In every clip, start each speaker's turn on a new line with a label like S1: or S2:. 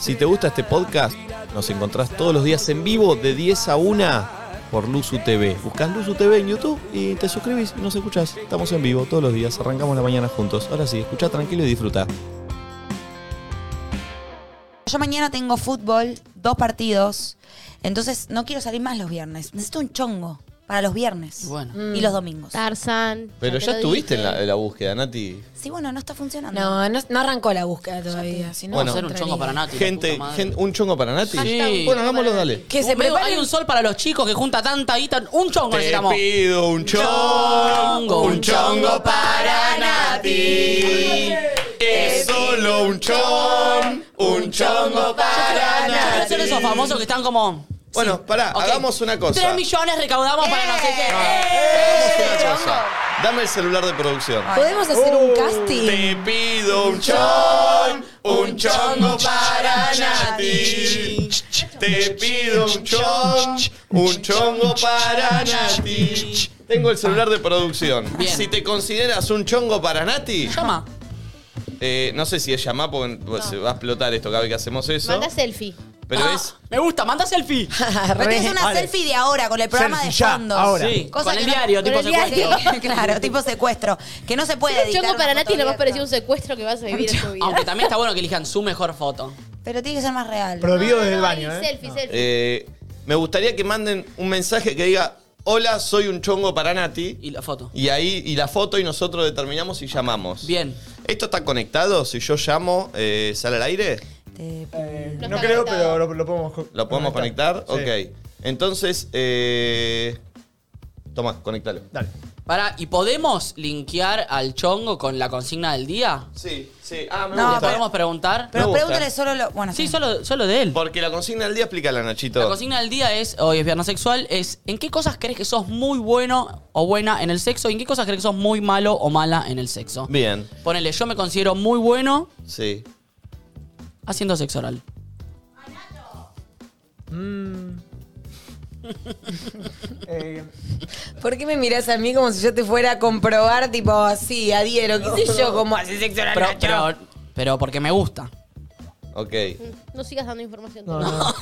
S1: Si te gusta este podcast, nos encontrás todos los días en vivo de 10 a 1 por Luzu TV. Buscás Luzu TV en YouTube y te suscribís y nos escuchás. Estamos en vivo todos los días, arrancamos la mañana juntos. Ahora sí, escucha tranquilo y disfruta.
S2: Yo mañana tengo fútbol, dos partidos, entonces no quiero salir más los viernes. Necesito un chongo para los viernes
S3: Bueno.
S2: y los domingos.
S4: Tarzan.
S1: Pero
S4: te
S1: ya
S4: lo
S1: estuviste en
S4: dije.
S1: la, en la búsqueda, Nati.
S2: Sí, bueno, no está funcionando.
S3: No,
S5: No, no, no arrancó la búsqueda todavía. Si no,
S1: Bueno.
S3: Vamos a hacer un
S5: entraría.
S3: chongo para Nati. la
S1: Gente,
S3: puta madre.
S1: gen- un chongo para Nati.
S3: Sí.
S1: Bueno, hagámoslo, dale.
S5: Que se
S3: Veo,
S5: prepare
S3: Hay un sol para los chicos que junta tanta guita. Un chongo necesitamos.
S1: pido un
S3: chongo, un chongo para
S1: Nati. Es solo un chon, un chongo
S3: Yo quiero ser esos famosos que están como.
S1: Bueno, pará,
S3: ok.
S1: hagamos una cosa.
S3: Tres millones recaudamos para no sé qué.
S2: Eh.
S3: Eh.
S1: Hagamos una cosa. Dame el celular de producción.
S5: ¿Podemos hacer
S1: Uh.
S5: un casting?
S1: Te pido un chon, un chongo para Nati. Te pido un chon, un chongo para Nati. Tengo el celular de producción.
S3: Bien.
S1: Si te consideras un chongo para Nati,
S3: Llama.
S1: eh, no sé si es llamar porque pues, se va a explotar esto cada vez que hacemos eso.
S4: Manda selfie.
S1: Pero
S3: Ah,
S1: es.
S3: Me gusta, manda selfie.
S2: Pero tienes una
S6: Dale.
S2: selfie de ahora con el programa
S6: Selfie
S2: de
S6: ya,
S2: fondo.
S6: ahora.
S3: Sí,
S2: Cosa
S3: con el
S2: que no-
S3: diario, tipo
S2: con el
S3: secuestro.
S2: diario. claro, tipo secuestro. Que no se puede
S4: Un
S2: editar
S4: chongo
S2: una
S4: para
S2: foto
S4: Nati es lo más
S2: abierta.
S4: parecido a un secuestro que vas a vivir en tu vida.
S3: Aunque también está bueno que elijan su mejor foto.
S2: Pero tiene que ser más real.
S6: Prohibido desde el
S4: No,
S6: baño,
S4: y
S6: ¿eh?
S4: Selfie, selfie.
S1: eh, me gustaría que manden un mensaje que diga: Hola, soy un chongo para Nati.
S3: Y la foto.
S1: Y ahí, y la foto, y nosotros determinamos y llamamos.
S3: Bien.
S1: ¿Esto está conectado? Si yo llamo, eh, ¿sale al aire?
S2: Te-
S4: No
S6: No,
S4: está
S6: creo,
S4: conectado.
S6: pero lo, lo podemos co-
S1: ¿Lo podemos conectar?
S6: Sí.
S1: Ok. Entonces, eh... Tomás, conéctalo.
S6: Dale.
S3: Para, ¿y podemos linkear al chongo con la consigna del día?
S1: Sí, sí. Ah, me
S2: No,
S3: ¿Le
S1: gusta.
S3: podemos preguntar?
S1: Me
S2: Pero
S1: gusta.
S2: pregúntale solo lo. Bueno,
S3: Sí,
S2: está
S3: solo, solo de él.
S1: Porque la consigna del día, explícala, Nachito.
S3: La consigna del día es, hoy es viernes sexual, es ¿en qué cosas crees que sos muy bueno o buena en el sexo? ¿Y en qué cosas crees que sos muy malo o mala en el sexo?
S1: Bien.
S3: Ponele, yo me considero muy bueno
S1: Sí.
S3: haciendo sexo oral. mm.
S6: Eh,
S5: ¿Por qué me mirás a mí como si yo te fuera a comprobar, tipo, sí, adhiero, qué sé yo, cómo hace sexo la
S3: Pero,
S5: Nacho?
S3: pero, pero porque me gusta.
S1: Ok.
S4: No sigas dando información.
S6: no, no.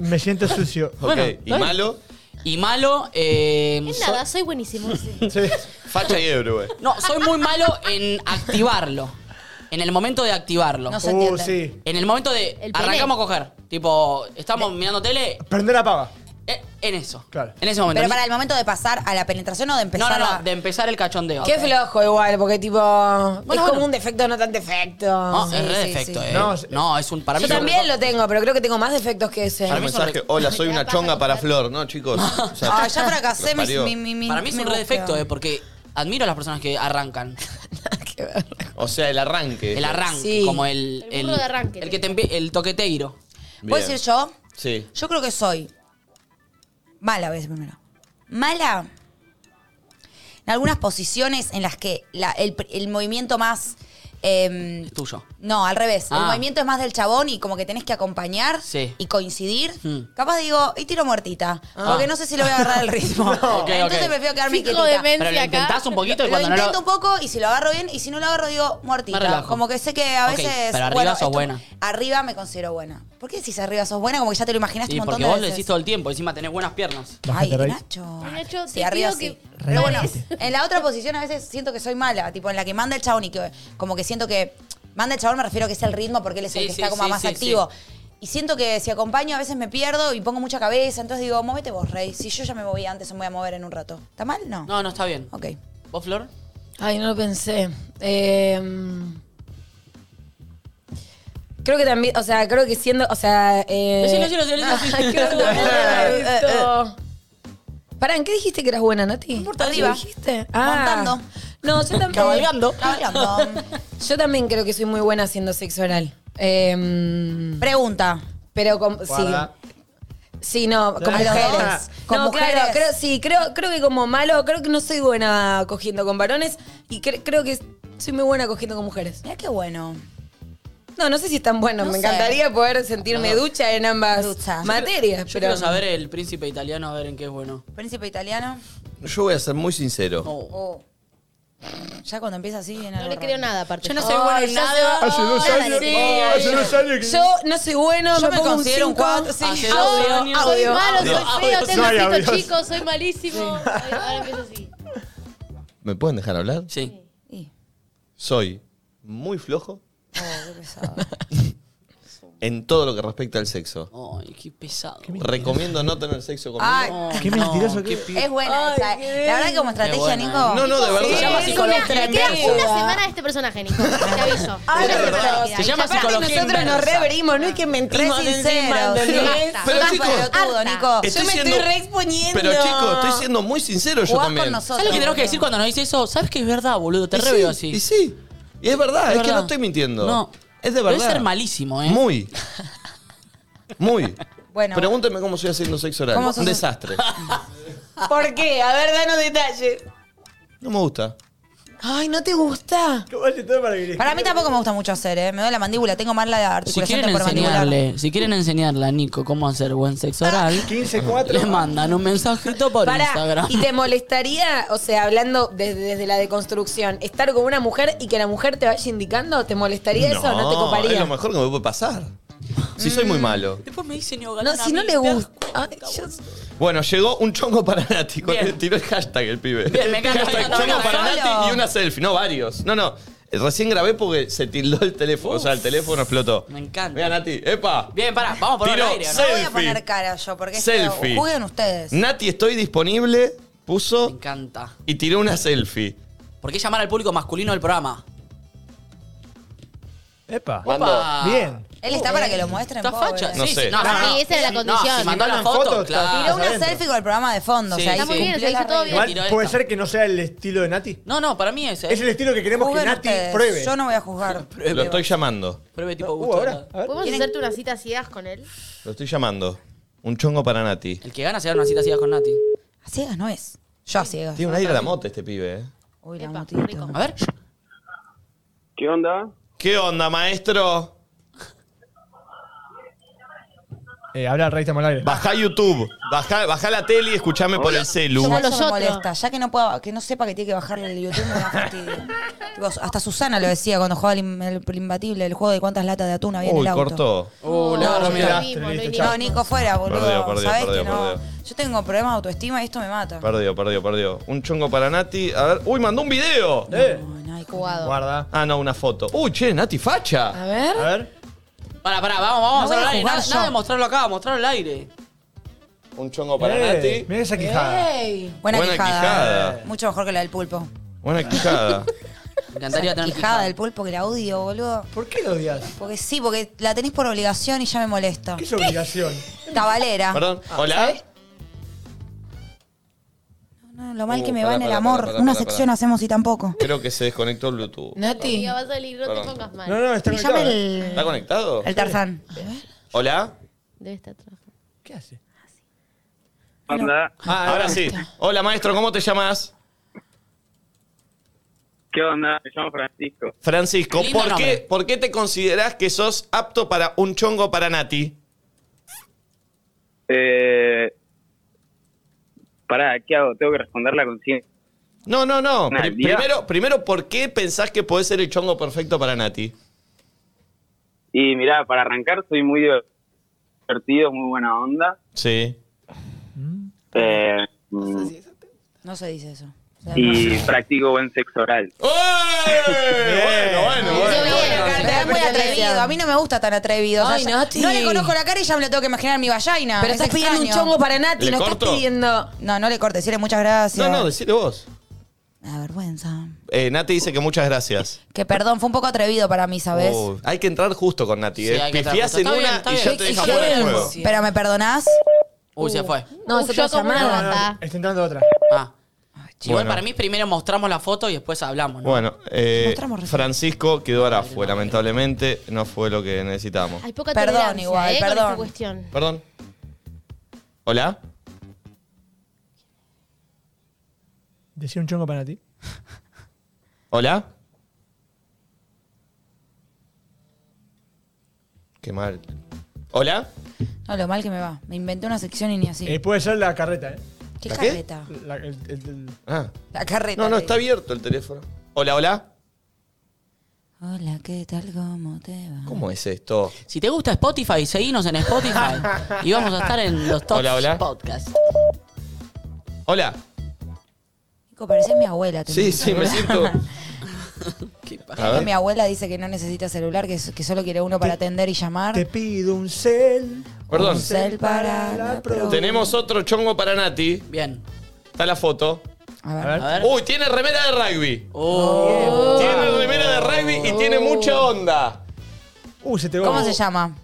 S6: Me siento sucio.
S3: Bueno,
S1: ok. ¿Y
S3: dale.
S1: malo?
S3: Y malo, eh,
S4: Es
S3: so-
S4: nada, soy buenísimo. sí.
S6: Sí.
S1: Facha y Ebro, güey.
S3: no, soy muy malo en activarlo. En el momento de activarlo.
S2: No sé. se
S6: Uh,
S2: entiende.
S6: sí.
S3: En el momento de
S4: El pene.
S3: arrancamos a coger. Tipo, estamos mirando tele
S6: Prende la pava.
S3: eh, en eso.
S6: Claro.
S3: En ese momento.
S2: Pero para el momento de pasar a la penetración o
S3: no,
S2: de empezar
S3: no,
S2: a.
S3: no, de empezar el cachondeo.
S5: Qué flojo igual, porque tipo, es como
S3: bueno.
S5: un defecto, no tan defecto.
S3: No,
S5: Sí,
S3: Ah, es re
S5: sí,
S3: defecto,
S5: sí.
S3: eh.
S6: No,
S3: No,
S6: sí.
S3: es un para mí
S5: Yo
S3: es un
S5: también
S3: re-
S5: lo tengo, pero creo que tengo más defectos que ese.
S1: Un
S3: mí es un
S1: mensaje.
S3: re-
S1: Hola, soy
S4: Me da
S1: una
S4: paja
S1: chonga para
S4: contar.
S1: Flor. No, chicos. O sea,
S2: Ah, ya fracasé
S1: lo
S2: mi,
S1: parió.
S2: mi, mi, mi-
S3: Para mí es
S2: mi
S3: un re
S2: búsqueda.
S3: defecto, eh, porque admiro a las personas que arrancan.
S5: Qué ver.
S1: O sea, el arranque.
S3: El arranque,
S5: Sí.
S3: como el.
S4: El burro de arranque.
S3: El, que te empie- el toqueteiro.
S2: ¿Puedo
S1: Bien.
S2: decir yo?
S1: Sí.
S2: Yo creo que soy mala, voy a decir primero. Mala en algunas posiciones en las que la- el, pr- el movimiento más... em,
S3: Es tuyo.
S2: no, al revés. El
S3: Ah.
S2: movimiento es más del chabón y como que tenés que acompañar
S3: Sí.
S2: y coincidir.
S3: Hmm. Ah.
S2: Capaz digo, y tiro muertita. Ah. Porque no sé si le voy a agarrar el ritmo.
S3: ok.
S2: Entonces prefiero quedarme
S4: Fijo de
S2: quietita.
S4: men-
S3: Pero lo
S4: acá.
S3: intentás un poquito y
S2: Lo
S3: cuando no
S2: intento
S3: lo.
S2: un poco y si lo agarro bien y si no lo agarro digo
S3: Me
S2: muertita.
S3: relajo.
S2: Como que sé que a
S3: Ok,
S2: veces...
S3: pero arriba sos buena.
S2: Arriba me considero buena. ¿Por qué decís arriba sos buena? Como que ya te lo imaginaste
S3: Sí,
S2: un montón
S3: porque
S2: de
S3: vos lo
S2: veces.
S3: decís todo el tiempo, encima tenés buenas piernas.
S2: Ay,
S6: Bájate, Rey.
S2: Nacho.
S4: Nacho,
S2: sí,
S4: te
S2: arriba
S4: pido
S2: sí.
S4: que-
S2: Pero bueno, en la otra posición a veces siento que soy mala, tipo en la que manda el chabón y que como que siento que manda el chabón me refiero a que es el ritmo porque él es
S3: Sí,
S2: el que
S3: sí,
S2: está como
S3: sí,
S2: más
S3: sí,
S2: activo. Y siento que si acompaño a veces me pierdo y pongo mucha cabeza, entonces digo, móvete vos, Rey. Si yo ya me moví antes, me voy a mover en un rato. ¿Está mal? No.
S3: No, no está bien.
S2: Ok.
S3: ¿Vos, Flor?
S5: Ay, no lo pensé. Eh, creo que también, o sea, creo que siendo, o sea... Eh,
S3: Decilo, decilo, decilo, decilo.
S2: Ah,
S5: Ay, qué vergüenza esto. eh. Pará, ¿en qué dijiste que eras buena, Nati? No
S2: importa,
S5: ¿Qué
S2: arriba.
S5: dijiste? Ah.
S2: Montando.
S5: No, yo también...
S3: Cabalgando.
S2: Hablando.
S5: Yo también creo que soy muy buena haciendo sexo oral. Eh,
S2: Pregunta.
S5: pero con, sí,
S6: Guarda.
S5: sí, no, con
S6: A los
S5: mujeres.
S2: dos. Con
S5: no,
S2: mujeres.
S5: claro, creo, sí, creo, creo que como malo, creo que no soy buena cogiendo con varones y cre- creo que soy muy buena cogiendo con mujeres.
S2: Mira qué bueno.
S5: No, no sé si es tan bueno.
S2: No
S5: Me
S2: sé.
S5: encantaría poder sentirme ducha en ambas
S2: Ducha.
S5: materias.
S3: Yo
S5: pero
S3: quiero saber el príncipe italiano, a ver en qué es bueno.
S2: Príncipe italiano.
S1: Yo voy a ser muy sincero.
S3: Oh.
S2: Oh. Ya cuando empieza así, en
S4: No
S2: algo
S4: le
S2: raro.
S4: creo nada, aparte. Oh,
S2: Yo no soy bueno en
S5: ya
S2: nada.
S5: se va.
S6: Hace dos
S2: Nada,
S6: años.
S2: sí.
S6: oh, hace dos años que.
S5: Yo no soy bueno,
S2: Yo me
S5: pongo
S2: considero un
S5: cinco.
S2: cuatro, sí.
S3: Hace
S5: Ah,
S3: dos
S5: audio,
S3: años.
S4: Soy
S5: audio.
S4: malo, soy
S3: Audio,
S4: feo,
S3: audio.
S4: tengo
S6: Soy
S4: pito
S6: audio.
S4: chico, soy malísimo. Ay, Ahora empiezo así.
S1: ¿Me pueden dejar hablar?
S3: Sí.
S2: Y-
S1: Soy muy flojo
S2: oh, qué pesado.
S1: en todo lo que respecta al sexo.
S3: Ay, qué pesado.
S1: Recomiendo no tener sexo conmigo.
S2: Ay,
S6: Qué mentiroso que.
S2: es buena esa. La verdad que como estrategia,
S3: buena, eh.
S2: Nico.
S1: no, no, de verdad.
S3: Se llama
S4: Es
S3: psicología.
S4: una- Le queda una semana a este personaje, Nico. Te aviso.
S5: Ay,
S4: Una
S5: de
S4: semana
S5: verdad.
S4: le queda.
S3: Se llama
S4: Ya está.
S5: Aparte
S3: psicología
S5: nosotros nos
S3: inversa.
S5: reverimos, no es que mentimos
S2: Re
S5: encima,
S2: sinceros.
S5: ¿entendés?
S1: Pero,
S2: Más
S1: chicos,
S2: pelotudo,
S4: harta.
S2: Nico.
S1: Estoy
S5: yo me
S1: siendo-
S5: estoy reexponiendo.
S1: Pero chicos, estoy siendo muy sincero yo
S2: Jugás
S1: también.
S2: con nosotros.
S3: ¿Sabes lo que tenemos que decir cuando nos dice eso? ¿Sabes que es verdad, boludo? Te
S1: Y
S3: reveo
S1: sí,
S3: así.
S1: Y sí. Y es verdad, Ah, es,
S3: Es
S1: que
S3: verdad.
S1: no estoy mintiendo.
S3: No.
S1: Es de
S3: Debe
S1: verdad.
S3: ser malísimo, ¿eh?
S1: Muy. Muy.
S2: Bueno.
S1: Pregúnteme cómo estoy haciendo sexo oral.
S2: ¿Cómo
S1: Un
S2: sos-
S1: desastre.
S5: ¿Por qué? A ver, danos detalles.
S1: No me gusta.
S5: Ay, ¿no te gusta?
S6: ¿Cómo hace todo para que
S2: Para mí tampoco me gusta mucho hacer, ¿eh? Me duele la mandíbula. Tengo mal la
S3: Si
S2: articulación
S3: quieren
S2: temporomandibular.
S3: enseñarle, si quieren enseñarle a Nico cómo hacer buen sexo oral,
S6: 15,
S3: le
S6: 4.
S3: mandan un mensajito por
S5: Pará,
S3: Instagram.
S5: ¿y te molestaría, o sea, hablando desde, desde la deconstrucción, estar con una mujer y que la mujer te vaya indicando? ¿Te molestaría eso o no te
S1: Es
S5: coparía?
S1: lo mejor que me puede pasar. Si soy
S2: Mm.
S1: muy malo.
S3: Después me dicen
S5: No, si no le gusta. Ay, yo-
S1: Bueno, llegó un chongo para Nati. con-
S3: Bien.
S1: Tiró el hashtag el pibe.
S3: Bien, me encanta.
S1: Hashtag
S3: Está
S1: chongo
S3: bien,
S1: para
S2: solo.
S1: Nati y una selfie. No, varios. No, no. Eh, Recién grabé porque se tildó el teléfono. O sea, el teléfono explotó.
S3: Me encanta.
S1: Mira, Nati. ¡Epa!
S3: Bien, pará, vamos a ponerlo
S1: Tiro
S3: al aire. ¿no?
S2: No voy
S1: Selfie.
S2: a poner cara yo, porque esto-
S1: Selfie.
S2: Juzguen ustedes.
S1: Nati, estoy disponible.
S3: Me
S1: Puso
S3: encanta.
S1: y tiró una selfie.
S3: ¿Por qué llamar al público masculino del programa?
S6: Epa.
S3: Opa.
S6: Bien.
S2: Él está para que lo muestren.
S3: Está
S2: pobre.
S3: facha.
S1: No
S3: sí,
S1: sé.
S3: sí, no, no, no.
S4: Uh, eh, Sí, esa era la
S3: Sí, no,
S4: condición.
S3: si mandó la
S6: Mandaron
S3: foto,
S6: fotos,
S3: claro.
S2: Tiró una
S6: adentro.
S2: selfie con el programa de fondo.
S3: Sí,
S2: o sea, ahí
S3: está muy
S2: se
S4: bien,
S2: cumplió
S4: se hizo
S2: la regla.
S4: todo bien.
S6: Igual
S3: Tiró
S6: puede
S3: esta.
S6: ser que no sea el estilo de Nati.
S3: No, no, para mí es, eh.
S6: Es el estilo que queremos que
S2: Juzguen
S6: Nati
S2: ustedes.
S6: pruebe.
S2: Yo no voy a juzgar.
S1: Lo estoy llamando.
S3: Pruebe tipo
S6: Uh,
S3: gusto.
S6: ahora. A ver.
S4: ¿Podemos hacerte unas citas ciegas con él?
S1: Lo estoy llamando. Un chongo para Nati.
S3: El que gana se da una cita así con Nati.
S2: A ciegas no es. Yo a ciegas.
S1: Tiene un aire a la mota este pibe, eh.
S2: Uy, la
S4: Epa,
S2: motito.
S4: rico.
S3: A ver.
S7: ¿Qué onda?
S1: ¿Qué onda, maestro?
S6: Eh, habla el rey estamos al aire.
S1: Bajá YouTube. Bajá, bajá la tele y escuchame por el celu.
S2: Yo
S4: Como
S2: eso
S4: los
S2: me
S4: otros.
S2: molesta, ya que no pueda, que no sepa que tiene que bajarle el YouTube, me da fastidio. Tipo, hasta Susana lo decía cuando jugaba el, im- el imbatible, el juego de cuántas latas de atún había en
S1: Uy,
S2: el auto.
S1: cortó.
S3: Uh, le agarró
S4: no,
S3: miedo.
S4: lo
S6: mira.
S4: mismo, lo
S6: Listo,
S4: mismo.
S2: No, Nico, fuera, boludo.
S1: Perdió, perdió,
S2: Sabés
S1: perdió,
S2: que no.
S1: perdió.
S2: Yo tengo problemas de autoestima y esto me mata.
S1: Perdió, perdió, perdió. Un chongo para Nati. A ver. Uy, mandó un video.
S6: Eh.
S2: Ay, no, hay como-
S4: Jugado.
S6: Guarda.
S1: Ah, no, una foto. Uy, che, Nati facha.
S5: A ver.
S6: A ver.
S3: Pará, pará, vamos, vamos
S2: No
S3: a
S2: voy a
S3: hacerlo al aire.
S2: jugar
S3: Nada,
S2: yo.
S3: nada de mostrarlo acá, mostrarlo al aire.
S1: Un chongo para
S6: Eh,
S1: Nati.
S6: Mira esa quijada.
S2: Buena,
S1: Buena
S2: quijada.
S1: quijada.
S2: Mucho mejor que la del pulpo.
S1: Buena quijada.
S3: Me encantaría tener
S2: Quijada del pulpo que la odio, boludo.
S6: ¿Por qué lo odias?
S2: Porque sí, porque la tenés por obligación y ya me molesta.
S6: ¿Qué es obligación?
S2: Tabalera.
S1: Perdón. Hola.
S2: No, lo mal
S1: Uh,
S2: que me
S1: pará,
S2: va en el
S1: pará,
S2: amor.
S1: pará, pará,
S2: Una
S1: pará,
S2: sección
S1: pará.
S2: hacemos y tampoco.
S1: Creo que se desconectó el Bluetooth.
S5: Nati.
S4: Amiga, va a salir, no te
S1: Perdón.
S4: pongas mal.
S6: No, no, está
S2: Me llama
S6: conectado.
S2: el,
S1: ¿Está conectado?
S2: el Tarzán.
S1: Hola.
S4: Debe estar trabajando.
S6: ¿Qué hace?
S7: Onda,
S1: Ah, Ahora sí. Hola, maestro, ¿cómo te llamas?
S7: ¿Qué onda? Me llamo Francisco.
S1: Francisco,
S3: Lindo
S1: ¿por
S3: nombre.
S1: qué, ¿por qué te considerás que sos apto para un chongo para Nati?
S7: Eh, pará, ¿qué hago? Tengo que responder la conciencia.
S1: No, no, no.
S7: Nah,
S1: Pri-
S7: ya.
S1: primero, primero, ¿por qué pensás que podés ser el chongo perfecto para Nati?
S7: Y mirá, para arrancar soy muy divertido, muy buena onda.
S1: Sí.
S7: Eh,
S2: No se dice eso. O sea, no-
S7: y practico buen sexo oral.
S1: Bueno, bueno,
S4: Hizo
S1: bueno.
S4: bien,
S2: Pero
S4: Carter.
S2: es muy atrevido. A mí no me gusta tan atrevido. O sea,
S5: Ay,
S2: ya-
S5: Nati.
S2: no le conozco la cara y ya me lo tengo que imaginar en mi vagina.
S5: Pero
S2: Es
S5: estás pidiendo un
S2: extraño.
S5: chongo para Nati,
S1: ¿Le
S5: no
S1: corto?
S5: estás pidiendo.
S2: No, no le cortes. Decirle muchas gracias.
S1: No, no, decile vos.
S2: La vergüenza.
S1: Eh, Nati dice que muchas gracias.
S2: Que perdón, fue un poco atrevido para mí, ¿sabes?
S1: Oh, hay que entrar justo con Nati.
S3: Sí,
S1: eh.
S3: hay que entrar
S1: Pifiás
S3: justo.
S1: en
S3: Está bien,
S1: una
S3: está
S1: y
S3: bien.
S1: ya te deja fuera del juego.
S3: Sí.
S2: Pero ¿me perdonás?
S3: Uy, se fue.
S5: No,
S4: Uh,
S5: es
S4: yo
S5: otra
S4: como una
S5: llamada.
S4: rata.
S6: Está entrando otra.
S3: Ah. Igual
S1: Bueno.
S3: para mí primero mostramos la foto y después hablamos, ¿no?
S1: Bueno, eh,
S2: Mostramos recién.
S1: Francisco quedó arafu, lamentablemente no fue lo que necesitábamos.
S4: Hay poca
S2: Perdón,
S4: tolerancia,
S2: igual,
S4: eh, con
S2: perdón.
S4: esta cuestión.
S1: Perdón. ¿Hola?
S6: Decir un chongo para ti.
S1: ¿Hola? Qué mal. ¿Hola?
S2: No, lo mal que me va. Me inventé una sección y ni así.
S6: Eh, puede ser la carreta, ¿eh?
S2: ¿Qué
S1: ¿La qué?
S2: carreta?
S6: La- el- el- el-
S1: Ah.
S2: La carreta.
S1: No, no,
S2: le
S1: está
S2: digo.
S1: abierto el teléfono. Hola, hola.
S2: Hola, ¿qué tal? ¿Cómo te va?
S1: ¿Cómo es esto?
S3: Si te gusta Spotify, seguinos en Spotify. y vamos a estar en los top
S1: Hola, hola.
S3: podcasts.
S1: Hola.
S2: Nico, pareces mi abuela. te
S1: Sí,
S2: juro.
S1: sí, me siento. A
S2: Es que
S1: ver.
S2: mi abuela dice que no necesita celular, que, que solo quiere uno para atender y llamar.
S6: Te pido un cel.
S1: Perdón.
S6: Un cel para la pro.
S1: Tenemos otro chongo para Nati.
S3: Bien.
S1: Está la foto.
S2: A ver.
S6: A ver.
S3: A ver.
S1: Uy, tiene remera de rugby.
S3: Oh.
S1: Tiene remera de rugby y
S6: Oh.
S1: tiene mucha onda.
S6: Uh, se te va.
S2: ¿Cómo se llama?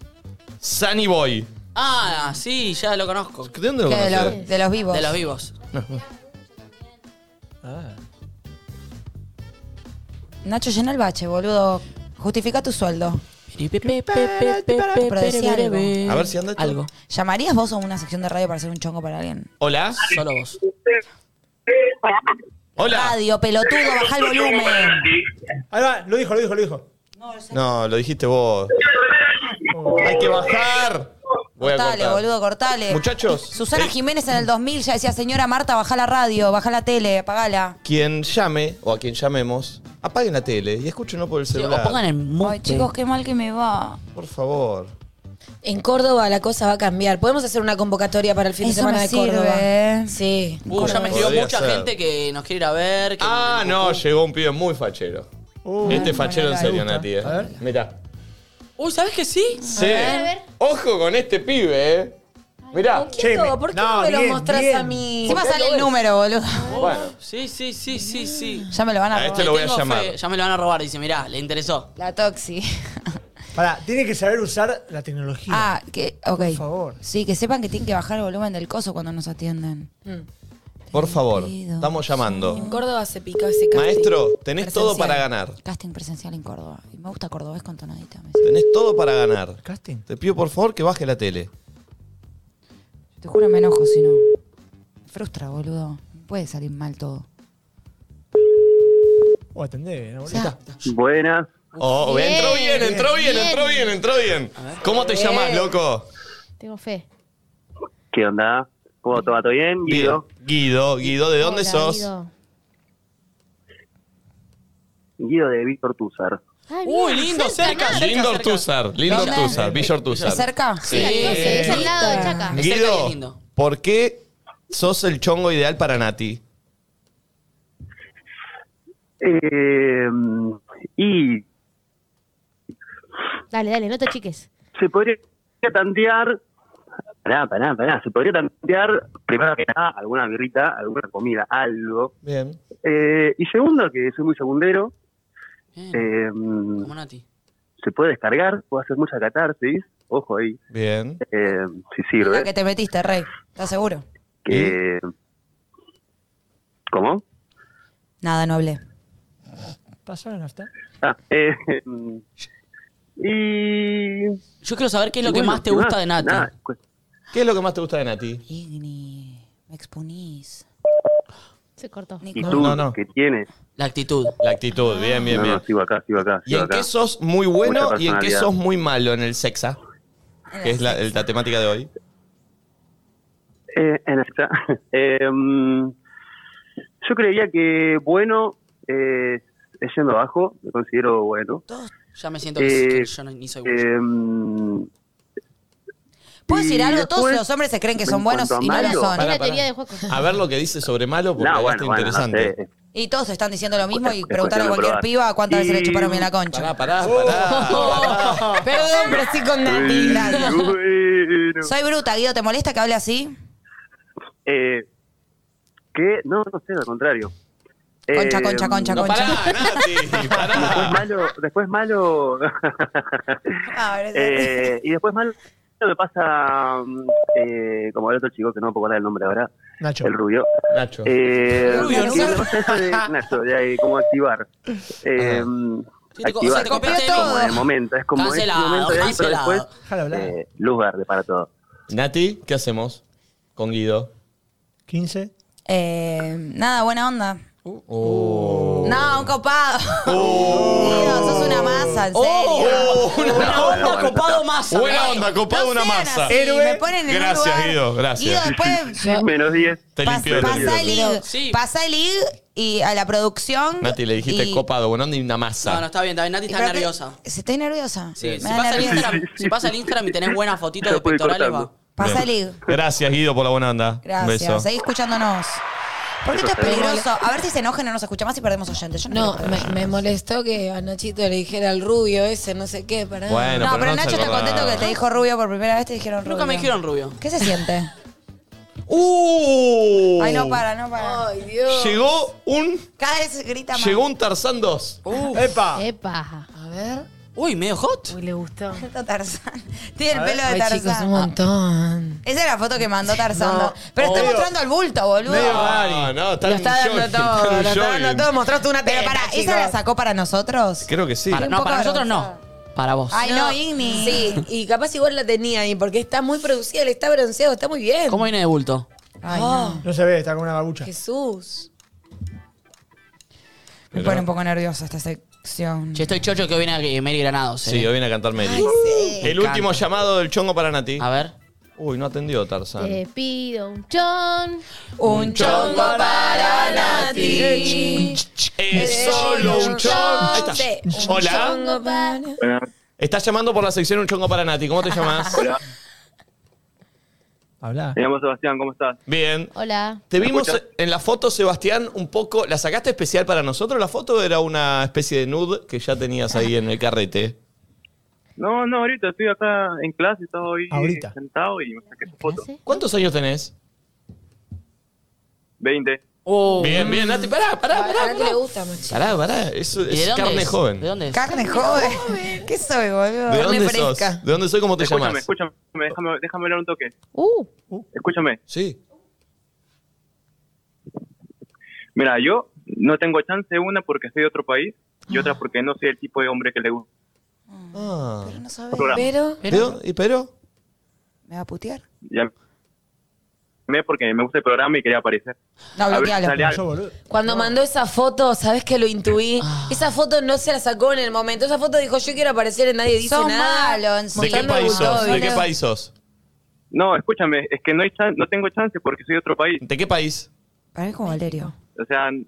S1: Sunny Boy.
S3: Ah, sí, ya lo conozco.
S1: ¿De dónde lo
S2: Que De,
S1: conoces?
S2: los- de los vivos.
S3: De los vivos.
S2: Nacho, llena el bache, boludo. Justifica tu sueldo.
S3: Pero
S2: decí algo.
S1: A ver si anda esto.
S3: Algo.
S2: ¿Llamarías vos a una sección de radio para hacer un chongo para alguien?
S1: Hola.
S3: Solo vos.
S1: Hola.
S2: Radio, pelotudo, baja el volumen.
S6: Ahí va, lo dijo, lo dijo, lo dijo.
S1: No, lo dijiste vos. Hay que bajar. Voy a
S2: Cortale,
S1: cortar.
S2: boludo, cortale.
S1: Muchachos,
S2: Susana
S1: eh,
S2: Jiménez en el 2000 ya decía, señora Marta, baja la radio, baja la tele, apagala.
S1: quien llame o a quien llamemos, apaguen la tele y escúchenos por el
S3: O
S1: celular.
S3: pongan el mute.
S2: Ay, chicos, qué mal que me va.
S1: Por favor.
S5: En Córdoba la cosa va a cambiar. Podemos hacer una convocatoria para el fin de
S2: Eso
S5: semana
S2: me
S5: de Córdoba.
S2: sirve.
S5: Sí.
S3: Uh, ya me escribió
S1: Podría
S3: mucha
S1: ser.
S3: gente que nos quiere ir a ver. que-
S1: Ah, no, llegó un pibe muy fachero.
S6: Uh,
S1: este es fachero en
S6: me
S1: serio,
S6: gusta.
S1: Nati. Eh.
S6: A ver.
S1: Mirá.
S3: Uy, ¿sabes que sí?
S1: Sí.
S4: ver, a ver.
S1: Ojo con este pibe, eh. Mirá.
S6: Che, me-
S5: ¿Por qué
S6: no,
S5: no me lo
S6: bien,
S5: mostrás
S6: bien.
S5: a mí?
S2: Encima sale el número, boludo.
S1: Bueno,
S3: Sí, sí, sí, sí, sí.
S2: Ya me lo van a
S1: A este
S2: robar.
S1: lo voy a
S3: Tengo
S1: llamar.
S3: fe, Ya me lo van a robar. Dice, mirá, le interesó.
S2: La Toxi.
S6: Pará, tiene que saber usar la tecnología.
S2: ah, que, ok.
S6: Por favor.
S2: Sí, que sepan que tienen que bajar el volumen del coso cuando nos atienden.
S5: Mm,
S1: por favor,
S2: Sentido.
S1: estamos llamando.
S5: En Córdoba se pica ese casting.
S1: Maestro, tenés
S5: Presencial.
S1: todo para ganar.
S2: Casting presencial en Córdoba. Y me gusta cordobés con tonadita. me dice.
S1: Tenés todo para ganar.
S6: Casting.
S1: Te pido por favor que baje la tele.
S2: Te juro, me enojo si no. Me Frustra, boludo. Puede salir mal todo.
S6: O Oh, atendé, ¿no?
S2: O sea,
S8: Buenas.
S1: Oh,
S4: Bien,
S1: entró bien, entró bien,
S4: bien.
S1: entró bien, entró bien. ¿Cómo te llamas, loco?
S4: Tengo fe.
S8: ¿Qué onda? ¿Cómo todo, va? ¿Todo bien? Guido.
S1: Guido, Guido, ¿de dónde
S4: Hola,
S1: sos?
S4: Guido.
S8: Guido de Víctor Tuzar.
S4: Ay,
S3: Uy,
S4: bien,
S3: lindo, cerca, cerca.
S1: Lindo
S3: cerca.
S1: Ortuzar, lindo
S2: Hola.
S1: Ortuzar, Villa
S2: ¿de
S1: Ortuzar.
S2: cerca?
S4: Sí, entonces, es al lado de
S6: Ah,
S4: Chaca.
S3: Es cerca y es
S1: Guido,
S3: lindo.
S1: ¿por qué sos el chongo ideal para Nati?
S8: Eh, y
S4: Dale, dale, no te chiques.
S8: se podría tantear. Pará, pará, pará. Se podría tantear, primero que nada, alguna birrita, alguna comida, algo.
S1: Bien.
S8: Eh, y segundo, que soy muy segundero.
S3: Bien,
S8: eh,
S3: Como Nati.
S8: se puede descargar, puede hacer mucha catarsis. Ojo ahí,
S1: Bien.
S8: eh, si
S2: La
S8: sirve.
S2: Ah, que te metiste, rey. ¿Estás seguro?
S8: Que... ¿Cómo?
S2: Nada, no hablé.
S6: ¿Pasaron hasta?
S8: Ah, eh, y.
S3: Yo quiero saber qué es lo
S8: y
S3: que
S8: bueno,
S3: más te
S8: ¿qué
S3: gusta de Nati.
S8: Nada, cu-
S1: ¿Qué es lo que más te gusta de Nati?
S2: Igni, me exponís.
S4: Se cortó.
S8: ¿Y
S2: Nico.
S8: tú
S1: No, no.
S8: qué tienes?
S3: La actitud.
S1: La actitud, bien, bien,
S8: no,
S1: bien.
S8: no, sigo acá, sigo acá.
S1: ¿Y
S8: sigo
S1: en
S8: acá.
S1: qué sos muy bueno
S8: Mucha
S1: y en qué
S8: personalidad.
S1: sos muy malo en el sexa? Que es la, el- la temática de hoy.
S8: Eh, en esta. Eh, mm, yo creía que bueno eh, es yendo abajo, me considero bueno.
S3: Ya me siento que,
S8: Eh,
S3: que yo no- ni soy bueno.
S8: Eh, mm,
S2: ¿Puedo decir
S8: y
S2: algo? Todos
S8: después,
S2: los hombres se creen que
S8: en
S2: son buenos
S8: cuanto a
S2: y no lo
S8: malo,
S2: son.
S4: Es
S1: Pará,
S4: una
S1: pará.
S4: teoría de juego.
S1: A ver lo que dice sobre malo porque
S8: No,
S1: acá
S8: bueno,
S1: está
S8: bueno, no
S1: interesante.
S8: sé,
S2: Y todos están diciendo lo mismo
S8: Es
S2: y
S8: cuestión
S2: preguntaron a
S8: de
S2: cualquier
S8: probar.
S2: piba cuántas veces le
S8: Y-
S2: chuparon bien la
S1: Pará,
S2: concha.
S1: pará, pará.
S5: Perdón, pero sí con Nati.
S2: Gracias.
S8: Bueno.
S2: Soy bruta, Guido, ¿te molesta que hable así?
S8: Eh, ¿Qué? No, no sé, al contrario.
S2: Concha,
S8: Eh,
S2: concha, concha,
S1: No,
S2: concha.
S1: pará, Nati,
S8: Después
S1: pará.
S8: malo, después malo.
S2: Ah, gracias.
S8: Eh, y después malo me pasa mm, eh, como el otro chico que no me puedo acordar el nombre ahora,
S6: Nacho.
S8: el rubio.
S1: Nacho.
S8: Eh,
S3: Rubio,
S8: y
S3: ¿no?
S8: me pasa eso de Nacho, de ahí, como activar.
S3: Ah.
S8: Eh,
S3: Sí, te co- o sea,
S8: activar
S3: te copiaste
S8: es como
S3: todo.
S8: en el momento, es como en el
S3: Cancelado,
S8: momento de ahí, pero
S3: cancelado.
S8: después
S6: Déjala hablar.
S8: eh, luz verde para todo.
S1: Nati, ¿qué hacemos con Guido?
S6: 15.
S2: Eh, nada, buena onda.
S3: Uh.
S2: No, un copado. Digo, sos una masa, en serio.
S3: ¡Oh! Una
S9: No,
S3: onda
S9: no, no.
S3: copado masa.
S1: Buena onda, copado
S2: No
S1: una
S2: sean
S1: masa.
S2: así,
S6: Héroe.
S2: me ponen en un
S1: Gracias,
S2: lugar.
S1: Guido, gracias.
S2: Guido, después
S9: Menos 10.
S1: Te
S2: pas-
S1: limpió el
S2: pasá el
S1: oído.
S2: IG.
S3: Sí.
S2: Pasá el IG y a la producción.
S1: Nati, le dijiste
S2: y-
S1: copado, buena onda y una masa.
S3: No, no, está bien, está bien. Nati está
S2: Pero que-
S3: nerviosa.
S2: ¿Se está nerviosa?
S3: Sí, si,
S2: Me da
S3: pasa el
S2: nervios.
S3: Instagram, si pasa el Instagram y tenés buenas fotitos
S9: Ya
S3: de
S9: puede ir
S3: pectorales, va.
S9: cortando.
S2: Pasá el
S1: Bien.
S2: IG.
S1: Gracias, Guido, por la buena onda. Un beso.
S2: Gracias. Seguí escuchándonos. Porque esto es
S9: Eso sí.
S2: peligroso. A ver si se enojen o nos escucha más y perdemos oyentes. Yo no,
S10: No,
S2: quiero
S10: me, me molestó que a Nachito le dijera al rubio ese, no sé qué, para.
S1: Bueno,
S2: No,
S1: pero
S2: pero
S1: no
S2: Nacho
S1: se
S2: está
S1: acordaba.
S2: contento que te dijo rubio por primera vez, te dijeron rubio.
S3: Nunca me dijeron rubio.
S2: ¿Qué se siente?
S1: ¡Uh!
S2: Ay, no para, no para.
S10: Ay, Dios.
S1: Llegó un.
S2: Cada vez grita más.
S1: Llegó un Tarzán 2.
S6: ¡Epa!
S4: Epa.
S10: A ver.
S3: Uy, medio hot.
S4: Uy, le gustó.
S2: Esto Tarzán. Tiene el
S6: ver.
S2: pelo de
S10: Ay,
S2: Tarzán. Ah,
S10: chicos, un montón.
S2: Esa es la foto que mandó Tarzán.
S6: No.
S2: Pero está
S6: Obvio.
S2: mostrando el bulto, boludo.
S1: No, no, está
S10: Lo
S1: en
S10: está
S1: un
S10: dando
S1: jogging,
S10: todo,
S1: en un
S10: lo está
S1: jogging.
S10: dando todo. Mostraste una
S2: Pero
S10: teta,
S2: para,
S10: chicos.
S2: Ah, ¿esa la sacó para nosotros?
S1: Creo que sí.
S3: Para-
S2: un
S3: no,
S2: poco
S3: para nosotros no.
S2: avergonzada.
S3: Para vos.
S2: Ay, no, Igni.
S5: Sí, y capaz igual la tenía ahí, porque está muy producida, le está bronceado, está muy bien. Oh.
S3: ¿Cómo viene de bulto?
S2: Ay, no.
S6: No se ve, está con una barbucha.
S5: Jesús.
S2: Me pone un poco nerviosa esta sección.
S3: Che, estoy chocho que hoy viene a Mary Granados. eh.
S1: Sí, hoy viene a cantar Mary. El
S3: encanta.
S1: último llamado del chongo para Nati.
S3: A ver.
S1: Uy, no atendió Tarzán.
S2: Eh,
S4: Te pido un chon.
S2: Un chongo para Nati.
S1: Es solo
S2: eh,
S1: un chongo. Ahí está. Hola.
S9: Bueno,
S1: Estás llamando por la sección Un chongo para Nati. ¿Cómo te llamas?
S9: hola.
S6: Habla.
S9: Me llamo Sebastián, ¿cómo estás?
S1: Bien.
S4: Hola.
S1: Te vimos
S9: escuchas?
S1: en la foto, Sebastián, un poco. ¿La sacaste especial para nosotros? ¿La foto era una especie de nude que ya tenías ahí en el carrete?
S9: No, no, ahorita estoy acá en clase, estaba hoy
S6: Ahorita.
S9: sentado y me saqué esa foto.
S4: ¿Clase?
S1: ¿Cuántos años tenés?
S9: 20.
S1: Bien, bien, Nati. Pará, pará, pará.
S10: ¿A le gusta, macho?
S1: Pará, pará. Eso
S3: ¿Y
S1: es carne
S3: es?
S1: joven.
S3: ¿De dónde es?
S2: Carne joven. ¿Qué soy, boludo?
S1: ¿De dónde
S2: Carne
S1: sos?
S2: fresca.
S1: ¿De dónde soy? ¿Cómo te
S9: Escúchame,
S1: llamas?
S9: escúchame, déjame, déjame hablar un toque.
S4: Uh,
S9: Escúchame.
S1: Sí.
S9: Mira, yo no tengo chance una porque soy de otro país y
S2: Ah.
S9: otra porque no soy el tipo de hombre que le gusta.
S1: Ah.
S2: No sabes.
S9: el programa.
S10: Pero.
S1: ¿De dónde- ¿Y pero?
S2: ¿Me va a putear?
S9: Ya me porque me gusta el programa y quería aparecer.
S2: No,
S9: A ver,
S2: bloquealo.
S9: sale algo.
S6: Yo, boludo.
S5: Cuando mandó esa foto, ¿sabes que lo intuí?
S3: Ah.
S5: Esa foto no se la sacó en el momento. Esa foto dijo, yo quiero aparecer en nadie dice
S2: Sos
S5: nada.
S2: malo, en
S1: ¿De
S2: serio.
S1: qué país sos? ¿De qué
S2: boludo.
S1: país sos?
S9: No, escúchame, es que no, hay chan- no tengo chance porque soy de otro país.
S1: ¿De qué país?
S2: Para mí es como Valerio.
S9: O sea, n-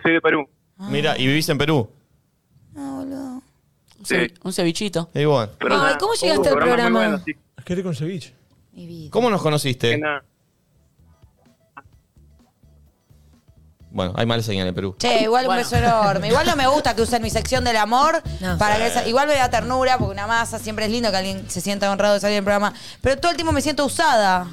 S9: soy de Perú.
S1: Mira, y vivís en Perú.
S2: No, boludo.
S3: Un cebi- Un cevichito.
S1: Y bueno.
S9: Pero,
S5: Ay, ¿cómo llegaste al
S9: un muy
S5: programa?
S9: bueno, así
S6: Es que rico un ceviche.
S2: Mi vida.
S1: ¿Cómo nos
S9: que
S1: conociste?
S9: nada.
S1: Bueno, hay mala señal en Perú.
S2: Che, igual un beso enorme. Igual no me gusta que usen mi sección del amor.
S10: No.
S2: para que esa- igual me da ternura, porque una masa siempre es lindo que alguien se sienta honrado de salir del programa. Pero todo el tiempo me siento usada.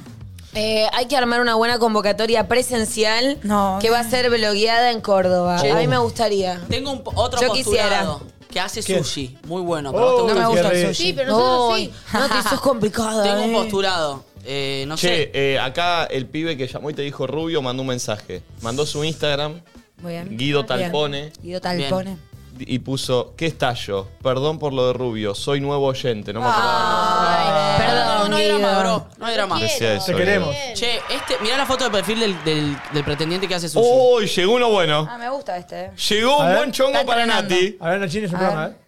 S5: Eh, hay que armar una buena convocatoria presencial
S2: No.
S5: que va a ser blogueada en Córdoba.
S3: Che.
S5: A mí me gustaría.
S3: Tengo un po- otro
S5: Yo
S3: postulado que hace
S6: ¿Quién?
S3: sushi. Muy bueno. pero
S6: Oh,
S3: tengo-
S6: qué
S2: gusta el
S6: rico.
S4: sí, pero nosotros sí.
S5: Ay, No, te sos complicada.
S3: tengo un
S5: eh.
S3: postulado. Eh, no sé.
S1: Che, eh, acá el pibe que llamó y te dijo rubio mandó un mensaje. Mandó su Instagram,
S2: Muy bien.
S1: Guido Talpone,
S2: Guido Talpone.
S1: y puso, ¿qué estallo? Perdón por lo de rubio, soy nuevo oyente. No me acordaba.
S5: Ay,
S3: No,
S5: perdón,
S3: no hay drama,
S5: Guido.
S3: bro. No hay drama.
S4: Quiero.
S1: Decía eso,
S6: Te queremos.
S4: Bien.
S3: Che, este, mirá la foto de perfil del, del- del pretendiente que hace sushi.
S1: ¡Uy, llegó uno bueno!
S2: Ah, me gusta este. eh.
S1: Llegó
S6: A
S1: un
S6: ver.
S1: buen chongo
S2: Está
S1: para
S2: entrenando.
S1: Nati.
S6: A ver, Nachín es un
S2: A
S6: programa,
S2: ver.
S6: ¿eh?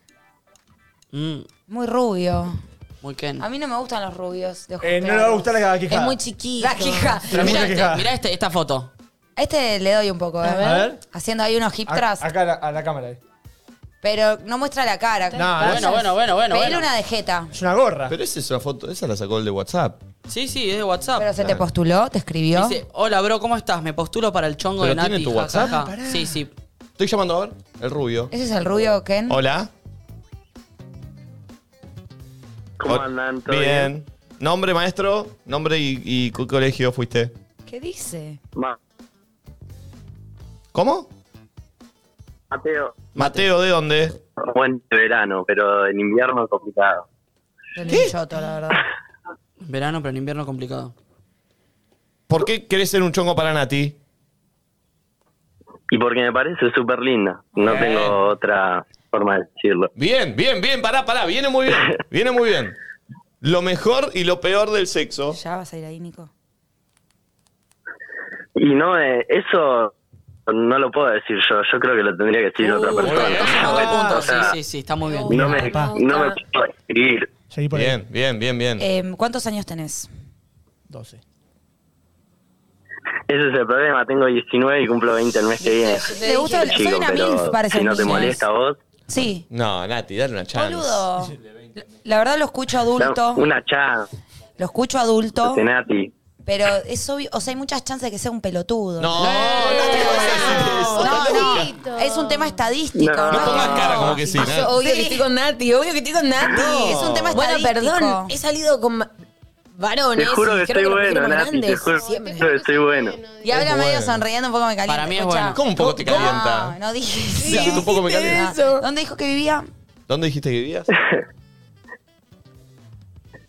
S3: Mm,
S2: Muy rubio.
S3: muy Ken.
S2: A mí no me gustan los rubios de ojos
S6: Eh, no le va a
S2: claros.
S6: gustar la quijada.
S5: Es muy chiquito.
S2: La quija.
S6: Pero
S3: mirá,
S6: muy
S3: este,
S6: quejada.
S3: mirá este- esta foto.
S2: A Este le doy un poco, ¿eh?
S6: A ver.
S2: Haciendo ahí unos hip
S6: A-
S2: thrust.
S6: Acá a la, a la cámara. eh.
S2: Pero no muestra la cara.
S6: No, no,
S3: Bueno, bueno, bueno, bueno.
S2: Pedile
S3: bueno.
S2: una de jeta.
S6: es una gorra.
S1: Pero esa es una foto, esa la sacó el de WhatsApp.
S3: Sí, sí, es de WhatsApp.
S2: Pero se te postuló, te escribió.
S3: Dice, hola bro, ¿cómo estás? Me postulo para el chongo
S1: ¿Pero
S3: de Nati.
S1: tiene tu
S3: ja, ja,
S1: WhatsApp?
S3: ja". Sí, sí.
S1: Estoy llamando a ver, el rubio.
S2: ¿Ese es el rubio, Ken?
S1: Hola.
S9: ¿Cómo
S1: Hola.
S9: andan? ¿Todo
S1: Bien. Nombre, maestro. Nombre y, y qué colegio fuiste.
S2: ¿Qué dice?
S9: Ma-
S1: ¿Cómo?
S9: Mateo.
S1: Mateo, ¿de dónde?
S9: Buen verano, pero en invierno es complicado.
S2: Del linchoto, la verdad.
S3: Verano, pero en invierno complicado.
S1: ¿Por qué querés ser un chongo para Nati?
S9: Y porque me parece súper linda. No
S1: Bien.
S9: tengo otra forma de decirlo.
S1: Bien, bien, bien, pará, pará, viene muy bien, viene muy bien. Lo mejor y lo peor del sexo.
S2: Ya vas a ir ahí, Nico.
S9: Y no, eh, eso
S11: no lo puedo decir yo, yo creo que lo tendría que decir otra
S3: Uh,
S11: persona.
S3: estás sumando
S11: O
S3: puntos. Sí,
S11: sea,
S3: sí, sí, está muy bien.
S11: No me,
S6: Papá.
S11: no me puedo escribir.
S6: Seguí por ahí.
S1: Bien, bien, bien, bien.
S2: Em, ¿Cuántos años tenés?
S6: 12.
S11: Ese es el problema, tengo 19 y cumplo 20 el mes que viene.
S2: ¿Te gusta? el- Soy
S11: Chico,
S2: una
S11: pero
S2: MILF, parece.
S11: si no te
S2: niños.
S11: molesta a vos,
S2: Sí.
S1: No, Nati, dale una chance.
S2: Boludo. La verdad lo escucho
S11: da
S2: adulto.
S11: una chance,
S2: Lo escucho adulto.
S11: Nati.
S2: Pero es obvio. O sea, hay muchas chances de que sea un pelotudo.
S1: No, no te
S2: No,
S1: jodas.
S2: no, Es un tema estadístico.
S11: No.
S1: No pongas cara como que
S2: Ah,
S1: sí. Nati.
S5: Obvio que estoy con Nati, obvio que estoy con Nati.
S2: No. Es un tema
S5: Bueno,
S2: estadístico.
S5: perdón, he salido con ma-
S11: Te
S5: varones.
S11: juro
S5: y
S11: que
S5: creo las
S11: estoy bueno,
S5: mujeres más
S11: Nati, te
S5: grandes
S11: juro
S5: siempre-
S11: que estoy bueno.
S2: Y habla
S1: bueno.
S2: medio sonriendo, un poco me calienta.
S3: Para mí es
S2: escuchá.
S3: bueno.
S1: ¿Cómo un poco te calienta?
S2: No, no dije eso.
S1: Sí, un poco me calienta.
S2: Ah, ¿Dónde dijo que vivía?
S1: ¿Dónde dijiste que vivías?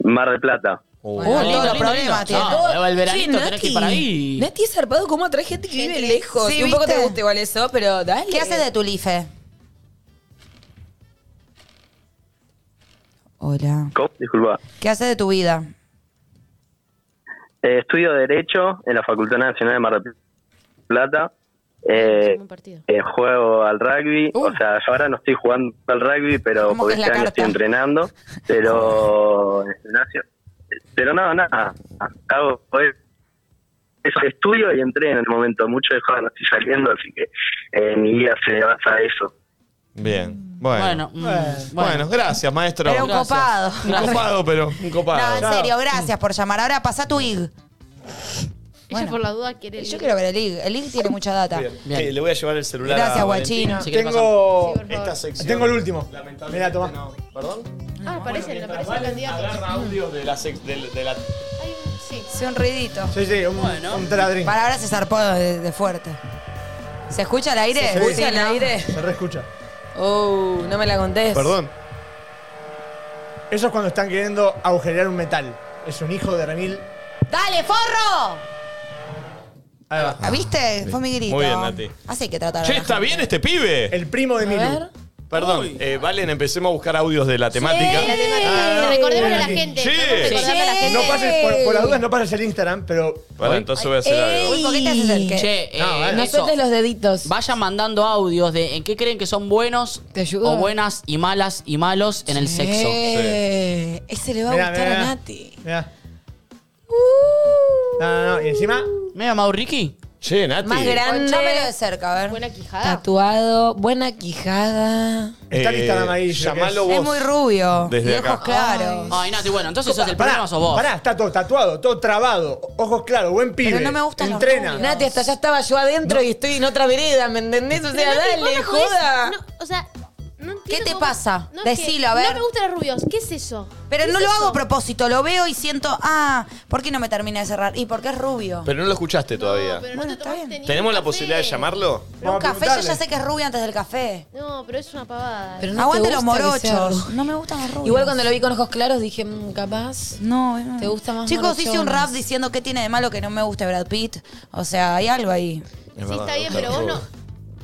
S11: Mar del Plata.
S1: Oh.
S2: Bueno,
S3: lindo, lindo,
S2: todos los problemas
S3: lindo.
S2: tiene.
S3: No, el veranito
S5: Che,
S3: tenés que ir para ahí.
S5: Nati es zarpado como atrae gente que vive lejos.
S2: Sí,
S5: y un poco te
S2: ¿viste?
S5: gusta igual eso, pero dale.
S2: ¿Qué haces de tu life? Hola.
S11: ¿Cómo? Disculpa.
S2: ¿Qué haces de tu vida?
S11: Eh, estudio Derecho en la Facultad Nacional de Mar del Plata. Eh,
S4: Hicimos Ah, un partido.
S11: eh, juego al rugby.
S2: Uh.
S11: O sea, yo ahora no estoy jugando al rugby, pero
S2: ¿Cómo que
S11: porque
S2: es la
S11: este año
S2: carta?
S11: estoy entrenando. Pero. Ignacio, Pero no, nada. Hago. pues, Eso, estudio y entreno en el momento. Mucho de joven no estoy saliendo, así que eh, mi vida se basa a eso.
S1: Bien.
S3: Bueno,
S1: Bueno.
S3: mm,
S6: Bueno.
S3: bueno.
S1: Bueno, gracias, maestro.
S2: Era un
S1: Gracias.
S2: copado.
S1: Un copado, pero un
S2: No, Ah, en
S1: copado.
S2: serio, gracias por llamar. Ahora pasa tu IG. Bueno.
S4: Ella por la duda quiere.
S2: Yo quiero ver el IG. El IG tiene mucha data.
S3: Bien.
S1: Eh, le voy a llevar el celular
S2: Gracias,
S1: a Valentín.
S2: guachino.
S3: Si querés
S6: Tengo.
S4: pasar. Sí, por favor.
S1: Esta sección.
S6: Tengo el último. Mira,
S1: Lamentablemente
S6: toma.
S1: no. ¿Perdón?
S4: Ah, aparecen, aparecen los candidatos.
S1: Agarra audios de la, sec- de- de la-
S4: Hay un- Sí.
S2: Sí, un ruidito.
S6: Sí, sí, un, un taladrín.
S2: Para ahora se zarpó de, de fuerte. ¿Se escucha el aire?
S6: ¿Se escucha
S2: Sí,
S5: al
S2: ¿no?
S5: aire?
S6: Se reescucha.
S5: Oh, no me la contés.
S1: Perdón.
S6: Eso es cuando están queriendo agujerear un metal. Es un hijo de remil.
S2: ¡Dale, forro!
S6: Ahí va.
S2: ¿Ah, ¿Viste? Fue mi grito.
S1: Muy bien, Nati.
S2: Así hay que tratar. a
S1: Che,
S2: la
S1: ¿está
S2: gente.
S1: bien este pibe?
S6: El primo de Milu.
S1: Perdón. Eh, Valen, empecemos a buscar audios de la temática.
S4: La temática.
S6: Ah, no.
S4: Recordémosle a la
S6: Sí.
S4: gente.
S1: Sí.
S4: vamos recordando a la gente.
S6: No pases, por, por las dudas no pases el Instagram, pero
S1: Bueno, entonces voy a hacer algo.
S2: Uy, ¿por qué te haces el qué?
S3: Che, eh,
S6: No, vale.
S5: No
S3: eso.
S5: sueltes los deditos.
S3: Vayan mandando audios de en qué creen que son buenos
S12: Te ayudo.
S3: o buenas y malas y malos en el sexo.
S12: Eh, Ese le va a
S6: Mirá,
S12: gustar
S6: mirá,
S12: a
S6: mirá.
S12: Nati.
S6: Mirá. No, no, no. Y encima,
S3: Mira, Mauriqui.
S1: Che, Nati.
S5: Más grande.
S2: Ponchámelo de cerca, a ver.
S4: Buena quijada.
S12: Tatuado, buena quijada.
S6: está el
S1: Eh,
S6: Instagram ahí.
S1: Llamalo vos.
S2: es muy rubio.
S1: Desde
S2: y ojos
S1: acá.
S2: claros.
S3: Ay, Nati, bueno, entonces sos el
S6: Pará,
S3: problema sos vos.
S6: pará, está todo tatuado, todo trabado, ojos claros, buen pibe.
S2: no me gustan los
S6: Entrena.
S2: rubios.
S5: Nati, hasta ya estaba yo adentro y estoy en otra vereda, ¿me entendés? O sea,
S4: Pero Nati, vos
S5: dale,
S4: me jodés.
S5: joda.
S4: No, o sea, no entiendo
S2: ¿Qué te
S4: cómo-
S2: pasa?
S4: es que
S2: Decilo, a ver.
S4: No me gustan los rubios. ¿Qué es eso?
S2: Pero
S4: ¿Qué
S2: no
S4: es
S2: lo hago a
S4: eso?
S2: propósito, lo veo y siento, ah, ¿por qué no me termina de cerrar? Y porque es rubio.
S1: Pero no lo escuchaste todavía.
S4: No,
S2: Bueno,
S4: pero no te
S2: está
S4: tomaste
S2: bien.
S4: ni
S1: ¿Tenemos
S4: un
S1: la
S4: café.
S1: posibilidad de llamarlo?
S2: Pero un
S6: Vamos a
S2: café yo ya
S6: preguntarle.
S2: sé que es rubio antes del café.
S4: No, pero es una pavada.
S12: Pero no
S2: Aguante
S12: te
S2: los
S12: gusta que sea
S2: morochos.
S12: rubio.
S2: No me gustan los rubios.
S12: Igual cuando lo vi con ojos claros dije, mm, capaz.
S2: No, eh, no.
S12: ¿Te gusta más
S2: Chicos, hice un
S12: morochones?
S2: rap diciendo qué tiene de malo que no me guste Brad Pitt. O sea, hay algo ahí.
S1: Es
S4: sí,
S1: verdad,
S4: está
S1: me
S4: bien,
S1: gustan
S4: pero vos
S1: los
S4: no.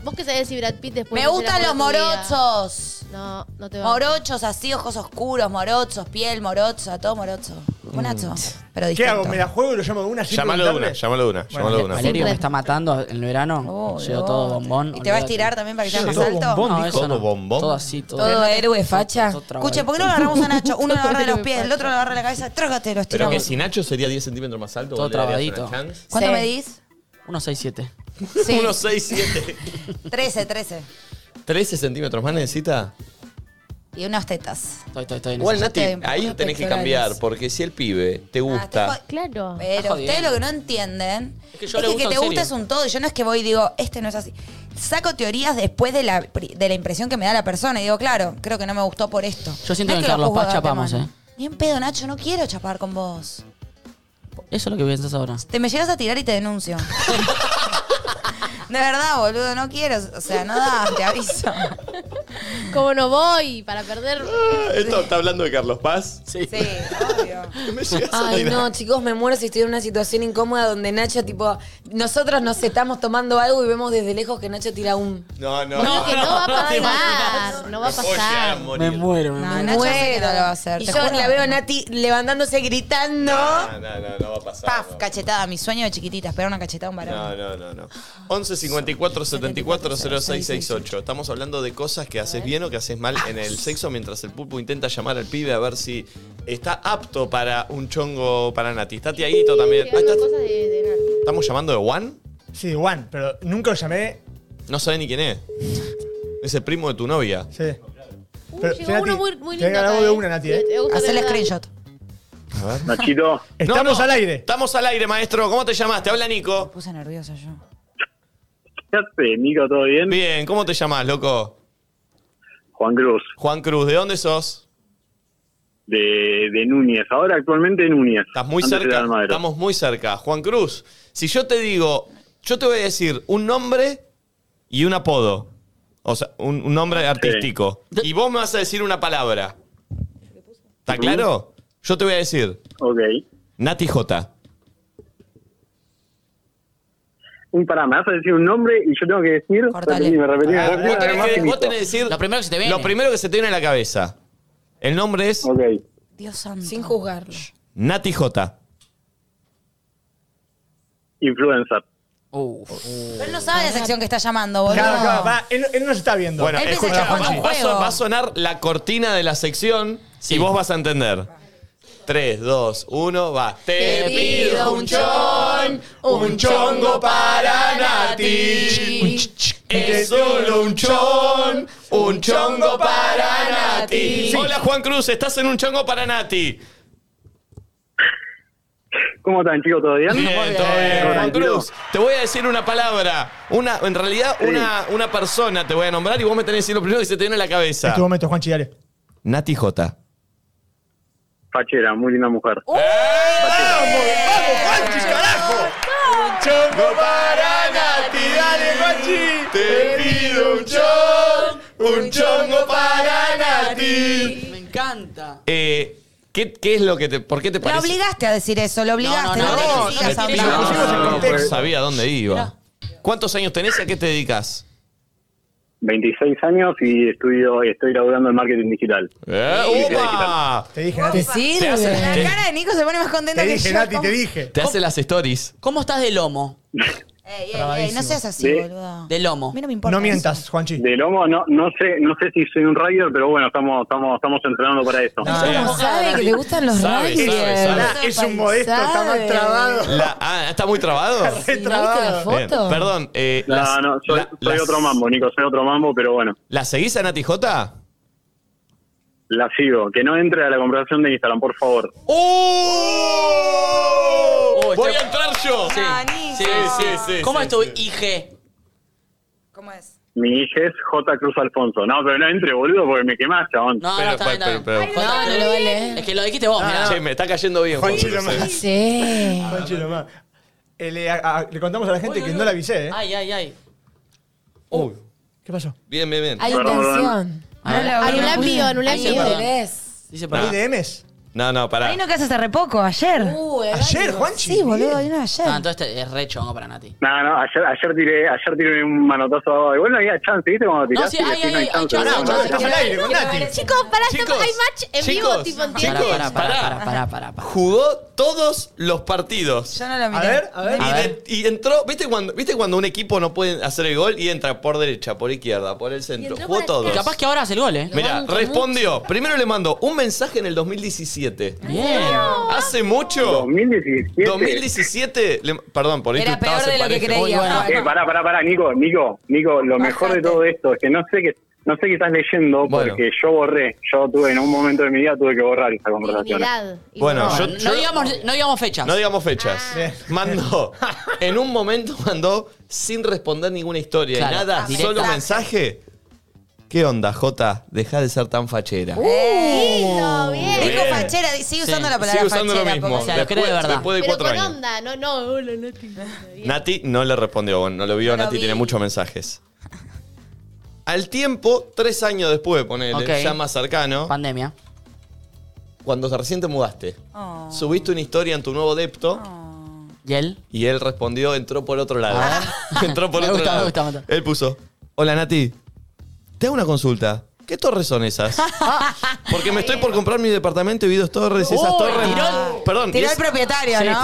S4: Vos que sabés si Brad Pitt después.
S2: me
S4: no se
S2: gustan los
S4: enamoró de tu vida.
S2: morochos.
S4: No, no te va.
S2: Morochos así, ojos oscuros, morochos, piel morocha, todo morocho. Buenazo, pero
S6: Mm. ¿Qué
S2: distinto.
S6: hago? ¿Me la juego y lo llamo de una? sin
S1: Llámalo de una,
S6: preguntarle?
S1: llámalo de una, llámalo de una.
S3: Valerio me está matando en el verano.
S2: Oh,
S3: Llevo
S2: Dios.
S3: todo bombón.
S2: ¿Y te va a
S3: olvídate.
S2: estirar también para que seas más
S6: Todo
S2: alto?
S6: bombón.
S3: No,
S6: Dijo.
S3: eso no.
S1: Todo bombón.
S3: Todo así, todo.
S12: Todo héroe, facha.
S3: todo trabado.
S2: Escuche, ¿por qué no lo agarramos a Nacho? Uno lo agarra de los pies, el otro lo agarra de la cabeza, trágate, lo
S1: Pero que
S2: estiramos.
S1: si Nacho sería 10 centímetros más alto,
S3: Todo
S1: ¿vos le darías
S3: trabadito.
S1: una chance?
S2: ¿Cuánto
S12: Sí.
S2: me dis?
S3: 167.
S2: Sí,
S1: 1, 6, 7.
S2: 13, 13.
S1: 13 centímetros más necesita.
S2: Y unas tetas.
S3: Estoy, estoy, estoy.
S1: Igual,
S2: necesito
S1: Nati,
S2: que me
S1: ahí
S2: ponga
S1: tenés que
S2: pectorales.
S1: cambiar, porque si el pibe te
S2: Ah,
S1: gusta.
S2: te
S4: Claro.
S2: Pero
S3: Está
S2: ustedes
S3: jodiendo.
S2: lo que no entienden
S3: Es que
S2: es que,
S3: yo le gusto
S2: te
S3: en
S2: gusta
S3: serio.
S2: es un todo. Yo no es que voy y digo, este no es así. Saco teorías después de la, pri- de la impresión que me da la persona y digo, claro, creo que no me gustó por esto.
S3: Yo siento
S2: No
S3: que
S2: es
S3: en
S2: lo
S3: Carlos Paz
S2: juzgo de
S3: chapamos,
S2: antemano.
S3: ¿eh?
S2: Ni en pedo, Nacho, no quiero chapar con vos.
S3: Eso es lo que piensas ahora.
S2: Te me llegas a tirar y te denuncio. de verdad, boludo, no quiero. O sea, no da, te aviso.
S4: ¿Cómo no voy? Para perder.
S1: Ah, Esto está hablando de Carlos Paz.
S3: Sí.
S2: Sí, obvio.
S1: Me llega esa
S5: Ay,
S1: idea.
S5: no, chicos, me muero si estoy en una situación incómoda donde Nacho, tipo, nosotros nos estamos tomando algo y vemos desde lejos que Nacho tira un.
S1: No, no.
S4: No, que no va a
S1: te
S4: pasar. No va a
S1: Me puedo llegar a
S4: pasar.
S1: morir.
S3: Me muero, me
S2: No,
S3: muero.
S2: Nacho sé
S5: Muero.
S2: que no lo va a hacer.
S5: Y
S2: te
S5: yo
S2: juro.
S5: la veo a Nati levantándose gritando.
S1: No, no, no, no va a pasar.
S2: Paf,
S1: no.
S2: cachetada. Mi sueño de chiquitita. Esperar una cachetada a un varón.
S1: No, no, no, no. 11 54 74 06 68. Estamos hablando de cosas que haces bien o que haces mal en
S4: Ah.
S1: el sexo mientras el pulpo intenta llamar al pibe a ver si está apto para un chongo para Nati. Está Tiaguito también. Ahí
S4: Llegando
S1: está.
S4: cosas de, de nada.
S1: ¿Estamos llamando de Juan?
S6: Sí, Juan, pero nunca lo llamé.
S1: No sabe ni quién es. Es el primo de tu novia.
S6: Sí.
S4: Uy,
S6: Pero,
S4: llegó
S6: che, Nati,
S4: uno muy, muy
S6: te
S4: lindo.
S6: grabo
S4: acá,
S6: de
S4: eh.
S6: una, Nati, eh.
S4: Te gusta
S2: Hacele
S4: la edad.
S2: screenshot.
S7: Nachito,
S6: Estamos
S1: No, no.
S6: al aire.
S1: Estamos al aire, maestro. ¿Cómo te llamas? Te habla Nico.
S2: Me puse nerviosa yo.
S7: ¿qué haces, Nico? ¿Todo bien?
S1: Bien, ¿cómo te llamas, loco?
S7: Juan Cruz,
S1: Juan Cruz, ¿de dónde sos?
S7: de, de Núñez. Ahora actualmente en Núñez.
S1: Estás muy
S7: Antes era
S1: cerca.
S7: Almagro.
S1: Estamos muy cerca. Juan Cruz, si yo te digo, yo te voy a decir un nombre y un apodo. O sea, un, un nombre artístico. Y vos me vas a decir una palabra. ¿Está claro? Yo te voy a decir
S7: Ok.
S1: Nati J.
S7: Un pará, me vas a decir un nombre y yo tengo que decir.
S2: Cortale.
S7: Repetime, repetime,
S1: Ah, Vos
S7: repetime,
S1: tenés
S7: además,
S1: que,
S7: y
S1: vos
S7: listo.
S1: tenés que decir
S3: Lo primero que se te viene.
S1: lo primero que se te viene a la cabeza. El nombre es
S7: Ok.
S2: Dios santo.
S13: Sin juzgarlo.
S1: Nati J.
S7: Influencer.
S3: Uf.
S2: Pero él no sabe la sección que está llamando, boludo.
S6: Claro, claro, pará, él, él no se está viendo.
S1: Bueno, eh.
S2: Él piensa que
S1: escucha,
S2: está
S1: va,
S2: jugando un
S1: va a so-
S2: juego.
S1: va a sonar la cortina de la sección
S3: Sí.
S1: y vos vas a entender. 3, 2, 1, va. Te pido un chon, un chongo para Nati. Es solo un chon, un chongo para Nati.
S6: Sí.
S1: Hola Juan Cruz, estás en un chongo para Nati.
S7: ¿Cómo están, chicos? ¿Todo bien?
S1: Bien, todo bien. Juan
S7: Tranquilo.
S1: Cruz, te voy a decir una palabra. Una, en realidad, una, una persona te voy a nombrar y vos me tenés que decir lo primero que se te viene a la
S6: En
S1: cabeza.
S6: este momento, Juanchi, dale.
S1: Nati J.
S7: Fachera, muy linda mujer.
S1: ¡Vamos, vamos, Juanchi, carajo! Un chongo para Nati, dale, Juanchi. Te pido un chongo, un chongo para Nati.
S3: Me encanta.
S1: Eh, ¿qué, ¿Qué es lo que te, por qué te
S2: Lo
S1: parece?
S2: obligaste a decir eso, lo obligaste.
S3: No,
S2: No,
S3: no,
S2: te
S3: no,
S2: exijas
S3: no, no,
S2: a obligar.
S3: no,
S6: Pusimos en contexto.
S1: Sabía dónde iba. ¿Cuántos años tenés y a qué te dedicas?
S7: 26 años y estudio, estoy laburando en marketing digital.
S1: Eh, ¡Upa!
S6: Te dije, Nati.
S1: Te hace-
S2: La
S1: te-
S2: cara de Nico se pone más contenta
S6: Te
S2: que
S6: dije,
S2: yo.
S6: Nati,
S2: ¿Cómo?
S6: te dije.
S1: Te hace las stories.
S3: ¿Cómo estás de lomo?
S2: Ey, ey, ey,
S6: Trabadísimo.
S2: no seas así,
S7: De-
S2: boludo.
S3: De
S2: A
S3: lomo.
S2: mí no me importa.
S6: No
S2: eso.
S6: mientas, Juanchi.
S7: De lomo, no, no sé, no sé si soy un rider, pero bueno, estamos, estamos, estamos entrenando para eso.
S1: Bien.
S13: ¿Sabe que le gustan los
S1: Sabe,
S13: rugby?
S1: sabe, sabe.
S6: Pará, es un modesto, está mal
S13: Sabe.
S6: trabado.
S1: La- ah, ¿está muy trabado?
S6: Re trabado.
S13: ¿Foto?
S1: Bien, Perdón, eh,
S7: No,
S1: las-
S7: no, soy,
S1: la-
S7: soy
S1: las-
S7: otro mambo, Nico, soy otro mambo, pero bueno,
S1: ¿La seguís a Nati J?
S7: la sigo. Que no entre a la conversación de Instagram, por favor.
S1: ¡Oh!
S3: Oh,
S1: Voy
S3: está-
S1: a entrar yo.
S3: Sí.
S2: Ah, Nico.
S3: Sí, sí, sí. ¿Cómo es tu IG?
S2: ¿Cómo es?
S7: Mi hija es J. Cruz Alfonso. No, pero no entre, boludo, porque me quemás, chabón.
S3: No,
S1: Pero,
S3: no, está bien, está
S1: pero,
S3: bien.
S1: pero, pero.
S3: Jota,
S13: No, no lo vale.
S3: Es que lo dijiste vos,
S7: ¿eh?
S3: mirá.
S1: Che, me está cayendo bien. Juan
S6: Juanchi, lo
S1: Cruz,
S6: más.
S1: eh.
S13: Sí.
S6: Juanchi, lo más. Eh, le, a- a- le contamos a la gente que no la avisé, ¿eh?
S3: Ay, ay, ay. Oh.
S6: ¿Qué pasó?
S1: Bien, bien, bien.
S13: Hay
S7: Perdón.
S13: intención.
S4: Anulá mío, anulá
S13: Hay
S4: mío.
S3: perdón.
S13: interés.
S3: Dice para.
S6: ¿Hay DMs?
S1: No, no, pará.
S2: Hay uno que hace hace re poco, ayer.
S13: Uh, el
S6: Ayer,
S13: gallo.
S6: Juanchi.
S2: Sí, boludo, hay uno
S3: Ah,
S2: ayer.
S3: entonces te- es re chongo para Nati.
S7: No, no, ayer, ayer tiré, ayer tiré un manotazo. Igual no había chance, ¿viste? Cuando
S3: No,
S7: tiraste
S3: sí,
S7: y
S3: ay,
S7: decís,
S3: ay,
S7: no hay
S3: ay, hay
S7: chance.
S3: chance,
S7: No,
S3: hay
S7: no,
S6: Estamos
S3: chance.
S6: al aire con Nati.
S4: Chicos, pará,
S1: Chicos,
S4: estamos, hay match en vivo,
S1: chicos, Oh.
S4: tipo,
S3: Pará, pará,
S4: ¿entiendes?
S3: pará, pará, pará, pará, pará.
S1: Jugó todos los partidos.
S2: Yo no lo
S6: A
S2: miré.
S6: ver, a ver.
S1: Y,
S3: A ver.
S1: de- y entró, ¿viste cuando, ¿viste cuando un equipo no puede hacer el gol y entra por derecha, por izquierda, por el centro?
S4: entró
S1: Jugó
S4: para
S1: todos.
S4: acá.
S3: Capaz que ahora hace el gol, ¿eh?
S1: Mira, respondió. Primero le mandó un mensaje en el 2017.
S3: Bien.
S1: Hace mucho.
S7: 2017.
S1: 2017. le- perdón, por ahí
S5: Era
S1: tú estabas
S5: peor de
S1: en
S5: lo que
S1: pareja.
S5: creía.
S3: Muy bueno.
S7: Eh, pará, pará, pará, Nico, Nico, Nico, lo mejor de todo esto es que no sé qué, no sé qué estás leyendo
S1: Bueno.
S7: porque yo borré, yo tuve en un momento de mi vida tuve que borrar esa conversación.
S4: Dignidad.
S1: Bueno,
S4: No,
S1: yo-
S3: No digamos, no digamos fechas.
S1: No digamos fechas. Mandó. En un momento mandó sin responder ninguna historia
S3: Claro,
S1: y nada,
S3: directo.
S1: solo mensaje. ¿Qué onda, Jota? Deja de ser tan fachera.
S3: Uh,
S2: Eh.
S1: Uh,
S4: Lindo, bien.
S2: Dijo
S1: Bien.
S2: fachera, sigue usando la palabra
S1: Sigue usando lo
S2: fachera,
S1: mismo.
S2: porque-
S3: O sea, lo cree de verdad.
S1: después de
S4: Pero
S1: cuatro
S4: con
S1: años.
S4: onda, no, no, hola, Nati.
S1: Nati no le respondió, bueno, no lo vio,
S2: No lo
S1: Nati
S2: vi.
S1: tiene muchos mensajes. Al tiempo, tres años después, ponele,
S3: Ok.
S1: ya más cercano,
S3: Pandemia.
S1: cuando recién te mudaste, subiste una historia en tu nuevo depto
S3: ¿Y él? Ah.
S1: y él respondió, entró por otro lado. entró por
S3: Me
S1: otro
S3: gusta,
S1: lado.
S3: me gusta, me gusta.
S1: Él puso, hola Nati, te hago una consulta. ¿Qué torres son esas? Porque me estoy por comprar mi departamento y vi dos torres y esas
S3: Uy,
S1: torres...
S3: tiró
S1: perdón.
S2: Tiró
S1: y
S2: al
S1: es-
S2: propietario,
S3: Sí,
S2: ¿no?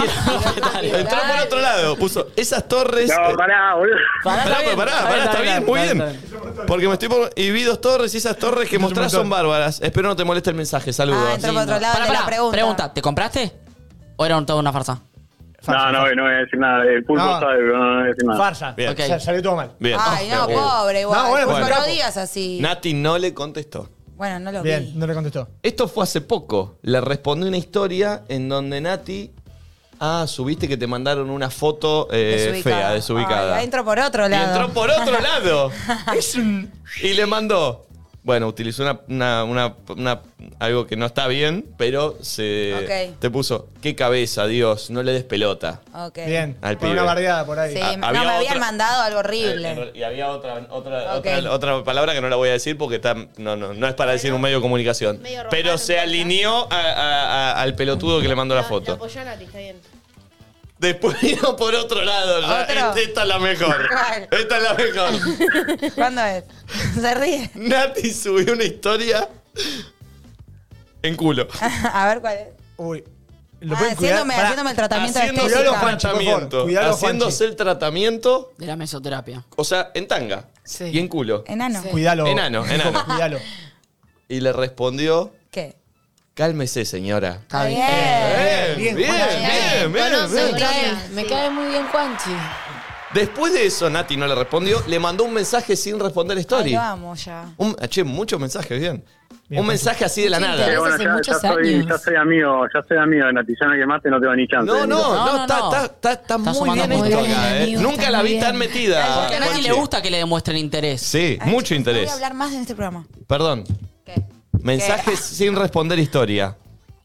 S3: tiene-
S1: Entró por otro lado, puso esas torres. eh,
S7: No, pará, boludo.
S3: Pará,
S1: Pará,
S3: está bien,
S1: pará, pará, está bien, muy bien. Porque me estoy por. Y vi dos torres y esas torres que mostrás son bárbaras. Espero no te moleste el mensaje.
S2: Ah,
S1: Saludos.
S2: entró por otro lado
S3: Pará,
S2: de la
S3: pará,
S2: pregunta.
S3: pregunta, ¿te compraste? ¿O era un- toda una farsa?
S7: No, no, no voy a decir nada. El pulpo
S6: No.
S7: sabe, pero no voy a decir nada.
S6: Farsa.
S1: Bien.
S6: O sea,
S3: Ok.
S6: salió todo mal.
S1: Bien.
S2: Ay, no, pobre, igual.
S6: No, bueno,
S2: Pulpo,
S1: bueno.
S2: no digas así.
S1: Nati no le contestó.
S2: bueno, no lo
S6: Bien,
S2: vi.
S6: no le contestó.
S1: Esto fue hace poco. Le respondí una historia en donde Nati. Ah, subiste que te mandaron una foto eh,
S2: Desubicada.
S1: fea, desubicada.
S2: Ay, entró por otro
S1: Y
S2: lado.
S1: entró por otro lado. Es un- Y le mandó. Bueno, utilizó una, una- una- una- algo que no está bien, pero se
S2: Ok.
S1: te puso, qué cabeza, Dios, no le des pelota.
S2: Ok.
S6: Bien.
S1: Al
S6: Por
S1: pibe.
S6: una bardeada por ahí.
S2: Sí,
S1: Ah,
S2: no, me
S1: había
S2: habían
S1: otra-
S2: mandado algo
S1: Eh,
S2: horrible.
S1: Y había otra, otra,
S2: Ok.
S1: otra, otra palabra que no la voy a decir porque está, no, no, no es para decir un medio de comunicación.
S4: medio romano,
S1: Pero se
S4: ¿verdad?
S1: alineó a- a- a- al pelotudo que le mandó la foto.
S2: pues.
S4: apoyó a Nati, está bien.
S1: Después vino por otro lado. ya,
S2: ¿Otro?
S1: Esta es la mejor.
S2: ¿Cuál?
S1: Esta es la mejor.
S2: ¿Cuándo es? Se ríe.
S1: Nati subió una historia en culo.
S2: A ver cuál es.
S6: Uy. ¿Lo
S2: Ah,
S6: pueden cuidar?
S2: haciéndome,
S6: Pará. Ah,
S2: haciéndome el tratamiento
S1: Haciéndose
S6: Cuidado,
S1: el
S2: estético.
S6: Juanchi, por favor.
S1: tratamiento.
S6: Cuidado,
S1: Haciéndose el tratamiento,
S3: De la mesoterapia.
S1: o sea, en tanga
S9: Sí.
S1: y en culo.
S2: Enano.
S6: Cuidalo.
S1: Enano, enano.
S6: Cuidalo.
S1: Y le respondió,
S2: ¿Qué?
S1: cálmese señora.
S3: Está bien.
S1: Bien, bien,
S6: Bien,
S1: bien, bien, bien.
S9: Me cae, me cae muy bien Juanchi.
S1: Después de eso, Nati no le respondió, le mandó un mensaje sin responder
S2: Ay,
S1: story.
S2: lo amo ya.
S1: Un, ah, che, muchos mensajes, bien.
S6: Bien,
S1: un mensaje así de la nada.
S9: interés.
S7: Pero bueno,
S9: hace
S7: ya, ya
S9: muchos
S7: soy,
S9: años.
S7: ya soy amigo, ya soy amigo de Nati, ya no quemaste, no te va ni chance.
S1: No, no, no,
S3: No, no,
S1: está,
S3: no.
S1: está- está- está muy
S3: sumando
S1: bien
S3: muy
S1: esto
S9: bien,
S1: acá, eh.
S9: amigo,
S1: Nunca
S9: está
S1: la
S9: muy
S1: vi tan
S9: bien.
S1: metida.
S3: Porque a nadie
S1: Conchi.
S3: le gusta que le demuestren interés.
S1: Sí,
S2: Ay,
S1: mucho
S2: chicos, no
S1: interés.
S2: Voy a hablar más en este programa.
S1: Perdón.
S2: ¿Qué?
S1: Mensajes sin responder historia.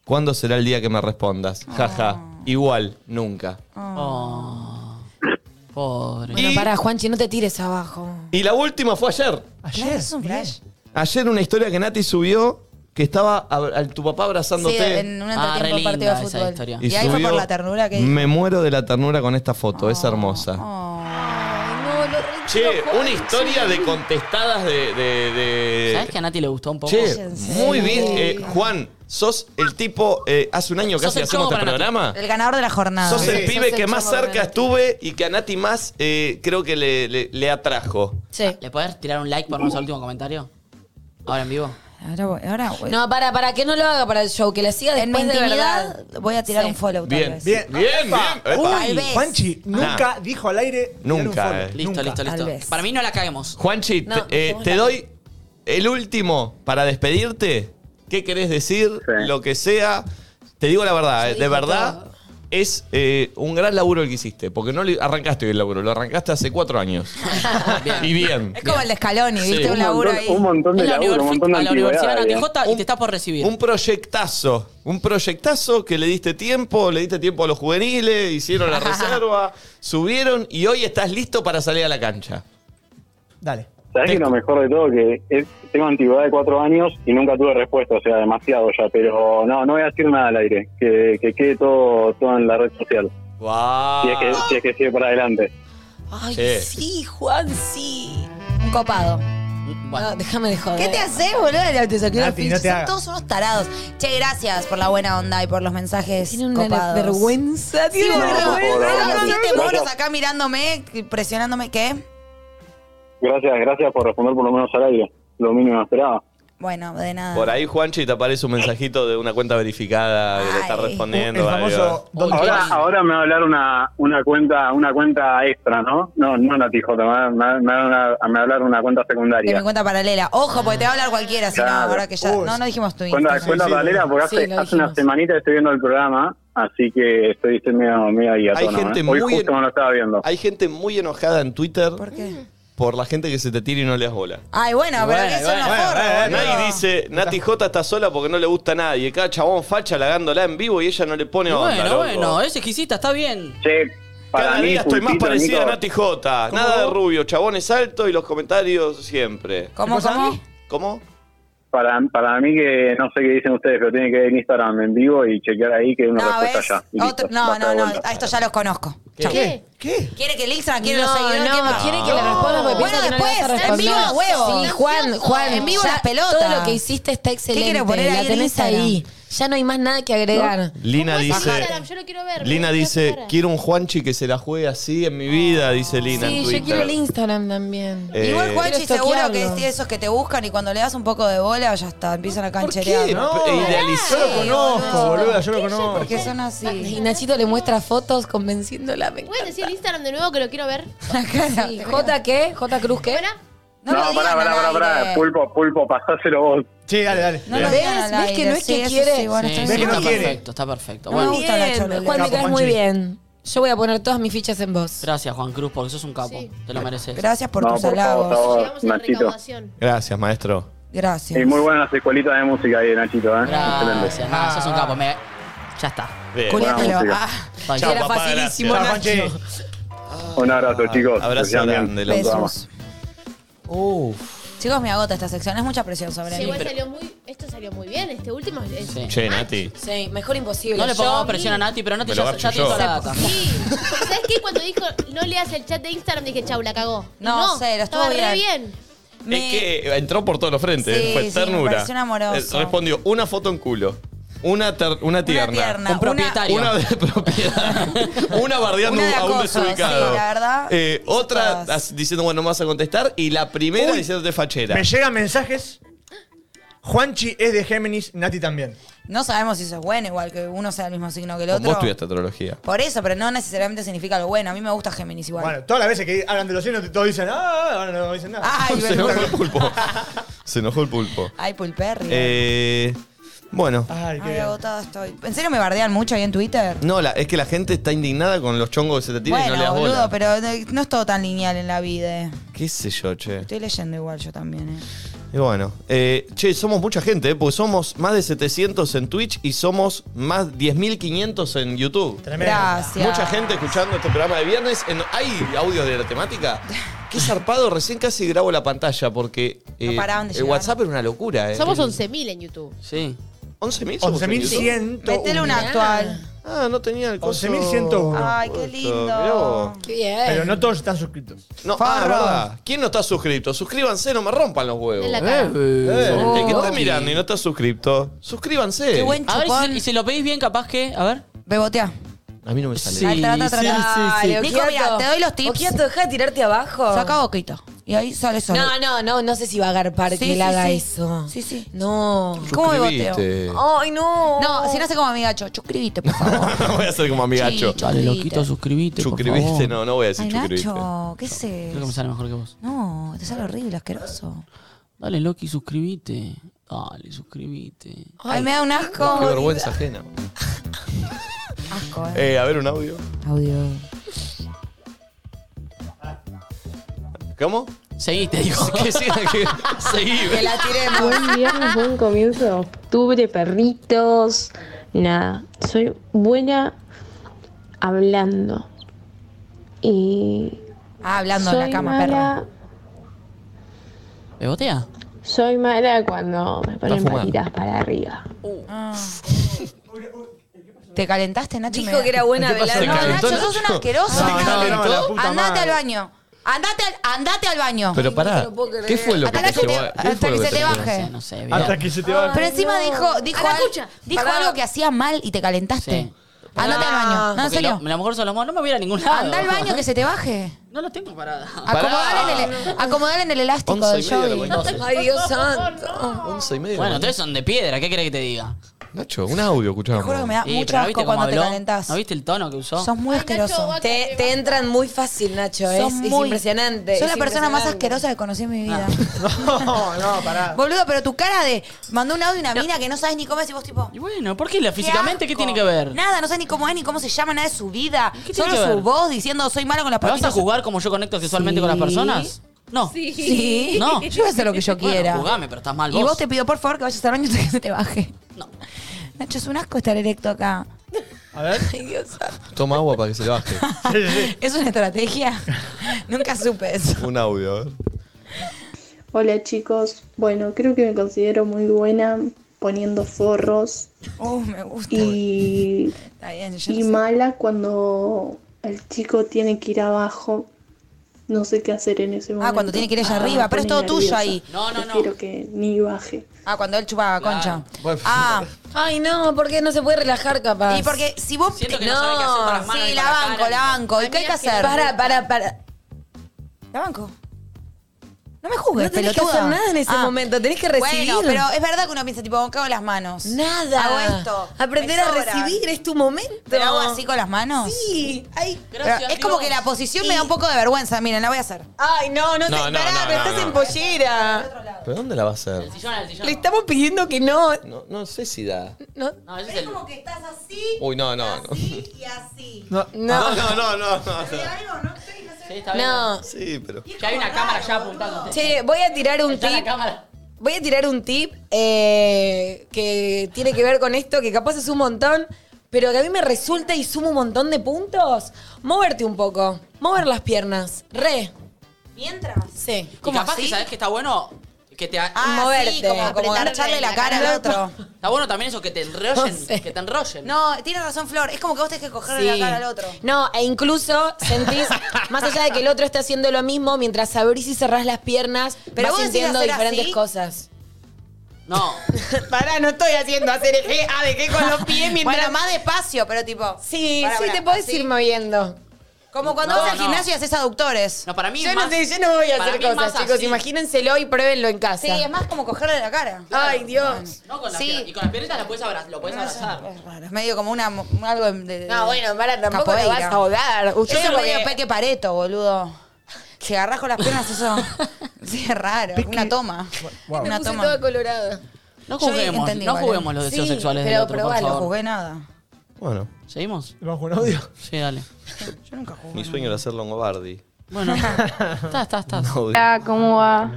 S1: ¿Cuándo será el día que me respondas?
S2: Ah.
S1: Jaja. Igual, nunca.
S2: Ah.
S3: Oh, pobre.
S9: Bueno,
S1: Y-
S9: pará, Juanchi, no te tires abajo.
S1: Y la última fue ayer.
S6: Ayer.
S2: Claro, es un flash.
S1: Ayer una historia que Nati subió que estaba a, a tu papá
S2: Sí,
S1: abrazándote.
S2: en un
S3: Ah, re
S2: entretiempo de un partido de
S3: linda esa
S2: fútbol.
S3: historia.
S2: Y, ahí fue por
S1: subió,
S2: la ternura que Ah,
S1: Me muero de la ternura con esta foto, es hermosa.
S9: Ay, no, lo re
S1: Che,
S9: quiero, Juanchi.
S1: una historia de contestadas de. de- de-
S3: ¿Sabes que a Nati le gustó un poco?
S1: Che,
S2: Cállense.
S1: muy bien. Eh, Juan, sos el tipo. eh, hace un año
S3: Sos
S1: casi
S3: el Ah,
S1: hacemos
S3: chongo
S1: este
S3: para Nati.
S1: programa.
S2: El ganador de la jornada.
S1: Sos el
S6: Sí.
S1: pibe
S9: Sos
S1: que
S9: el
S1: más
S9: chongo para
S1: cerca
S9: Nati.
S1: estuve y que a Nati más eh, creo que le, le- le atrajo.
S9: Sí.
S3: ¿Le podés tirar un like por
S1: Uh.
S3: nuestro último comentario? Ahora en vivo.
S2: Ahora, voy- ahora voy-
S9: No, para, para que no lo haga para el show, que la siga
S2: en mi
S9: después de
S2: intimidad
S9: verdad.
S2: voy a tirar
S9: Sí.
S2: un follow tal
S1: Bien,
S2: vez.
S1: bien, bien. bien. Epa.
S2: Tal vez.
S6: Juanchi nunca
S1: Nah.
S6: dijo al aire. tirar un
S1: Nunca,
S6: follow.
S1: eh.
S3: Listo, listo,
S2: Tal
S3: listo.
S2: vez.
S3: Para mí no la caguemos.
S1: Juanchi,
S9: No,
S1: te, eh,
S9: somos
S1: te
S9: la-
S1: doy el último para despedirte. ¿Qué querés decir?
S7: Sí.
S1: Lo que sea. Te digo la verdad, eh, de
S9: dijo
S1: verdad
S9: todo.
S1: es eh, un gran laburo el que hiciste. Porque no lo arrancaste hoy el laburo, lo arrancaste hace cuatro años. Y bien.
S2: Es como el de Scaloni, ¿viste?
S1: Sí.
S2: un
S7: Un
S2: laburo ahí.
S7: montón, un montón de
S3: Es la
S7: laburo, un
S3: universi-
S7: montón de
S3: a la Universidad
S7: antigüedad.
S3: de
S7: eh.
S3: Nati J y
S1: Un-
S3: te estás por recibir.
S1: Un proyectazo. Un proyectazo que le diste tiempo, le diste tiempo a los juveniles, hicieron la reserva, subieron y hoy estás listo para salir a la cancha.
S6: Dale.
S7: ¿Sabés que lo mejor de todo? Que es- tengo antigüedad de cuatro años y nunca tuve respuesta, o sea, demasiado ya. Pero no, no voy a decir nada al aire. Que, que quede todo, todo en la red social.
S1: ¡Wow!
S7: Si es que, si es que sigue para adelante.
S9: Ay,
S1: Che.
S9: sí, Juan, sí.
S2: Un copado.
S3: Bueno,
S9: No, déjame de joder.
S2: ¿Qué te haces, boludo? Te saqué los
S6: Nati, no
S2: pinchos.
S6: te
S2: Son
S6: hagas.
S2: todos unos tarados. Che, gracias por la buena onda y por los mensajes
S9: Tiene una
S2: copados.
S9: vergüenza,
S2: Sí,
S9: tiene
S2: boludo.
S9: una
S7: No, por favor,
S2: Tengo
S7: no, no,
S2: siete
S7: no, no.
S2: monos acá mirándome, presionándome. ¿Qué?
S7: Gracias, gracias por responder por lo menos al aire. Lo mínimo esperaba.
S2: Bueno, de nada.
S1: Por ahí, Juanchi, te aparece un mensajito de una cuenta verificada que le está
S2: Ay.
S1: respondiendo.
S6: el
S1: algo.
S6: famoso Don
S3: Uy,
S7: Ahora,
S3: Ay.
S7: ahora me va a hablar una, una cuenta una cuenta extra, ¿no? No, no Nati J, me va, me va- me va a una- me va a hablar una cuenta
S2: De mi
S7: secundaria.
S2: cuenta paralela. Ojo, porque te va a hablar cualquiera, si no,
S7: Claro.
S2: ahora que ya.
S6: Uy.
S2: No, no dijimos tu
S6: sí,
S7: Cuenta,
S2: Instagram.
S7: cuenta
S6: sí,
S7: paralela
S6: lo-
S7: porque
S9: sí,
S7: hace,
S9: lo
S7: hace una
S9: dijimos.
S7: semanita que estoy viendo el programa, así que estoy, estoy medio, medio ahí a
S1: Hay
S7: tono,
S1: gente
S7: ¿eh? Hoy
S1: muy
S7: justo
S1: en-
S7: me lo estaba viendo.
S1: Hay gente muy enojada en Twitter
S2: ¿Por qué?
S1: por la gente que se te tira y no le das bola.
S2: Ay, bueno, Ah, pero
S3: Bueno,
S2: que son los
S3: bueno,
S2: forros,
S6: bueno, bueno.
S2: boludo.
S1: Nadie dice, Nati J está sola porque no le gusta a nadie. Cada chabón facha halagándola en vivo y ella no le pone onda.
S3: bueno,
S1: loco.
S3: bueno, es exquisita, está bien.
S7: Che, Para
S11: Cada
S7: mí,
S11: día estoy más
S7: puntito,
S11: parecida a
S7: Nico.
S11: Nati J. Nada de rubio, chabones alto y los comentarios siempre.
S2: ¿Cómo, cómo?
S11: ¿Cómo?
S7: Para, para mí que no sé qué dicen ustedes, pero tienen que ir en Instagram en vivo y chequear ahí que hay una
S2: No,
S7: respuesta
S2: ¿ves?
S7: ya. Y
S2: Otro-
S7: listo,
S2: no,
S7: basta
S2: no,
S7: de
S2: no,
S7: vuelta.
S2: a estos ya los conozco. Chau.
S4: ¿Qué?
S6: ¿Qué?
S2: ¿Quiere que el Instagram quiere los
S5: No,
S2: seguidores?
S5: no,
S2: ¿Qué-
S5: quiere que le responda porque
S2: Bueno,
S5: piensa que no le vas a
S2: después, en
S5: responder.
S2: vivo, huevo.
S5: Sí, Juan, Juan,
S2: En vivo
S5: ya
S2: las pelotas.
S5: Todo lo que hiciste está excelente.
S2: quiere poner ahí
S5: la
S2: en
S5: tenés
S2: Instagram?
S5: ahí. Ya no hay más nada que agregar.
S1: Lina
S4: ¿Cómo es
S1: dice.
S4: Instagram? Yo lo quiero ver, me
S1: Lina
S4: gusta su
S1: dice,
S4: cara.
S1: quiero un Juanchi que se la juegue así en mi vida, dice Lina en
S5: Sí,
S1: Twitter.
S5: yo quiero el Instagram también.
S1: Eh,
S2: Igual Juanchi
S5: Quiero
S2: seguro que
S5: estoquearlo.
S2: es de esos que te buscan y cuando le das un poco de bola ya está, empiezan a
S1: ¿Por qué?
S2: cancherear.
S6: No,
S1: Idealizó.
S6: yo lo conozco,
S2: boludo.
S6: boluda, yo lo conozco.
S2: Porque son
S5: Y
S2: así.
S5: Nachito le muestra fotos convenciéndola. Me
S4: ¿Puedes
S5: encanta.
S4: decir el Instagram de nuevo que lo quiero ver?
S2: La cara.
S5: Sí, ¿J qué? ¿J Cruz qué?
S4: Buena.
S7: No,
S2: lo
S7: pará,
S2: digan
S7: pará,
S2: al
S7: pará, pará.
S2: aire.
S7: Pulpo, pulpo, pasáselo vos.
S6: Sí, dale, dale.
S2: No lo
S6: Dale.
S2: digan al
S5: ¿Ves? ¿Ves que no
S2: aire,
S5: es que
S2: sí,
S5: quiere?
S2: eso sí, bueno,
S3: Sí,
S2: está
S6: Ve que
S2: bien.
S6: no
S3: está
S6: quiere.
S3: perfecto, está perfecto.
S2: No me
S3: Bueno,
S2: gusta la chola.
S5: Juan, me
S6: Capo,
S5: caes muy
S6: Juanchi.
S5: bien. Yo voy a poner todas mis fichas en vos.
S3: gracias, Juan Cruz, porque sos un capo.
S4: Sí.
S3: Te lo mereces.
S2: Gracias por
S7: No,
S2: tus
S7: por favor,
S2: halagos.
S7: por favor.
S4: Llegamos a la
S7: Nachito.
S4: recaudación.
S1: Gracias, maestro.
S2: Gracias.
S7: Y muy buenas las escuelitas de música ahí, Nachito, ¿eh? Excelente.
S3: Gracias, nada, sos un capo. me- Ya está.
S1: Bien.
S7: Buena
S2: Culiátelo.
S7: música.
S2: Ah,
S3: Bye.
S1: Chao,
S3: Era
S1: papá,
S3: facilísimo.
S1: gracias.
S6: Chao, Juanchi.
S7: Un abrazo, chicos.
S1: Abrazo
S7: Que sean bien.
S1: grande,
S7: Los amo.
S2: besos. Chicos, me agota esta sección. Es mucha presión sobre
S4: Sí,
S2: mí.
S4: igual salió muy, esto salió muy bien, este último. es-
S3: Sí.
S1: Che, Nati.
S5: Sí, mejor imposible.
S3: No le pongamos
S5: Yo-
S3: presión a Nati, pero Nati
S1: Me lo
S3: ya,
S1: garcho
S3: ya tiene
S1: yo.
S3: toda la data.
S4: Sí. ¿Sabes qué? Cuando dijo no leas el chat de Instagram, dije, chau, la cagó. Y
S2: No, cero, estuvo
S4: estaba re
S2: bien.
S4: bien.
S1: Es
S2: Me-
S1: que eh, entró por todos los frentes.
S2: Sí,
S1: fue
S2: sí, me
S1: ternura.
S2: pareció un amoroso.
S1: Eh, Respondió una foto en culo. Una, ter- una tierna.
S2: tierna.
S3: Un
S2: Una-
S3: propietario.
S1: Una de propiedad. una bardeando
S2: Una de
S1: a un
S2: acoso,
S1: desubicado.
S2: sí, la verdad,
S1: Eh,
S2: hizo
S1: otra
S2: todas.
S1: as- diciendo, bueno, no me vas a contestar. Y la primera
S6: Uy.
S1: diciéndote fachera.
S6: Me llegan mensajes. Juanchi es de Géminis, Nati también.
S2: No sabemos si eso es bueno, igual que uno sea el mismo signo que el
S1: Con Vos
S2: otro.
S1: estudiaste astrología.
S2: Por eso, pero no necesariamente significa lo bueno. A mí me gusta Géminis igual.
S6: Bueno, todas las veces que hablan de los signos, todos dicen, ah, ahora no dicen nada.
S2: Ay,
S1: Se enojó
S2: Belén.
S1: el pulpo. Se enojó el pulpo.
S2: Ay, pulperri.
S1: Eh, bueno.
S6: Ay, qué
S2: Ay,
S6: bien.
S2: agotada estoy. ¿En serio me bardean mucho ahí en Twitter?
S1: No, la- es que la gente está indignada con los chongos que se te tiran
S2: bueno,
S1: y no le das bola.
S2: boludo, pero eh, no es todo tan lineal en la vida. eh.
S1: Qué sé yo, che.
S2: Estoy leyendo igual yo también. eh.
S1: Y bueno, eh, che, somos mucha gente, eh, porque somos más de 700 en Twitch y somos más 10.500 en YouTube.
S6: Tremendo.
S2: Gracias.
S1: Mucha gente escuchando este programa de viernes. En- ¿Hay audios de la temática? Qué zarpado, recién casi grabo la pantalla porque eh,
S2: No paraban de
S1: el
S2: llegar.
S1: WhatsApp era una locura. Eh.
S4: Somos 11.000 en YouTube.
S3: Sí.
S1: 11.000. somos en YouTube?
S6: 11.101.
S2: Metele una actual.
S1: Ah, no tenía el coso.
S6: 11.101.
S2: Ay, qué
S1: Esto, mirá
S2: lindo.
S1: vos.
S5: Qué bien.
S6: Pero no todos están suscritos.
S1: No, ah,
S2: Farro.
S1: verdad. ¿Quién no está suscrito? Suscríbanse, no me rompan los huevos. Eh,
S4: En la cara.
S1: El que está mirando y no está suscrito, suscríbanse.
S2: Qué buen
S3: A ver, y
S2: chupón.
S3: si, y si lo pedís bien, capaz que. A ver.
S2: Bebotea.
S1: A mí no me sale.
S3: Sí,
S2: Ay, tra, tra, tra,
S3: sí,
S2: tra.
S3: sí, sí.
S5: Dale,
S2: Nico, mira,
S5: Occhiato.
S2: te doy los tips.
S5: Occhiato, deja de tirarte abajo.
S2: Saca boquito. Y ahí sale solo.
S5: No, no, no, no sé si va a agarpar
S2: Sí,
S5: que
S2: sí,
S5: él haga
S2: sí.
S5: eso.
S2: Sí, sí.
S5: No.
S2: ¿Cómo me boteo?
S1: Suscribite.
S5: Ay,
S3: Oh.
S5: no.
S2: No, si no sé cómo mi gacho, suscríbete, por favor.
S1: voy a hacer como amigacho.
S3: Dale,
S2: Sí, Suscribite.
S3: loquito, suscribite. por
S1: Suscribiste,
S3: favor.
S1: no, no voy a decir
S2: Ay,
S1: suscribiste.
S2: Nacho, ¿qué sé?
S3: Creo que me sale mejor que vos.
S2: No, te sale horrible, asqueroso.
S3: Dale, Loki, suscribite. Dale, suscribite.
S2: Ay, me da un
S1: Qué
S2: asco.
S1: vergüenza ajena.
S2: Asco, eh.
S1: Eh, a ver un audio.
S2: Audio.
S1: ¿Cómo?
S3: Seguí, te digo.
S1: Que siga, que seguí.
S5: la tiremos.
S14: Buen viernes, buen comienzo de octubre, perritos. Nada, soy buena hablando. Y
S2: Ah, hablando en la
S14: soy
S2: cama, perro.
S14: mala,
S3: ¿Bebotea?
S14: Soy mala cuando me ponen
S1: fumando.
S14: patitas para arriba.
S2: Uh.
S5: Ah.
S2: Ah. ¿Te calentaste, Nacho?
S5: Dijo que era buena
S1: pasa?
S5: velada.
S2: No,
S1: Se
S2: Nacho,
S1: calentó,
S2: sos un
S1: Nacho.
S2: asqueroso.
S6: Se calentó la puta
S2: Andate
S6: madre.
S2: al baño. Andate al, andate al baño.
S1: Pero
S5: te
S1: pará,
S5: lo puedo creer.
S1: ¿qué fue lo que
S2: Hasta
S1: te
S2: que
S1: llevó?
S2: te-
S1: a- ¿qué
S2: hasta
S1: fue lo
S2: que se te
S1: llevó?
S2: baje.
S3: No sé, no sé. bien.
S6: Hasta que se te va.
S2: Pero encima
S5: no.
S2: Ah, dijo, dijo,
S5: Pará,
S2: al-
S5: escucha.
S2: dijo
S5: Pará.
S2: algo que hacía mal y te calentaste.
S3: Sí.
S2: Andate al baño. No, en
S3: Porque
S2: serio.
S3: lo- a lo mejor solo no me voy a ir a ningún lado.
S2: Anda al baño que se te baje.
S3: No lo tengo parada.
S2: Acomodar en, el, acomodar en el elástico
S1: Once
S2: del
S1: y media de la
S2: jogging.
S1: mañana.
S5: Ay, Dios santo.
S1: 11 y media.
S3: Bueno, entonces son de piedra, ¿qué querés que te diga?
S1: Nacho, un audio, escuchamos.
S2: Te juro que me da
S3: Sí,
S2: Ah, mucho
S3: pero
S2: asco
S3: cómo
S2: cuando te
S3: habló?
S2: calentás.
S3: ¿No viste el tono que usó?
S2: Sos muy
S4: Ay, Nacho,
S2: asqueroso.
S4: vos-
S5: Te, te entran muy fácil, Nacho. ¿eh? Es,
S2: Sos
S5: es
S2: muy-
S5: impresionante.
S2: Sos
S5: es
S2: la persona más
S5: impresionante.
S2: asquerosa que conocí en mi vida.
S6: No, no, pará.
S2: Boludo, pero tu cara de mandó un audio una mina que no sabes ni cómo es y vos tipo.
S3: Y bueno, ¿por qué la físicamente qué
S2: asco.
S3: tiene que ver? ¿Me
S2: Nada, no sabes ni cómo es, ni cómo se llama, nada de su vida.
S3: ¿Qué tiene
S2: Solo
S3: que
S2: su
S3: ver?
S2: voz diciendo soy malo con las
S3: vas a
S2: patitas.
S3: jugar como yo conecto sexualmente con las personas? No.
S2: Sí.
S3: No.
S2: Yo voy a hacer lo que yo
S3: Bueno,
S2: quiera.
S3: jugame, pero estás mal
S2: Y
S3: vos.
S2: vos te pido por favor que vayas al baño hasta que se te baje.
S3: No.
S2: Nacho, es un asco estar erecto acá.
S6: A ver.
S5: Ay, Dios santo.
S1: Toma agua para que se le baje.
S5: ¿Es una estrategia? Nunca supe eso.
S1: Un audio, a ver.
S15: Hola chicos, bueno, creo que me considero muy buena poniendo forros.
S2: Oh,
S5: Uh, me gusta.
S15: Y,
S5: Está bien, yo
S15: y
S5: no sé.
S15: mala cuando el chico tiene que ir abajo. No sé qué hacer en ese momento.
S2: Ah, cuando tiene que ir ella arriba, pero es
S15: me
S2: todo
S15: pone
S2: tuyo
S15: nerviosa.
S2: ahí. No, no, no.
S15: Prefiero que ni baje.
S2: Ah, cuando él chupaba concha.
S1: Bueno,
S2: Ah.
S5: Ay, no, porque no se puede relajar capaz.
S2: Y porque si vos.
S3: Siento que no sabe qué hacer con las manos
S2: Sí,
S3: y
S2: la
S3: con la
S2: banco,
S3: cara.
S2: la banco. ¿Y qué hay que hacer?
S5: Para, para, para.
S2: La banco. No me juzgues,
S5: No tenés que
S2: pelotuda.
S5: hacer nada en ese
S2: Ah.
S5: momento, tenés que recibir.
S2: Bueno, pero es verdad que uno piensa, tipo, ¿qué hago las manos?
S5: Nada.
S2: Hago esto.
S5: Aprender
S2: Me
S5: a
S2: sobran.
S5: recibir es tu momento.
S2: ¿Pero hago así con las manos?
S5: Sí. Ay,
S2: Pero
S3: Gracias,
S2: es como
S3: Dios.
S2: que la posición me da un poco de vergüenza. Miren, la voy a hacer.
S5: ay, no, no,
S1: No,
S5: te
S1: no,
S5: pará,
S1: no,
S5: pero
S1: no,
S5: estás
S1: no.
S5: en pollera.
S1: ¿Pero dónde la va a hacer?
S3: Sillón al sillón.
S5: Le estamos pidiendo que no.
S1: No, no sé si da.
S5: no.
S3: No, ese es el.
S2: que estás así.
S1: Uy, no, no, no.
S2: Así y así.
S6: No,
S1: No, Ah, no, no, no. no.
S3: Sí, está bien.
S5: No.
S1: Sí, pero.
S3: Ya hay una cámara ya apuntando.
S5: Che, voy a tirar un
S3: Está la
S5: tip.
S3: cámara.
S5: Voy a tirar un tip eh, que tiene que ver con esto, que capaz es un montón, pero que a mí me resulta y sumo un montón de puntos. Moverte un poco. Mover las piernas. Re.
S2: Mientras.
S5: Sí.
S3: Y capaz que sabés que está bueno que te.
S2: Ah, sí,
S5: Moverte.
S2: como, como
S4: Apretarle
S2: garcharle la
S4: la
S2: cara al
S4: cara.
S2: otro.
S3: Está bueno también eso que te enrollen.
S5: No sé.
S3: Que te enrollen.
S2: No, tienes razón, Flor. Es como que vos tenés que cogerle
S5: Sí.
S2: la cara al otro.
S5: No, e incluso sentís, más allá de que el otro esté haciendo lo mismo, mientras abrís y cerrás las piernas,
S2: Pero
S5: pero vas
S2: vos decís
S5: sintiendo
S2: hacer
S5: diferentes
S2: así.
S5: cosas.
S3: No.
S5: Pará, no estoy haciendo hacer eje, A de G con los pies
S2: Bueno, más despacio, pero tipo.
S5: Sí,
S2: Pará,
S5: sí,
S2: pará,
S5: te podés
S2: así.
S5: ir moviendo.
S2: Como cuando
S3: No,
S2: vas al
S3: no.
S2: gimnasio y haces aductores.
S3: No, para mí
S5: Yo
S3: es
S5: no
S3: más-
S5: sé, yo no voy a
S3: para
S5: hacer
S3: mí es
S5: cosas,
S3: más
S5: chicos.
S3: así.
S5: Imagínenselo y pruébenlo en casa.
S2: Sí, es más como cogerle la cara.
S5: Ay, Dios.
S3: No, con las
S2: Sí.
S3: piernas. Y con las piernitas la puedes abrazar. Lo puedes abrazar.
S2: Es raro, es medio como una, un- algo de, de-
S5: No, bueno, para, tampoco lo
S2: Capoeira.
S5: vas a ahogar. Usted
S2: Yo soy
S5: porque-
S2: medio Peque Pareto, boludo. Si agarras con las piernas eso... sí, es raro. Una toma.
S6: Wow.
S2: Una
S5: Me puse
S2: toma.
S5: toda colorada.
S3: No
S2: Yo
S3: juguemos.
S2: entendí
S3: No
S2: igual,
S3: juguemos los
S5: ¿eh?
S3: deseos
S5: Sí,
S3: sexuales del
S5: pero
S3: otro, por
S5: probalo,
S2: No
S3: favor.
S2: jugué nada.
S1: Bueno,
S3: ¿Seguimos?
S6: ¿Vamos con audio?
S3: Sí, dale.
S2: Yo nunca jugué.
S1: mi sueño era hacer Longobardi.
S3: Bueno. está, está, está.
S14: Hola, ¿cómo va?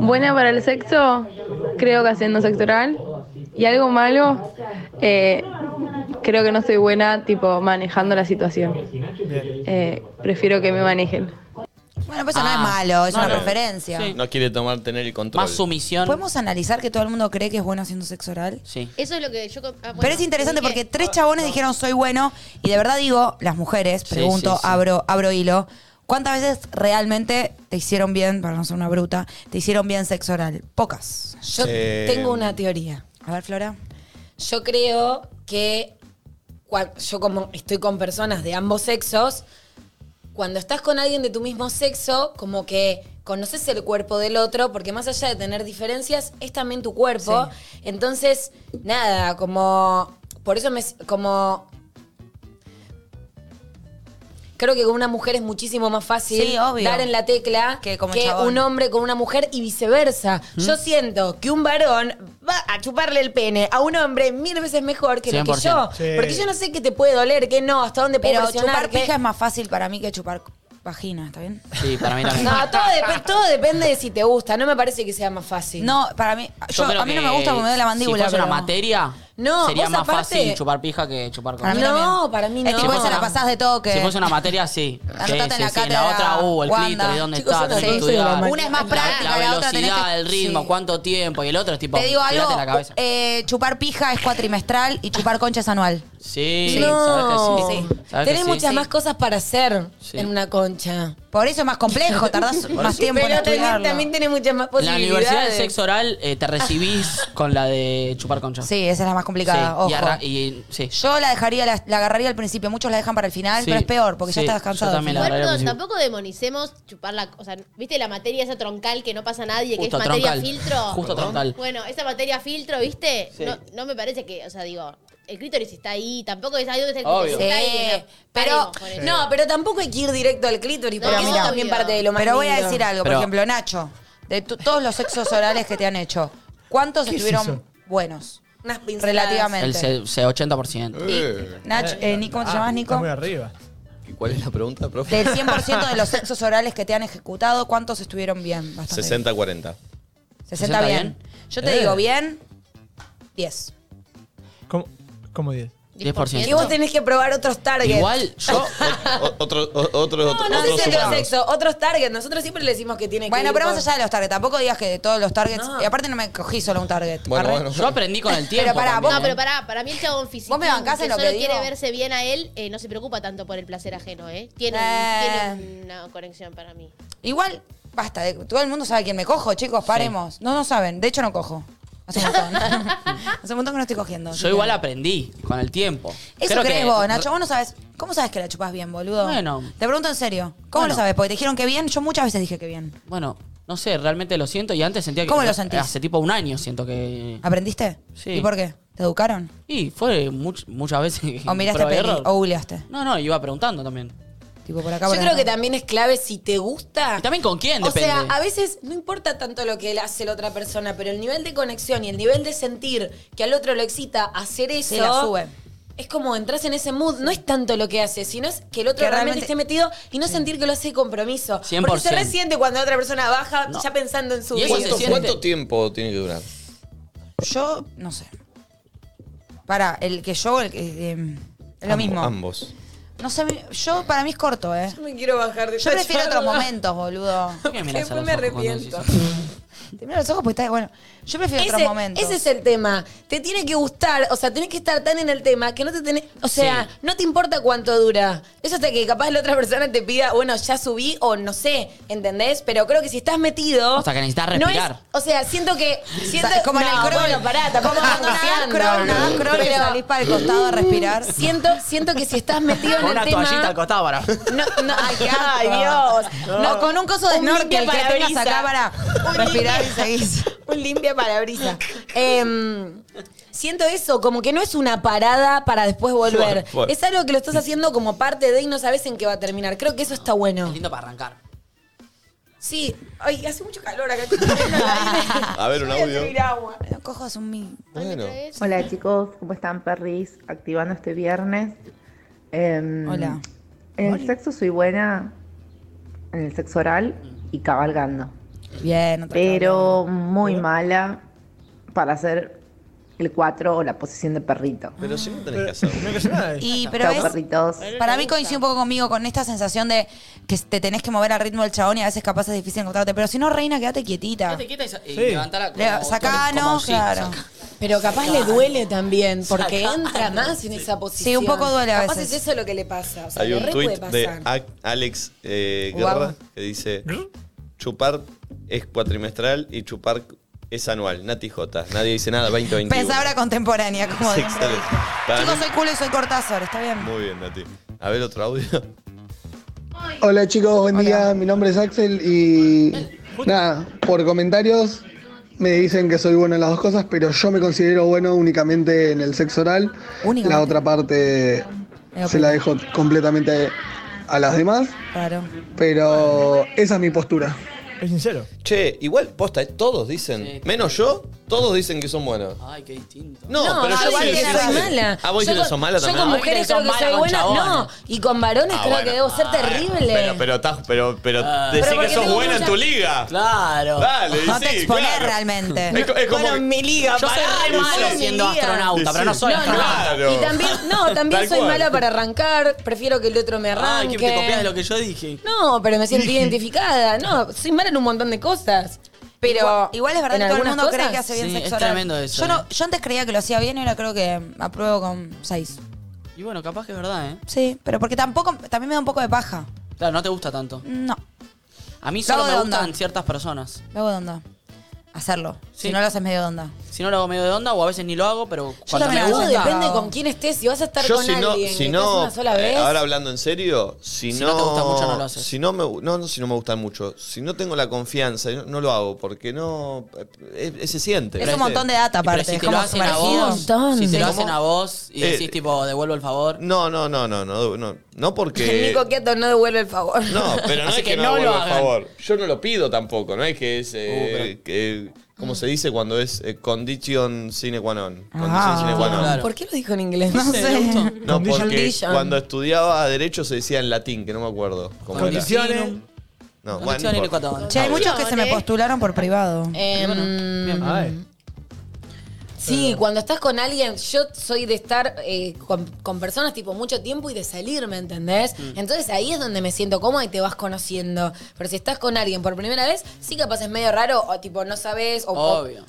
S14: Buena para el sexo, creo que haciendo sexo oral. Y algo malo, eh, creo que no soy buena tipo manejando la situación. Eh, prefiero que me manejen.
S2: Bueno, pues eso no
S3: Ah.
S2: es malo, es
S3: No,
S2: una
S1: no.
S2: preferencia.
S3: Sí.
S1: No quiere tomar, tener el control.
S3: Más sumisión.
S2: ¿Podemos analizar que todo el mundo cree que es bueno haciendo sexo oral?
S3: Sí.
S4: Eso es lo que yo. ah, bueno,
S2: Pero es interesante
S4: dije-
S2: porque tres chabones dijeron soy bueno y de verdad digo, las mujeres,
S3: Sí,
S2: pregunto,
S3: sí, sí.
S2: abro abro hilo, ¿cuántas veces realmente te hicieron bien, para no ser una bruta, te hicieron bien sexo oral? Pocas.
S5: Yo
S1: Eh,
S5: tengo una teoría.
S2: A ver, Flora.
S5: Yo creo que cua- yo como estoy con personas de ambos sexos, cuando estás con alguien de tu mismo sexo, como que conoces el cuerpo del otro, porque más allá de tener diferencias, es también tu cuerpo. Entonces, nada, como por eso me s- como Creo que con una mujer es muchísimo más fácil
S2: Sí, obvio.
S5: dar en la tecla
S2: Que como chabón.
S5: un hombre con una mujer y viceversa. Yo siento que un varón va a chuparle el pene a un hombre mil veces mejor que lo que yo.
S3: 100%.
S6: Sí.
S5: Porque yo no sé qué te puede doler, qué no, hasta dónde puedo
S2: Pero
S5: presionar,
S2: chupar
S5: qué-
S2: pija es más fácil para mí que chupar vagina, ¿está bien?
S3: Sí, para mí también.
S5: No, todo, dep- todo depende de si te gusta. No me parece que sea más fácil.
S2: No, para mí, yo,
S3: creo
S2: a mí no
S3: que
S2: me gusta porque me duele la mandíbula.
S3: Si fuese una
S2: pero-
S3: materia,
S5: No,
S3: sería
S5: vos
S3: más
S5: aparte-
S3: fácil chupar pija que chupar con
S2: Para mí
S5: No,
S2: también.
S5: para mí
S2: Es
S5: no.
S2: tipo,
S5: Si
S2: esa
S5: fuese
S2: la
S5: una-
S2: pasás de todo que...
S3: Si fuese una materia, sí. Sí, sí,
S2: Anotate en la
S3: sí, en la
S2: cátedra,
S3: otra, uh, el
S2: Wanda.
S3: clítoris, ¿dónde
S5: Chicos,
S3: está?
S5: son las
S3: Tenés que
S5: 11 de la
S3: estudiar.
S5: mañana.
S2: Una es más práctica, la otra tenés
S3: velocidad,
S2: que-
S3: el ritmo,
S2: sí.
S3: cuánto tiempo. Y el otro es tipo,
S2: Te digo
S3: tirate
S2: algo,
S3: la cabeza.
S2: eh, chupar pija es cuatrimestral y chupar concha es anual.
S3: Sí,
S5: No.
S3: sabes que sí. Sabes Ah, que
S5: Tenés
S3: sí.
S5: muchas
S3: Sí.
S5: más cosas para hacer
S3: Sí.
S5: en una concha.
S2: Por eso es más complejo, tardás más tiempo en
S5: Pero también,
S2: estudiarlo.
S5: también tenés muchas
S3: En
S5: más
S3: la
S5: posibilidades.
S3: universidad del sexo oral eh, te recibís con la de chupar concha.
S2: Sí, esa es la más
S3: Sí,
S2: complicada, ojo.
S3: Y, arra- y- sí.
S2: Yo la dejaría, la, la agarraría al principio. Muchos la dejan para el final,
S3: Sí,
S2: pero es peor, porque ya
S3: sí,
S2: estás
S3: yo
S2: cansado.
S3: también la-
S4: Igual,
S3: verdad,
S4: perdón,
S3: sí.
S4: tampoco demonicemos chupar la. O sea, ¿viste la materia esa troncal que no pasa nadie, que
S3: Justo
S4: es materia
S3: troncal.
S4: filtro?
S3: Justo troncal.
S4: Bueno, esa materia filtro, ¿viste?
S3: Sí.
S4: No, no me parece que. O sea, digo, el clítoris está ahí, tampoco es algo que está,
S3: Obvio.
S4: está ahí.
S5: Sí,
S4: no,
S5: pero
S4: paremos con eso.
S5: no, pero tampoco hay que ir directo al clítoris,
S4: No,
S5: porque
S4: pero
S5: eso
S4: mira,
S5: también
S4: obvio.
S5: parte de lo más
S2: Pero voy a
S5: lindo.
S2: decir algo, por
S3: Pero-
S2: ejemplo, Nacho, de tu- todos los sexos orales que te han hecho, ¿cuántos
S6: ¿Qué es
S2: estuvieron
S6: eso?
S2: buenos?
S5: Unas
S3: El
S5: pinceladas.
S2: Relativamente.
S3: se- se- 80%.
S2: Y, Nach, eh, Nico, ¿cómo te llamas,
S6: Ah, Está
S2: Nico?
S6: muy arriba.
S1: ¿Y ¿Cuál es la pregunta, profe?
S2: Del 100% de los sexos orales que te han ejecutado, ¿cuántos estuvieron bien? Bastante bien.
S1: 60-40.
S2: 60
S3: 60
S1: Eh.
S2: bien. Yo te digo, bien, 10.
S6: ¿Cómo, cómo diez?
S3: 10%.
S5: Y vos tenés que probar otros targets.
S3: Igual yo.
S1: Otro, o- otro,
S5: No,
S1: otro-
S5: no
S1: otros
S5: es
S1: humanos.
S5: heterosexo, otros targets. Nosotros siempre le decimos que tiene que
S2: Bueno,
S5: ir
S2: pero
S5: con-
S2: más allá de los targets, tampoco digas que de todos los targets. Y aparte no me cogí solo un target.
S1: Bueno,
S2: Arre.
S1: bueno.
S3: Yo aprendí con el tiempo.
S2: Pero pará,
S3: también,
S2: vos-
S3: ¿eh?
S4: No, pero pará, para mí el chabón físico.
S2: me bancás en lo que
S4: solo
S2: digo?
S4: quiere verse bien a él, eh, no se preocupa tanto por el placer ajeno, ¿eh? Tiene, un-
S2: Eh.
S4: tiene una conexión para mí.
S2: Igual, basta, de- todo el mundo sabe quién me cojo, chicos, paremos. No, no saben, de hecho no cojo. Hace un montón. Hace un montón que no estoy cogiendo. así
S3: Yo
S2: que-
S3: igual aprendí con el tiempo.
S2: Eso
S3: Creo
S2: crees
S3: que-
S2: vos, Nacho. Vos no sabes. ¿Cómo sabes que la chupas bien, boludo?
S3: Bueno.
S2: Te pregunto en serio. ¿Cómo
S3: Bueno.
S2: lo sabes? Porque te dijeron que bien. Yo muchas veces dije que bien.
S3: Bueno, no sé, realmente lo siento y antes sentía que.
S2: ¿Cómo lo sentís?
S3: Hace tipo un año siento que.
S2: ¿Aprendiste?
S3: Sí.
S2: ¿Y por qué? ¿Te educaron?
S3: Y fue much- muchas veces. que
S2: ¿O miraste
S3: probé
S2: peli?
S3: error.
S2: ¿O googleaste?
S3: No, no, iba preguntando también.
S2: Tipo, por acá,
S5: Yo
S2: por
S5: creo
S2: acá.
S5: que también es clave si te gusta.
S3: Y también con quién,
S5: O
S3: depende.
S5: sea, a veces no importa tanto lo que le hace la otra persona, pero el nivel de conexión y el nivel de sentir que al otro lo excita hacer eso.
S2: Sí, la sube.
S5: Es como entras en ese mood, no es tanto lo que hace, sino es que el otro
S2: Que
S5: realmente,
S2: realmente-
S5: esté metido y no sentir que lo hace de compromiso.
S3: 100%.
S5: Porque se resiente cuando la otra persona baja
S3: No.
S5: ya pensando en su
S3: Y
S5: vida.
S3: eso se
S1: ¿Cuánto,
S3: siente.
S1: cuánto tiempo tiene que durar?
S2: Yo, no sé. Para, el que yo, el que. eh, es lo
S1: Ambos-
S2: mismo.
S1: Ambos.
S2: No sé, yo para mí es corto, ¿eh?
S5: Me quiero bajar de
S2: Yo
S5: esta
S2: prefiero
S5: charla.
S2: otros momentos, boludo.
S3: ¿Por qué me
S5: Después
S3: mirás a los
S5: me
S3: ojos cuando decís
S5: arrepiento.
S3: eso?
S2: Te miro los ojos porque está. Bueno, yo prefiero
S5: Ese,
S2: otros momentos.
S5: ese es el tema. Te tiene que gustar, o sea, tenés que estar tan en el tema que no te tenés. O sea,
S3: Sí.
S5: no te importa cuánto dura. Eso hasta que capaz la otra persona te pida, bueno, ya subí o no sé, ¿entendés? Pero creo que si estás metido.
S3: Hasta que necesitas
S5: no es-
S3: respirar.
S5: o sea, siento que. Siento,
S2: Sa- como en el
S5: No,
S2: crawl.
S5: Bueno, pará, tampoco
S2: como cuando nadás
S5: ando
S2: crawl, nadás crawl y
S5: Pero
S2: salís para el costado a respirar.
S5: Siento, siento que si estás metido en
S3: Con
S5: el
S3: una
S5: tema.
S3: toallita al costado para.
S5: No, no, ay, qué asco.
S2: Ay, Dios. No, con un coso de
S5: Un
S2: snorkel que
S5: limpia
S2: tengas
S5: parabrisa.
S2: acá para
S5: Un
S2: respirar y
S5: limpia-
S2: seguís.
S5: Un limpia parabrisa. Em, siento eso, como que no es una parada para después volver.
S1: Bueno, bueno.
S5: Es algo que lo estás haciendo como parte de y no sabes en qué va a terminar. Creo que eso está
S3: Es
S5: bueno.
S3: lindo para arrancar.
S5: Sí. Ay, hace mucho calor acá. estoy corriendo al aire.
S1: A ver, un
S5: Voy a
S1: audio.
S5: servir agua.
S2: Lo cojo es un mil.
S1: Bueno.
S16: Hola chicos, ¿cómo están perris? Activando este viernes. Em,
S2: Hola.
S16: En el sexo soy buena, en el sexo oral y cabalgando,
S2: Bien, otra
S16: pero muy mala para hacer el 4 o la posición de perrito.
S1: Pero si no tenés que
S6: Pero-
S1: hacerlo.
S6: No hay que hacer nada.
S2: Y pero
S16: Chao
S2: es,
S16: perritos.
S2: para mí coincide un poco conmigo con esta sensación de que te tenés que mover al ritmo del chabón y a veces capaz es difícil encontrarte. Pero si no, reina, quédate quietita.
S3: Quédate quieta y sa- y
S6: Sí.
S3: levantala como-
S2: Le- Sacá,
S3: como-
S2: no,
S3: sí,
S2: claro.
S3: sacá.
S5: Pero capaz le duele también, porque
S3: Saca.
S5: entra más en esa posición.
S2: Sí, un poco duele a
S5: Capaz
S2: veces.
S5: es eso lo que le pasa. O sea,
S1: Hay
S5: le
S1: un
S5: re puede
S1: tuit de
S5: pasar.
S1: A- Alex eh,
S2: Guau.
S1: Guerra que dice: Chupar es cuatrimestral y chupar es anual. Nati J. Nadie dice nada, 2021.
S2: Pensadora Pues contemporánea, como
S1: Sí,
S2: de hombre.
S1: excelente. Para
S2: Chicos,
S1: mí-
S2: soy culo y soy Cortázar, está bien.
S1: Muy bien, Nati. A ver otro audio.
S13: Hola chicos, buen día. Mi nombre es Axel y nada, por comentarios me dicen que soy bueno en las dos cosas, pero yo me considero bueno únicamente en el sexo oral.
S2: Únicamente.
S13: La otra parte se la dejo completamente a las demás,
S2: Claro.
S13: pero esa es mi postura.
S6: Es sincero.
S1: Che, igual, posta, eh, todos dicen,
S3: Sí.
S1: menos yo, todos dicen que son buenos.
S3: Ay, qué distinto.
S1: No,
S5: No,
S1: pero yo
S5: igual
S1: sí
S5: que
S1: que
S5: soy mala.
S1: Ah, vos
S5: Yo
S1: dijiste que
S5: con-
S1: sos mala
S5: Yo
S1: también.
S5: con
S3: No,
S5: mujeres
S3: viste que
S5: creo que
S3: sos
S5: soy
S3: mala
S5: buena.
S3: con
S5: No,
S3: chabones.
S5: y con varones
S1: Ah,
S5: creo
S1: bueno.
S5: que debo ser
S1: Ah,
S5: terrible.
S1: Pero, pero, estás- pero, pero
S3: Ah.
S1: decí
S5: Pero
S1: que
S5: porque
S1: sos
S5: tengo
S1: buena en
S5: mucha-
S1: tu liga.
S3: Claro.
S1: Dale,
S2: No
S1: y
S2: te
S1: sí,
S2: exponés
S1: claro.
S2: realmente.
S1: Es, co- es como.
S5: bueno, en mi liga,
S3: Yo soy
S5: pará,
S3: re
S5: no
S3: malo
S5: sé,
S3: siendo
S5: mi liga.
S3: astronauta, pero no soy
S5: No, no.
S3: astronauta.
S1: Claro.
S5: Y también, no,
S1: Tal
S5: también soy
S1: cual.
S5: mala para arrancar, prefiero que el otro me
S3: Ay,
S5: arranque.
S3: que te copias de lo que yo dije.
S5: No, pero me siento identificada. No, soy mala en un montón de cosas. Pero
S2: Igual, igual es verdad
S5: en
S2: que todo el
S5: algunas
S2: mundo cree
S5: cosas,
S2: que hace bien
S3: sí,
S2: sexo
S3: es
S2: oral.
S3: tremendo eso,
S2: Yo, no,
S3: ¿eh?
S2: yo antes creía que lo hacía bien y ahora creo que mm, apruebo con 6.
S3: Y bueno, capaz que es verdad, ¿eh?
S2: Sí, pero porque tampoco, también me da un poco de paja.
S3: Claro, no te gusta tanto.
S2: No,
S3: A mí solo
S2: Cago de
S3: me
S2: onda.
S3: gustan ciertas personas.
S2: me hago de onda. Hacerlo.
S3: Sí.
S2: Si no lo haces medio de onda.
S3: Si no lo hago medio de onda o a veces ni lo hago, pero cuando
S5: Cuando
S2: también
S3: me
S2: hago
S5: todo
S3: gusta...
S2: de-
S5: depende
S2: Claro.
S5: con quién estés. Si vas a estar
S1: Yo
S5: con
S1: si no,
S5: alguien,
S1: si
S5: que
S1: no,
S5: estés una sola
S1: eh,
S5: vez.
S1: ahora hablando en serio, si,
S3: Si
S1: no,
S3: no te gusta mucho, no lo haces.
S1: Si no me, no, no, si no me gusta mucho, si no tengo la confianza, no, no lo hago porque no eh, eh, se siente.
S2: Es un montón de data
S3: Y pero
S2: aparte.
S3: si
S2: es
S3: te lo
S2: como
S3: hacen a
S2: sumergido.
S3: vos, si te lo
S1: ¿Cómo?
S3: hacen a vos y
S1: Eh,
S3: decís tipo, devuelvo el favor.
S1: No, no, no, no, no, no, no porque
S5: Nico Quieto no devuelve el favor.
S1: No, pero no
S3: Así
S1: es que,
S3: que
S1: no,
S3: no lo
S1: devuelvo el
S3: hagan.
S1: favor. Yo no lo pido tampoco, no es que es. eh,
S3: Uh, pero-
S1: que- ¿Cómo se dice cuando es eh, condition sine qua non? Condition
S2: Ah.
S1: sine qua non.
S3: Claro.
S5: ¿Por qué lo dijo en inglés?
S2: No sé.
S1: No, porque
S5: Condition.
S1: cuando estudiaba Derecho se decía en latín, que no me acuerdo. cómo era.
S3: Condition.
S6: Condiciones.
S1: No, bueno,
S3: Condition
S1: no
S3: sine
S1: importa.
S3: qua non.
S2: Che, hay muchos que se me
S4: Opciones.
S2: postularon por privado.
S5: Em,
S3: Bien.
S6: Ay.
S5: Eh, Sí, cuando estás con alguien, yo soy de estar eh, con, con personas tipo mucho tiempo y de salir, ¿me entendés?
S17: Mm.
S5: Entonces ahí es donde me siento cómoda y te vas conociendo. Pero si estás con alguien por primera vez, sí capaz es medio raro o tipo no sabes o... o-
S3: Obvio.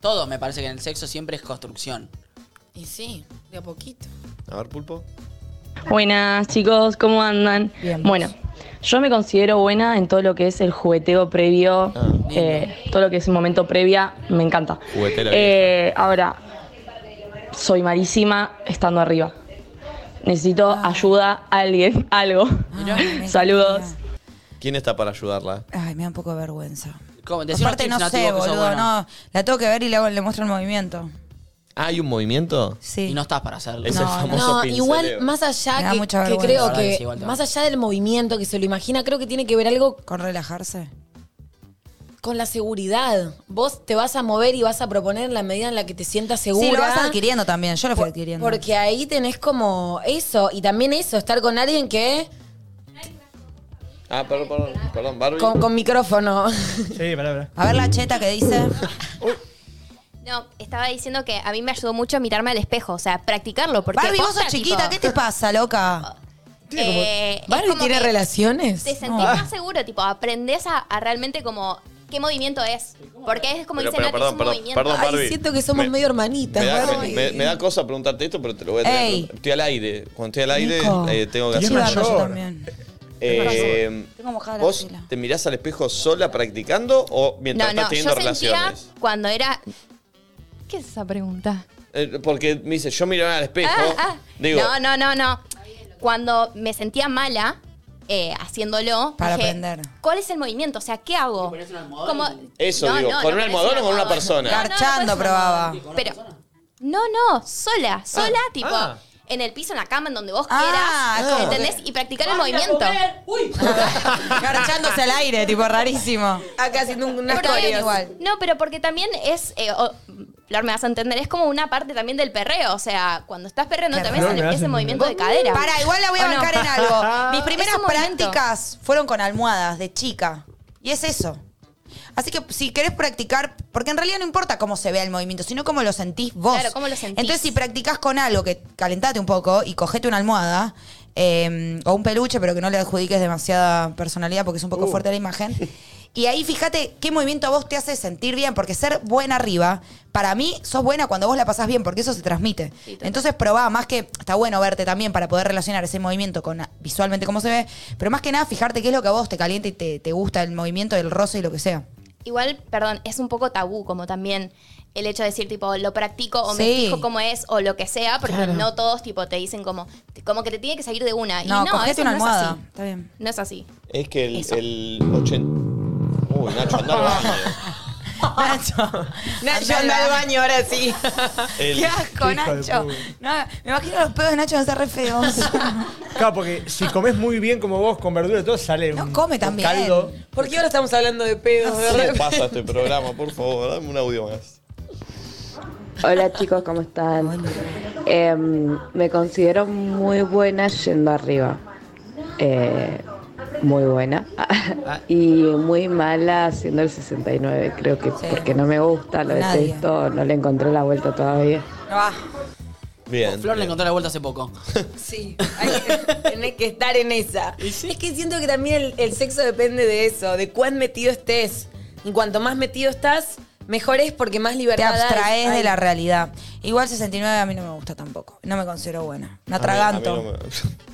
S3: Todo me parece que en el sexo siempre es construcción.
S5: Y sí, de a poquito.
S1: A ver, pulpo.
S15: Buenas chicos, ¿cómo andan? Bueno, yo me considero buena en todo lo que es el jugueteo previo, eh, todo lo que es el momento previa, me encanta.
S1: Juguetera
S15: Eh, ahora, soy malísima estando arriba. Necesito
S2: Ah.
S15: ayuda, alguien, algo. Saludos.
S1: ¿Quién está para ayudarla?
S2: Ay, me da un poco de vergüenza.
S3: ¿Cómo? Decí unos
S2: Aparte
S3: tips
S2: no sé,
S3: nativos que sos
S2: boludo,
S3: buena.
S2: no. La tengo que ver y le, hago- le muestro el movimiento.
S1: ¿Hay un movimiento?
S2: Sí.
S3: Y no estás para hacerlo.
S1: Es el
S2: No,
S1: famoso
S5: No,
S1: pinceleo.
S5: igual más
S2: Me
S5: allá
S2: da
S5: que,
S2: mucha
S5: que
S2: vergüenza.
S5: creo
S2: La verdad
S5: que,
S2: que sí, igual te
S5: más allá del movimiento que se lo imagina, creo que tiene que ver algo
S2: ¿Con relajarse?
S5: con la seguridad. Vos te vas a mover y vas a proponer en la medida en la que te sientas segura.
S2: Sí, lo vas adquiriendo también. Yo lo fui adquiriendo.
S5: Porque ahí tenés como eso, y también eso, estar con alguien que...
S1: Ah, perdón, perdón, perdón, Barbie.
S5: Con, con micrófono.
S6: Sí, palabra.
S2: A ver la cheta que dice.
S18: No, estaba diciendo que a mí me ayudó mucho mirarme al espejo, o sea, practicarlo. Porque
S2: Barbie, vos
S18: posta,
S2: sos chiquita,
S18: tipo,
S2: ¿qué te pasa, loca?
S18: eh, es
S5: ¿Barbie
S18: como
S5: tiene
S18: que
S5: relaciones?
S18: Te sentís
S5: No.
S18: más seguro, tipo, aprendés a, a realmente como qué movimiento es. Porque es como
S1: Pero,
S18: dice
S1: pero,
S18: Nati,
S1: perdón,
S18: es un
S1: perdón,
S18: movimiento.
S1: perdón, Barbie. Ay,
S5: Siento que somos
S1: Me-
S5: medio hermanitas,
S1: Me da,
S5: Barbie.
S1: me- me da cosa preguntarte esto, pero te lo voy a tener. que
S5: Ey.
S1: preguntar. Estoy al aire. Cuando estoy al aire,
S2: Nico.
S1: eh, tengo que
S2: Sí,
S1: hacer
S2: Barbie, yo
S1: mayor.
S2: también.
S1: Eh,
S2: Tengo mojada la
S1: ¿Vos
S2: axila.
S1: te mirás al espejo sola practicando o mientras
S18: No, no,
S1: estás
S18: yo
S1: teniendo
S18: sentía
S1: relaciones?
S18: cuando era. ¿Qué es esa pregunta?
S1: Eh, porque me dice, yo miro al espejo.
S18: Ah, ah.
S1: Digo,
S18: No, no, no, no. Cuando me sentía mala eh, haciéndolo.
S1: Para
S18: dije,
S1: aprender.
S18: ¿Cuál es el movimiento? O sea, ¿qué hago? Como-
S1: eso
S18: No,
S1: digo,
S18: no,
S1: ¿con
S18: no
S1: un
S18: parece
S1: almohadón o con una
S18: almohadón.
S1: persona?
S18: No, no, no
S2: Garchando
S18: parece
S2: probaba.
S18: almohadón. Pero. No, no, sola, sola, tipo.
S2: ah.
S18: En el piso, en la cama, en donde vos
S2: Ah,
S18: quieras.
S2: es como
S18: ¿Entendés? Y practicar el
S2: Vamos a
S18: movimiento.
S2: comer. Garchándose al aire, tipo rarísimo.
S5: Acá haciendo un
S18: Pero
S2: coreos.
S18: igual. No, pero porque también es. eh, o- Flor, me vas a entender, es como una parte también del perreo. O sea, cuando estás perreando también
S2: Flor,
S18: es
S2: me
S18: el-
S2: vas a
S18: ese
S2: entender.
S18: movimiento de cadera.
S2: Para, igual la voy a
S18: ¿O no?
S2: bancar en algo. Mis
S18: Es
S2: primeras
S18: un movimiento.
S2: prácticas fueron con almohadas de chica. Y es eso. Así que si querés practicar, porque en realidad no importa cómo se vea el movimiento, sino cómo lo sentís vos.
S18: Claro, cómo lo sentís.
S2: Entonces, si practicás con algo que calentate un poco y cogete una almohada eh, o un peluche, pero que no le adjudiques demasiada personalidad porque es un poco fuerte la imagen. Y ahí fíjate qué movimiento a vos te hace sentir bien, porque ser buena arriba, para mí sos buena cuando vos la pasás bien, porque eso se transmite. Entonces probá, más que está bueno verte también para poder relacionar ese movimiento con ah, visualmente cómo se ve, pero más que nada fijarte qué es lo que a vos te calienta y te, te gusta el movimiento, el roce y lo que sea.
S18: Igual, perdón, es un poco tabú, como también el hecho de decir, tipo, lo practico o me
S2: Sí.
S18: fijo cómo es o lo que sea, porque
S2: Claro.
S18: no todos, tipo, te dicen como, como que te tiene que salir de una.
S2: No,
S18: y no,
S2: cogete
S18: eso
S2: una
S18: no
S2: almohada.
S18: es así.
S2: Está bien.
S18: No es así.
S1: Es que el, el 80. Uy, Nacho, anda al baño.
S2: Nacho
S17: anda al baño,
S2: ahora sí.
S1: El-
S2: Qué asco,
S6: Hijo de
S2: Nacho.
S6: puta.
S2: No, me imagino los pedos de Nacho van a ser re feos.
S6: Claro, porque si comes muy bien como vos, con verdura y todo, sale un,
S2: Ah. come
S6: un
S2: también.
S6: caldo.
S17: ¿Por qué ahora estamos hablando de pedos? de
S1: ¿Cómo
S17: repente?
S1: pasa este programa? Por favor, dame un audio más.
S19: Hola chicos, ¿cómo están? Em, me considero muy buena yendo arriba. Eh, muy buena.
S17: Ah.
S19: y muy mala haciendo el 69, creo que porque no me gusta, lo
S3: Nadie.
S19: detesto, no le encontré la vuelta todavía.
S17: ah,
S1: Bien.
S3: Flor le encontró la vuelta hace poco.
S17: Sí, hay que- tenés que estar en esa. Es que siento que también el, el sexo depende de eso, de cuán metido estés. Y cuanto más metido estás, mejor es porque más
S2: Te
S17: libertad
S2: abstraes
S17: hay.
S2: de la realidad. Igual 69 a mí no me gusta tampoco. No me considero buena. Me
S1: A mí-
S2: atraganto.
S1: a mí no me-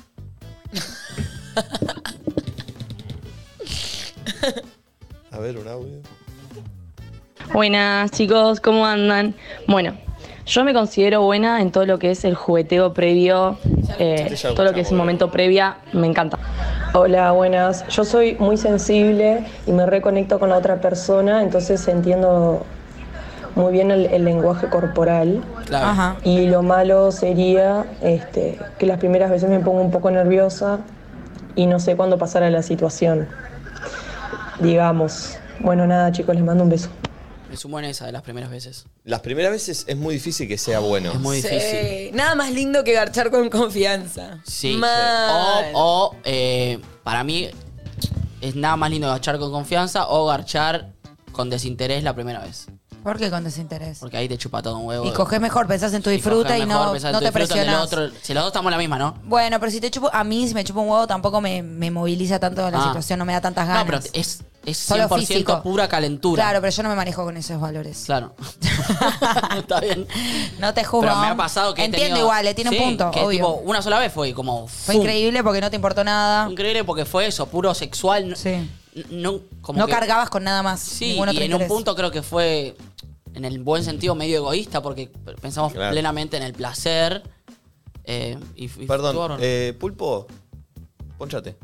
S1: A ver, un audio.
S15: Buenas chicos, ¿cómo andan? Bueno, yo me considero buena en todo lo que es el jugueteo previo, eh,
S20: Ya lo
S15: todo lo que es el
S20: escuchamos,
S15: momento previa, me encanta.
S20: Hola, buenas. Yo soy muy sensible y me reconecto con la otra persona, entonces entiendo muy bien el, el lenguaje corporal.
S3: Claro. Ajá.
S20: Y lo malo sería este, que las primeras veces me pongo un poco nerviosa y no sé cuándo pasará la situación. Digamos. Bueno, nada, chicos, les mando un beso.
S3: Me sumo en esa de las primeras veces.
S1: Las primeras veces es muy difícil que sea bueno. Es
S3: muy
S17: Sí, Nada más lindo que garchar con confianza.
S3: Sí. Oh,
S17: Mal.
S3: O, o, eh, para mí es nada más lindo garchar con confianza o garchar con desinterés la primera vez.
S2: ¿Por qué con desinterés?
S3: Porque ahí te chupa todo un huevo.
S2: Y coges mejor, pensás en tu disfruta
S3: coges
S2: y
S3: mejor,
S2: no,
S3: pensás en
S2: no
S3: tu
S2: te
S3: disfrute, en el
S2: presionas.
S3: otro. Si los dos estamos en la misma, ¿no?
S2: Bueno, pero si te chupo, a mí si me chupo un huevo tampoco me, me moviliza tanto la
S3: Ah.
S2: situación, no me da tantas ganas.
S3: No, pero es, es
S2: Solo
S3: 100%
S2: físico.
S3: pura calentura.
S2: Claro, pero yo no me manejo con esos valores.
S3: Claro.
S2: Está
S3: bien.
S2: No te juzgo.
S3: Pero me ha
S2: ¿no?
S3: pasado que he
S2: Entiendo
S3: tenido-
S2: igual, le tiene
S3: Sí,
S2: un punto,
S3: que,
S2: obvio.
S3: tipo, una sola vez fue como...
S2: Fue increíble porque no te importó nada.
S3: Increíble porque fue eso, puro sexual. Sí. No, como
S2: no
S3: que-
S2: cargabas con nada más.
S3: Sí, y en
S2: ningún otro
S3: un
S2: interés.
S3: punto creo que fue, en el buen sentido, medio egoísta porque pensamos
S1: Claro.
S3: plenamente en el placer. eh, y, y-
S1: Perdón,
S3: estuvieron-
S1: eh, Pulpo, ponchate.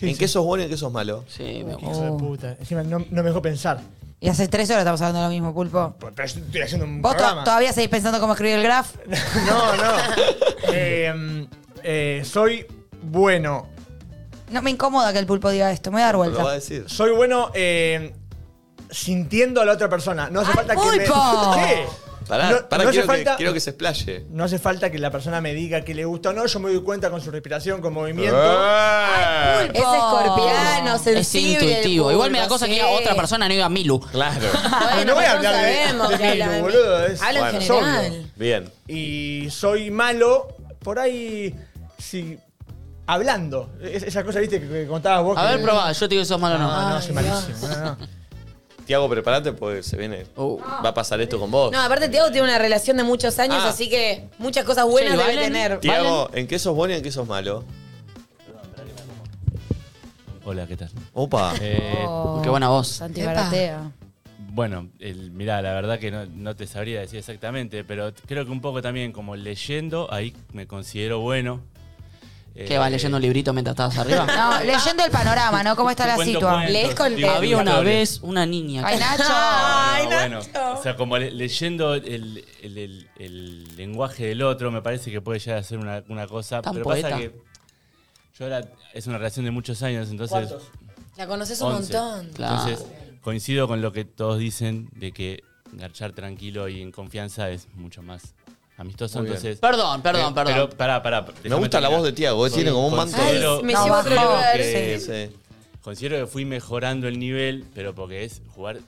S1: ¿En qué sos bueno y en qué sos malo?
S3: Sí,
S6: Uy, qué hijo de puta. Encima no, no me dejó pensar.
S2: Y hace tres horas estamos hablando de lo mismo, Pulpo.
S6: Pero estoy haciendo un
S2: ¿Vos to-
S6: programa.
S2: todavía seguís pensando cómo escribir el graph?
S6: No, no. Eh, eh, soy bueno.
S2: No me incomoda que el Pulpo diga esto, me voy a dar vuelta.
S1: decir.
S6: Soy bueno eh, sintiendo a la otra persona. No hace falta que me...
S2: pulpo!
S6: ¿Qué?
S1: Pará,
S6: No-
S1: pará,
S6: no hace
S1: quiero,
S6: falta-
S1: que, quiero que se explaye.
S6: No hace falta que la persona me diga que le gusta o no. Yo me doy cuenta con su respiración, con movimiento.
S1: ¡Eh!
S5: Es escorpiano,
S3: es
S5: sensible.
S3: intuitivo.
S5: el
S3: Igual me da
S5: pulpo,
S3: cosa que
S5: sí.
S3: diga otra persona, no diga Milu.
S1: Claro.
S5: Bueno,
S6: no voy
S5: pero
S6: a hablar de-
S5: sabemos
S6: de
S5: que habla
S6: Milu,
S5: de
S6: boludo, es-
S5: Habla en
S6: Bueno, es
S5: general.
S6: obvio.
S1: Bien.
S6: Y soy malo por ahí. Si, hablando. Es- esa cosa, viste, que, que contabas vos.
S3: A
S6: que-
S3: ver, probá, yo te digo que sos malo o no.
S6: Ah,
S3: Ah,
S6: No, no, soy malísimo.
S1: Tiago, prepárate porque se viene. Va a pasar esto con vos.
S5: No, aparte Tiago tiene una relación de muchos años,
S1: Ah.
S5: así que muchas cosas buenas
S1: Sí,
S5: debe
S1: ¿valen?
S5: tener.
S1: Tiago, ¿en qué sos bueno y en qué sos malo?
S21: Hola, ¿qué tal?
S1: Opa.
S21: Eh,
S3: qué buena voz.
S2: Oh. Santi Baratea.
S21: Bueno, el, mirá, la verdad que no, no te sabría decir exactamente, pero t- creo que un poco también como leyendo, ahí me considero bueno. Eh,
S3: ¿Qué, va leyendo un librito mientras estabas arriba?
S2: No, leyendo el panorama, ¿no? ¿Cómo está la
S21: Cuento
S2: situación?
S21: cuentos, digo,
S3: Había una
S21: historias.
S3: vez una niña.
S2: Ay, Nacho.
S21: Ah, bueno, o sea, como le- leyendo el, el- el- el lenguaje del otro, me parece que puede llegar a ser una, una cosa.
S5: Tan
S21: pero
S5: poeta.
S21: pasa que yo ahora es una relación de muchos años, entonces.
S5: ¿Cuántos? La conoces un
S21: 11.
S5: montón.
S21: Entonces, coincido con lo que todos dicen de que garchar tranquilo y en confianza es mucho más amistoso.
S1: Muy bien.
S21: Entonces,
S3: Perdón, perdón,
S21: Pero-
S3: perdón.
S21: Pero pará, pará.
S1: Me gusta la voz de Tiago, eh, tiene como un manto de- Ay, me
S21: llevo
S1: llevo a otro lugar,
S21: Que,
S1: sí.
S21: Considero que fui mejorando el nivel, pero porque es jugar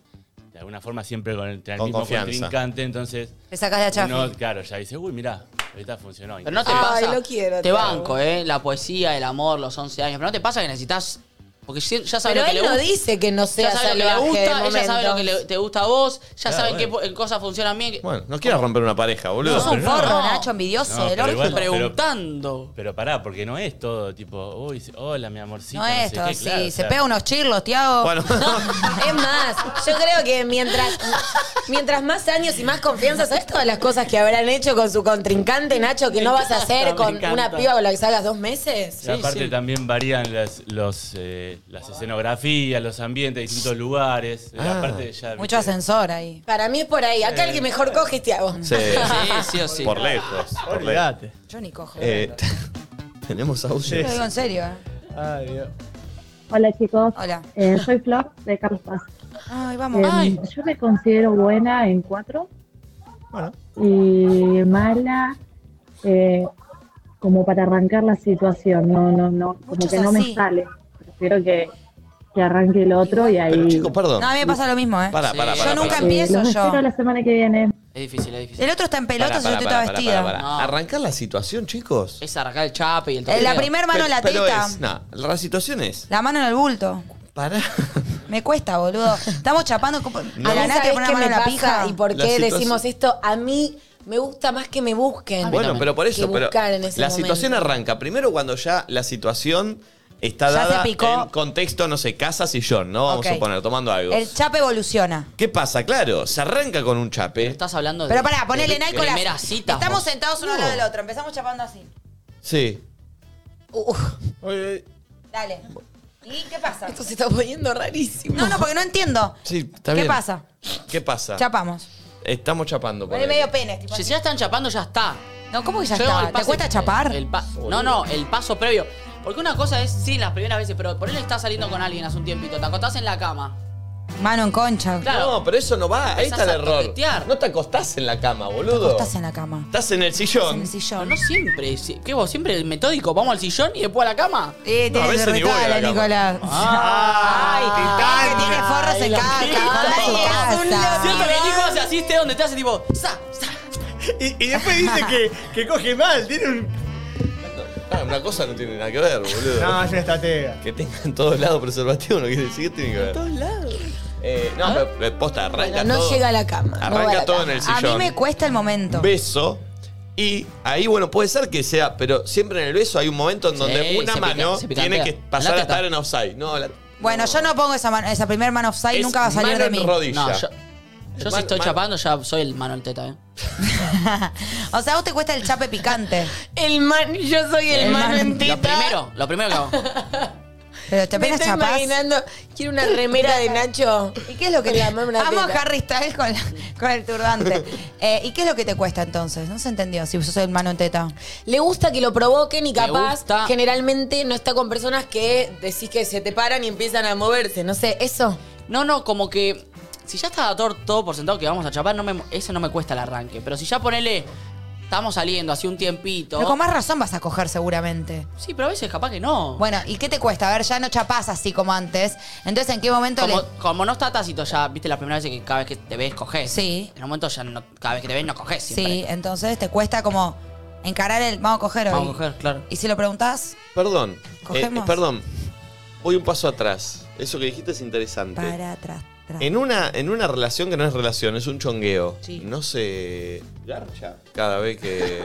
S21: de alguna forma siempre con el, con
S1: Con
S21: mismo
S1: confianza.
S21: contrincante, entonces...
S2: Le sacás de achafe.
S21: uno, Claro, ya dice, uy, mirá, ahorita funcionó.
S3: Pero no te
S21: Entonces-
S3: pasa. te
S21: Tiago.
S3: banco, ¿eh? La poesía, el amor, los 11 años. Pero no te pasa que necesitas. Porque si- ya sabes lo
S5: Pero
S3: que le
S5: él no
S3: gusta.
S5: dice que no sea
S3: ya sabe lo que le
S5: salvaje de
S3: gusta, ella sabe lo que le-
S5: momentos.
S3: te gusta a vos, ya
S1: Claro,
S3: saben qué po- cosas funcionan bien.
S1: Bueno, no quieras romper una pareja, boludo.
S3: No, un
S21: Pero no.
S3: forro,
S2: Nacho envidioso,
S21: No,
S2: del
S21: pero
S2: orto.
S21: igual, pero-
S3: preguntando.
S21: Pero, pará, porque no es todo tipo, uy, hola, mi amorcito.
S2: No
S21: sé
S2: es todo
S21: qué,
S2: así.
S21: claro, o
S2: Se
S21: sea,
S2: pega unos chirlos, Tiago.
S21: Bueno.
S5: Es más, yo creo que mientras, mientras más años y más confianza, ¿sabes todas las cosas que habrán hecho con su contrincante, Nacho, que
S3: Me
S5: no vas a
S3: encanta,
S5: hacer
S3: me
S5: con
S3: encanta.
S5: una piba con la que salgas dos meses?
S21: y aparte también varían las, los, eh, las escenografías, los ambientes, distintos lugares. Eh,
S1: Ah.
S21: aparte ya,
S2: Mucho ascensor ahí.
S5: Para mí es por ahí. Acá el que mejor coge es Tiago.
S1: Sí,
S3: sí o sí.
S1: Por lejos. Por lejos.
S6: Olvídate.
S2: Yo ni cojo.
S1: Eh, tenemos
S2: Yo
S1: audio.
S2: lo digo en serio. ¿eh?
S6: Ay, Dios.
S22: Hola chicos,
S2: Hola.
S22: Eh, soy Flor de Carlos Paz.
S2: Ay, vamos.
S22: Eh,
S2: Ay.
S22: Yo me considero buena en cuatro y mala eh, como para arrancar la situación, no, no, no, como
S2: Muchos
S22: que no me
S2: así.
S22: sale. Prefiero que, que arranque el otro y ahí.
S1: Pero chico, perdón.
S2: No, a mí me pasa lo mismo, ¿eh?
S1: Para, para,
S2: Yo
S1: para,
S2: nunca
S1: para.
S2: empiezo
S22: los
S2: yo.
S22: espero la semana que viene.
S3: Es difícil, es difícil.
S2: El otro está en pelotas y yo
S1: Pará, pará,
S2: estoy toda
S1: pará,
S2: vestida.
S1: pará, pará. Arrancar la situación, chicos.
S3: Es arrancar el chape y el
S2: Eh,
S3: toque.
S2: la primera mano en la
S1: Pero
S2: teta.
S1: es, nah, la situación es.
S2: La mano en el bulto.
S1: Pará.
S2: Me cuesta, boludo. Estamos chapando. como-
S1: No.
S2: A la
S5: ¿Sabés
S2: nata te pone
S5: qué
S2: la mano
S5: me
S2: en la
S5: pasa
S2: pija.
S5: ¿Y por
S1: La
S5: qué
S1: situación-
S5: decimos esto? A mí me gusta más que me
S2: Ah,
S5: busquen.
S1: Bueno, pero por eso,
S5: que
S1: pero
S5: buscar en ese
S1: la
S5: momento.
S1: situación arranca primero cuando ya la situación está
S2: Ya se
S1: dada
S2: picó.
S1: en contexto, no sé, casa sillón, ¿no? Vamos
S2: Ok.
S1: a suponer, tomando algo.
S2: El chape evoluciona.
S1: ¿Qué pasa? Claro, se arranca con un chape.
S3: Estás hablando de.
S2: Pero pará, ponele Nike con
S3: Primera
S2: las.
S3: cita. Uh.
S2: Estamos sentados uno al lado
S1: No.
S2: del otro. Empezamos chapando así.
S1: Sí.
S3: Uh.
S2: Dale. ¿Y qué pasa?
S5: Esto se está poniendo rarísimo.
S2: No, no, porque no entiendo.
S1: Sí, está
S2: ¿Qué
S1: bien.
S2: pasa?
S1: ¿Qué pasa?
S2: Chapamos.
S1: Estamos chapando.
S2: Ponele
S1: ponele.
S2: medio pene. tipo
S3: Si
S2: así.
S3: ya están chapando, ya está.
S2: No, ¿cómo que ya
S3: Yo digo, el
S2: está? ¿Te
S3: pase-
S2: cuesta chapar?
S3: el pa- no, no, el paso previo. Porque una cosa es, sí, las primeras veces, pero por él estás saliendo con alguien hace un tiempito, te acostás en la cama.
S2: Mano en concha.
S1: No, pero eso no va. Ahí está el
S2: Empezás a
S1: error. No te acostás en la cama, boludo.
S2: Estás en la cama.
S1: Estás en el sillón.
S3: Pero no siempre. si- ¿Qué vos? ¿Siempre el metódico? ¿Vamos al sillón y después a la cama?
S2: Eh,
S1: No, a veces ni voy a la cama.
S2: Nicolás.
S3: Ay,
S2: que tiene forro se caca, forro se casa.
S3: Siempre que Nico se asiste donde te hace tipo. ¡Sa!
S6: Y, y después dice que, que coge mal, tiene un.
S1: Ah, una cosa no tiene nada que ver, boludo.
S6: No, es una estratega.
S1: Que tenga en todos lados preservativo no quiere decir que tiene que ver. Eh, no, pero, pero posta, arranca
S2: ¿Ah? Bueno, no
S1: todo.
S2: llega
S5: a la cama.
S1: Arranca todo en el sillón.
S2: A mí me cuesta el momento.
S1: Beso. Y ahí, bueno, puede ser que sea, pero siempre en el beso hay un momento en donde
S3: Sí,
S1: una
S3: se pica-
S1: mano
S3: se picantea.
S1: tiene que pasar
S3: La
S1: a
S3: teta.
S1: estar en offside. No, la,
S2: Bueno, yo no pongo esa, man- esa primer man offside, nunca va a salir
S1: mano
S2: de
S1: en
S2: mí.
S1: rodilla.
S3: No, yo, yo si estoy chapando, ya soy el mano en teta, ¿eh?
S2: O sea, a vos te cuesta el chape picante.
S5: El man, yo soy el
S3: Sí.
S5: mano en
S3: Lo
S5: teta.
S3: primero, lo primero que hago.
S2: Pero te
S5: Me
S2: apenas
S5: estoy
S2: chapás.
S5: imaginando, quiero una remera de Nacho.
S2: ¿Y qué es lo que
S5: Con
S2: te...
S5: la mano en la
S2: Amo a
S5: teta.
S2: Harry Styles con, la- con el turbante. Eh, ¿Y qué es lo que te cuesta entonces? No se entendió si sos el mano en teta.
S5: Le gusta que lo provoquen y capaz
S2: gusta.
S5: generalmente no está con personas que decís que se te paran y empiezan a moverse. No sé, eso.
S3: No, no, como que. Si ya está todo, todo por sentado que vamos a chapar, no me, ese no me cuesta el arranque. Pero si ya ponele. Estamos saliendo hace un tiempito.
S2: Pero con más razón vas a coger seguramente.
S3: Sí, pero a veces capaz que no.
S2: Bueno, ¿y qué te cuesta? A ver, ya no chapás así como antes. Entonces, ¿en qué momento
S3: Como,
S2: le-
S3: como no está tácito ya, viste, la primera vez que cada vez que te ves, coges. Sí. En un momento ya no, cada vez que te ves, no coges.
S2: Sí, entonces te cuesta como encarar el... Vamos a coger hoy.
S3: Vamos a coger, claro.
S2: ¿Y si lo preguntás?
S1: Perdón. eh,
S2: ¿Cogemos?
S1: perdón. Voy un paso atrás. Eso que dijiste es interesante.
S2: Para atrás.
S1: En una, en una relación que no es relación, es un chongueo. No se garcha cada vez que.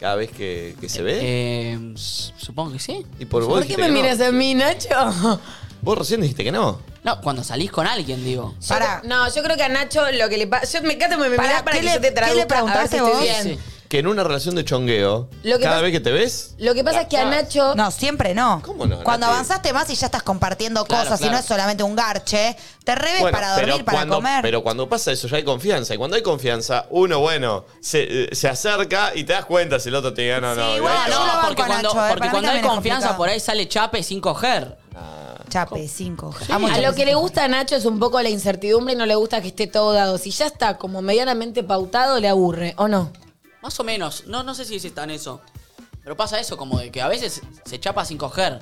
S1: cada vez que, que se ve.
S3: Eh, em, supongo que sí.
S1: Y por vos.
S5: ¿Por qué
S1: dijiste
S5: me
S1: que no.
S5: miras a mí, Nacho?
S1: Vos recién dijiste que no.
S3: No, cuando salís con alguien, digo.
S5: Yo- no, yo creo que a Nacho lo que le pasa. Yo me encanta me
S2: Pará,
S5: mirás para
S2: ¿qué
S5: que
S2: le-
S5: yo te
S2: qué le
S5: traduzca. a ver si
S2: preguntaste
S5: estoy
S2: vos?
S5: bien.
S1: Que en una relación de chongueo,
S5: Lo que
S1: cada
S5: pasa-
S1: vez que te ves.
S5: Lo que pasa es que a Nacho.
S2: No, siempre no.
S1: ¿Cómo no?
S2: Cuando
S1: Nacho?
S2: avanzaste más y ya estás compartiendo
S1: Claro,
S2: cosas y
S1: claro.
S2: no es solamente un garche, ¿eh? te reves
S1: Bueno,
S2: para dormir, para
S1: cuando,
S2: comer.
S1: pero cuando pasa eso ya hay confianza. Y cuando hay confianza, uno, bueno, se, eh, se acerca y te das cuenta si el otro te diga, no, no,
S3: No,
S1: igual
S3: Ah, no,
S1: no.
S3: porque cuando,
S2: Nacho, eh,
S3: porque
S2: para mí
S3: cuando hay
S2: también es
S3: confianza,
S2: complicado.
S3: por ahí ah, pues sale chape sin coger.
S1: Ah.
S2: Chape, 5.
S5: a lo que le gusta a Nacho es un poco la incertidumbre y no le gusta que esté todo dado. Si ya está como medianamente pautado, le aburre, ¿o no?
S3: Más o menos. No, no sé si es tan eso. Pero pasa eso, como de que a veces se chapa sin coger.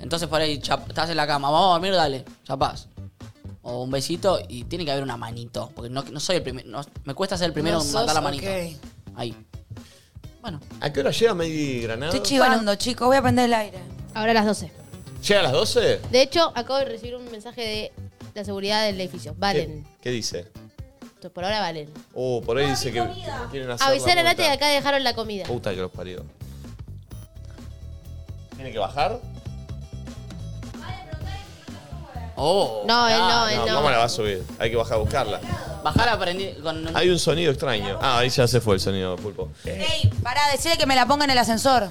S3: Entonces por ahí chap- estás en la cama, vamos a dormir, dale, chapás. O un besito y tiene que haber una manito. Porque no, no soy el primero. me cuesta ser el primero
S5: No
S3: en mandar la
S5: sos-
S3: manito.
S5: ok.
S3: Ahí.
S1: ¿A qué hora llega Medi Granado?
S2: Estoy chivando, chicos, voy a prender el aire.
S4: Ahora a las 12.
S1: ¿Llega a las 12?
S4: De hecho, acabo de recibir un mensaje de la seguridad del edificio. Valen.
S1: ¿Qué dice?
S4: Por ahora valen.
S1: Oh, por ahí dice que quieren hacer.
S4: Avisar
S1: la
S4: a Nati que
S1: vuelta.
S4: acá dejaron la comida.
S1: Puta que los parió. ¿Tiene que bajar?
S3: Oh.
S4: No, él no, él no.
S1: Ah, ¿Cómo la va a subir? Hay que bajar a buscarla.
S3: Bajar aprendí con.
S1: Hay un sonido extraño. Ah, ahí ya se fue el sonido, pulpo.
S2: Ey, pará, decirle que me la ponga en el ascensor.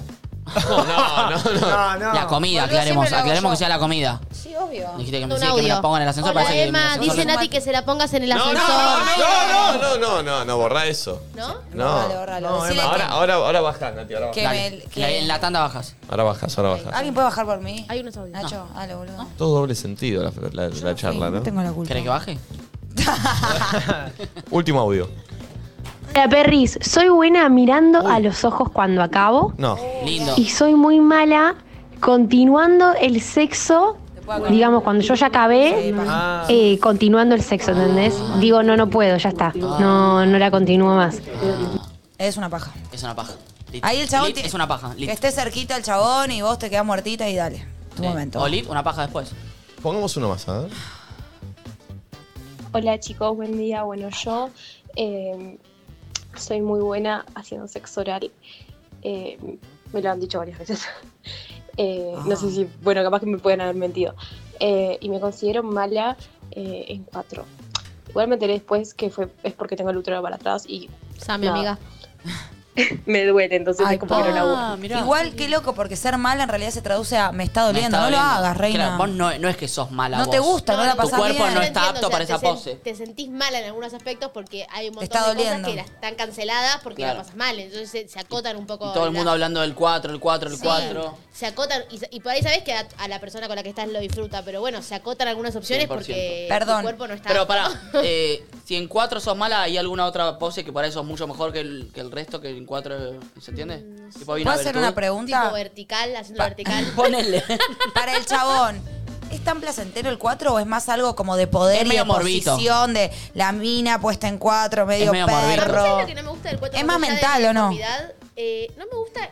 S1: No, no, no. no.
S3: La comida,
S2: Boludo,
S3: aclaremos,
S2: siempre lo hago
S3: aclaremos que
S2: yo.
S3: sea la comida.
S2: Sí, obvio.
S3: Dijiste que me,
S4: Un
S3: sí, que me la
S4: audio.
S3: pongan en el ascensor,
S4: Hola,
S3: parece que me
S4: Emma,
S3: ascensor-
S4: dice Nati que se la pongas en el
S1: No,
S4: ascensor.
S1: no, no, no, no, no, no, borrá eso.
S4: ¿No?
S1: No.
S2: Borralo, borralo.
S1: No,
S2: Decile
S1: Emma,
S2: que-
S1: ahora, ahora, ahora bajás, Nati, ahora
S2: Que
S1: bajás.
S2: me-
S1: Dale.
S2: que- La- en
S3: la tanda bajas.
S1: Ahora bajás, ahora bajás.
S2: ¿Alguien puede bajar por mí?
S4: Hay unos audios.
S2: Nacho, dale, boludo.
S1: Todo doble sentido la, la- la charla, ¿no?
S2: tengo la culpa.
S3: ¿Querés que baje?
S1: Último audio.
S18: Hola Perris, soy buena mirando a los ojos cuando acabo
S1: No.
S3: Lindo.
S18: y soy muy mala continuando el sexo, digamos, cuando yo ya acabé, eh, continuando el sexo, ¿entendés? Digo, no, no puedo, ya está, no, no la continúo más.
S2: Es una paja.
S3: Es una paja. Lit.
S2: Ahí el chabón
S3: Lit
S2: tiene-
S3: Es una paja.
S2: Que
S3: Lit.
S2: esté cerquita el chabón y vos te quedás muertita y dale. Tu
S3: Sí.
S2: momento.
S3: O lit, una paja después.
S1: Pongamos uno más, a ver.
S14: Hola chicos, buen día. Bueno, yo eh, soy muy buena haciendo sexo oral. Eh, me lo han dicho varias veces. Eh, No sé si, bueno, capaz que me pueden haber mentido. Eh, y me considero mala eh, en cuatro. Igual me enteré después que fue, es porque tengo el útero para atrás y...
S4: Esa, mi amiga.
S22: me duele, entonces es como que
S14: Ah,
S22: no la hago.
S2: Igual, qué loco, porque ser mala en realidad se traduce a me está doliendo.
S3: está
S2: no
S3: doliendo.
S2: lo hagas, reina.
S3: Claro, vos no, no es que sos mala.
S2: No
S3: vos.
S2: te gusta, no la pasás
S3: Tu cuerpo
S2: bien.
S3: no
S2: Yo
S3: está apto
S2: entiendo, o sea,
S3: para esa
S2: te sen-
S3: pose.
S4: Te sentís mal en algunos aspectos porque hay un montón
S2: está
S4: de
S2: doliendo.
S4: cosas que las están canceladas porque
S3: Claro.
S4: la pasas mal. Entonces se, se acotan un poco.
S3: Y todo el
S4: la-
S3: mundo hablando del 4, el 4, el
S4: Sí,
S3: 4.
S4: se acotan. Y, y por ahí sabes que a, a la persona con la que estás lo disfruta, pero bueno, se acotan algunas opciones
S3: 100%.
S4: porque
S3: Perdón.
S4: tu cuerpo no está.
S3: Pero pará, eh, si en 4 sos mala, ¿hay alguna otra pose que para eso es mucho mejor que el, que el resto que en 4? ¿Se entiende?
S4: Mm,
S3: Tipo, hay
S2: ¿Puedo hacer una
S3: virtud.
S2: pregunta?
S4: Tipo vertical, haciendo vertical.
S3: Ponele.
S2: Para el chabón, ¿es tan placentero el 4 o es más algo como de poder
S3: Es
S2: y de
S3: medio morbito.
S2: posición, de la mina puesta en 4, medio,
S3: medio morbito.
S4: Pero ¿sabes
S2: perro?
S4: lo que no me gusta del cuatro
S2: ¿Es
S4: más
S2: más
S4: allá de
S2: mental
S4: la
S2: o no?
S4: deformidad? Eh, no me gusta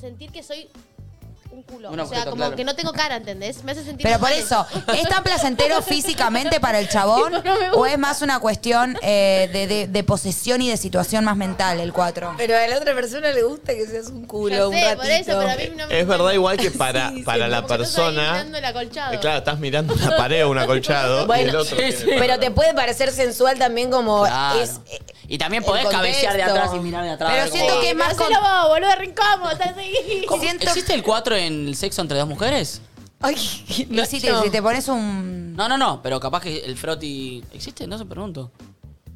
S4: sentir que soy un culo.
S2: Un
S4: o sea,
S2: objeto,
S4: como
S2: claro.
S4: que no tengo cara, ¿entendés? Me hace sentir.
S2: Pero por
S4: mal.
S2: eso, ¿es tan placentero físicamente para el chabón
S4: Tipo, no me
S2: o
S4: gusta.
S2: es más una cuestión eh, de, de- de posesión y de situación más mental el 4?
S5: Pero a la otra persona le gusta que seas un culo,
S4: Ya
S5: un
S4: sé,
S5: ratito.
S4: por eso, pero a mí no me
S11: Es verdad igual que para,
S5: Sí, sí,
S11: para la
S5: como que estás ahí
S11: persona...
S4: mirando el acolchado.
S11: eh, claro, estás mirando una pared o un acolchado y el
S5: Bueno,
S11: otro... tiene-
S5: pero te puede parecer sensual también como
S3: Claro.
S5: es
S3: Y también
S5: el
S3: podés
S5: contexto.
S3: cabecear de atrás y mirar de atrás.
S5: Pero
S3: ver
S5: siento
S3: cómo-
S5: que es más
S4: Hacelo vos, boludo, re incómodo, estás ahí.
S3: ¿Cómo- ¿Existe el 4 en el sexo entre dos mujeres?
S2: Y si te, si te pones un...
S3: No, no, no, pero capaz que el froti. ¿Existe? No se pregunto.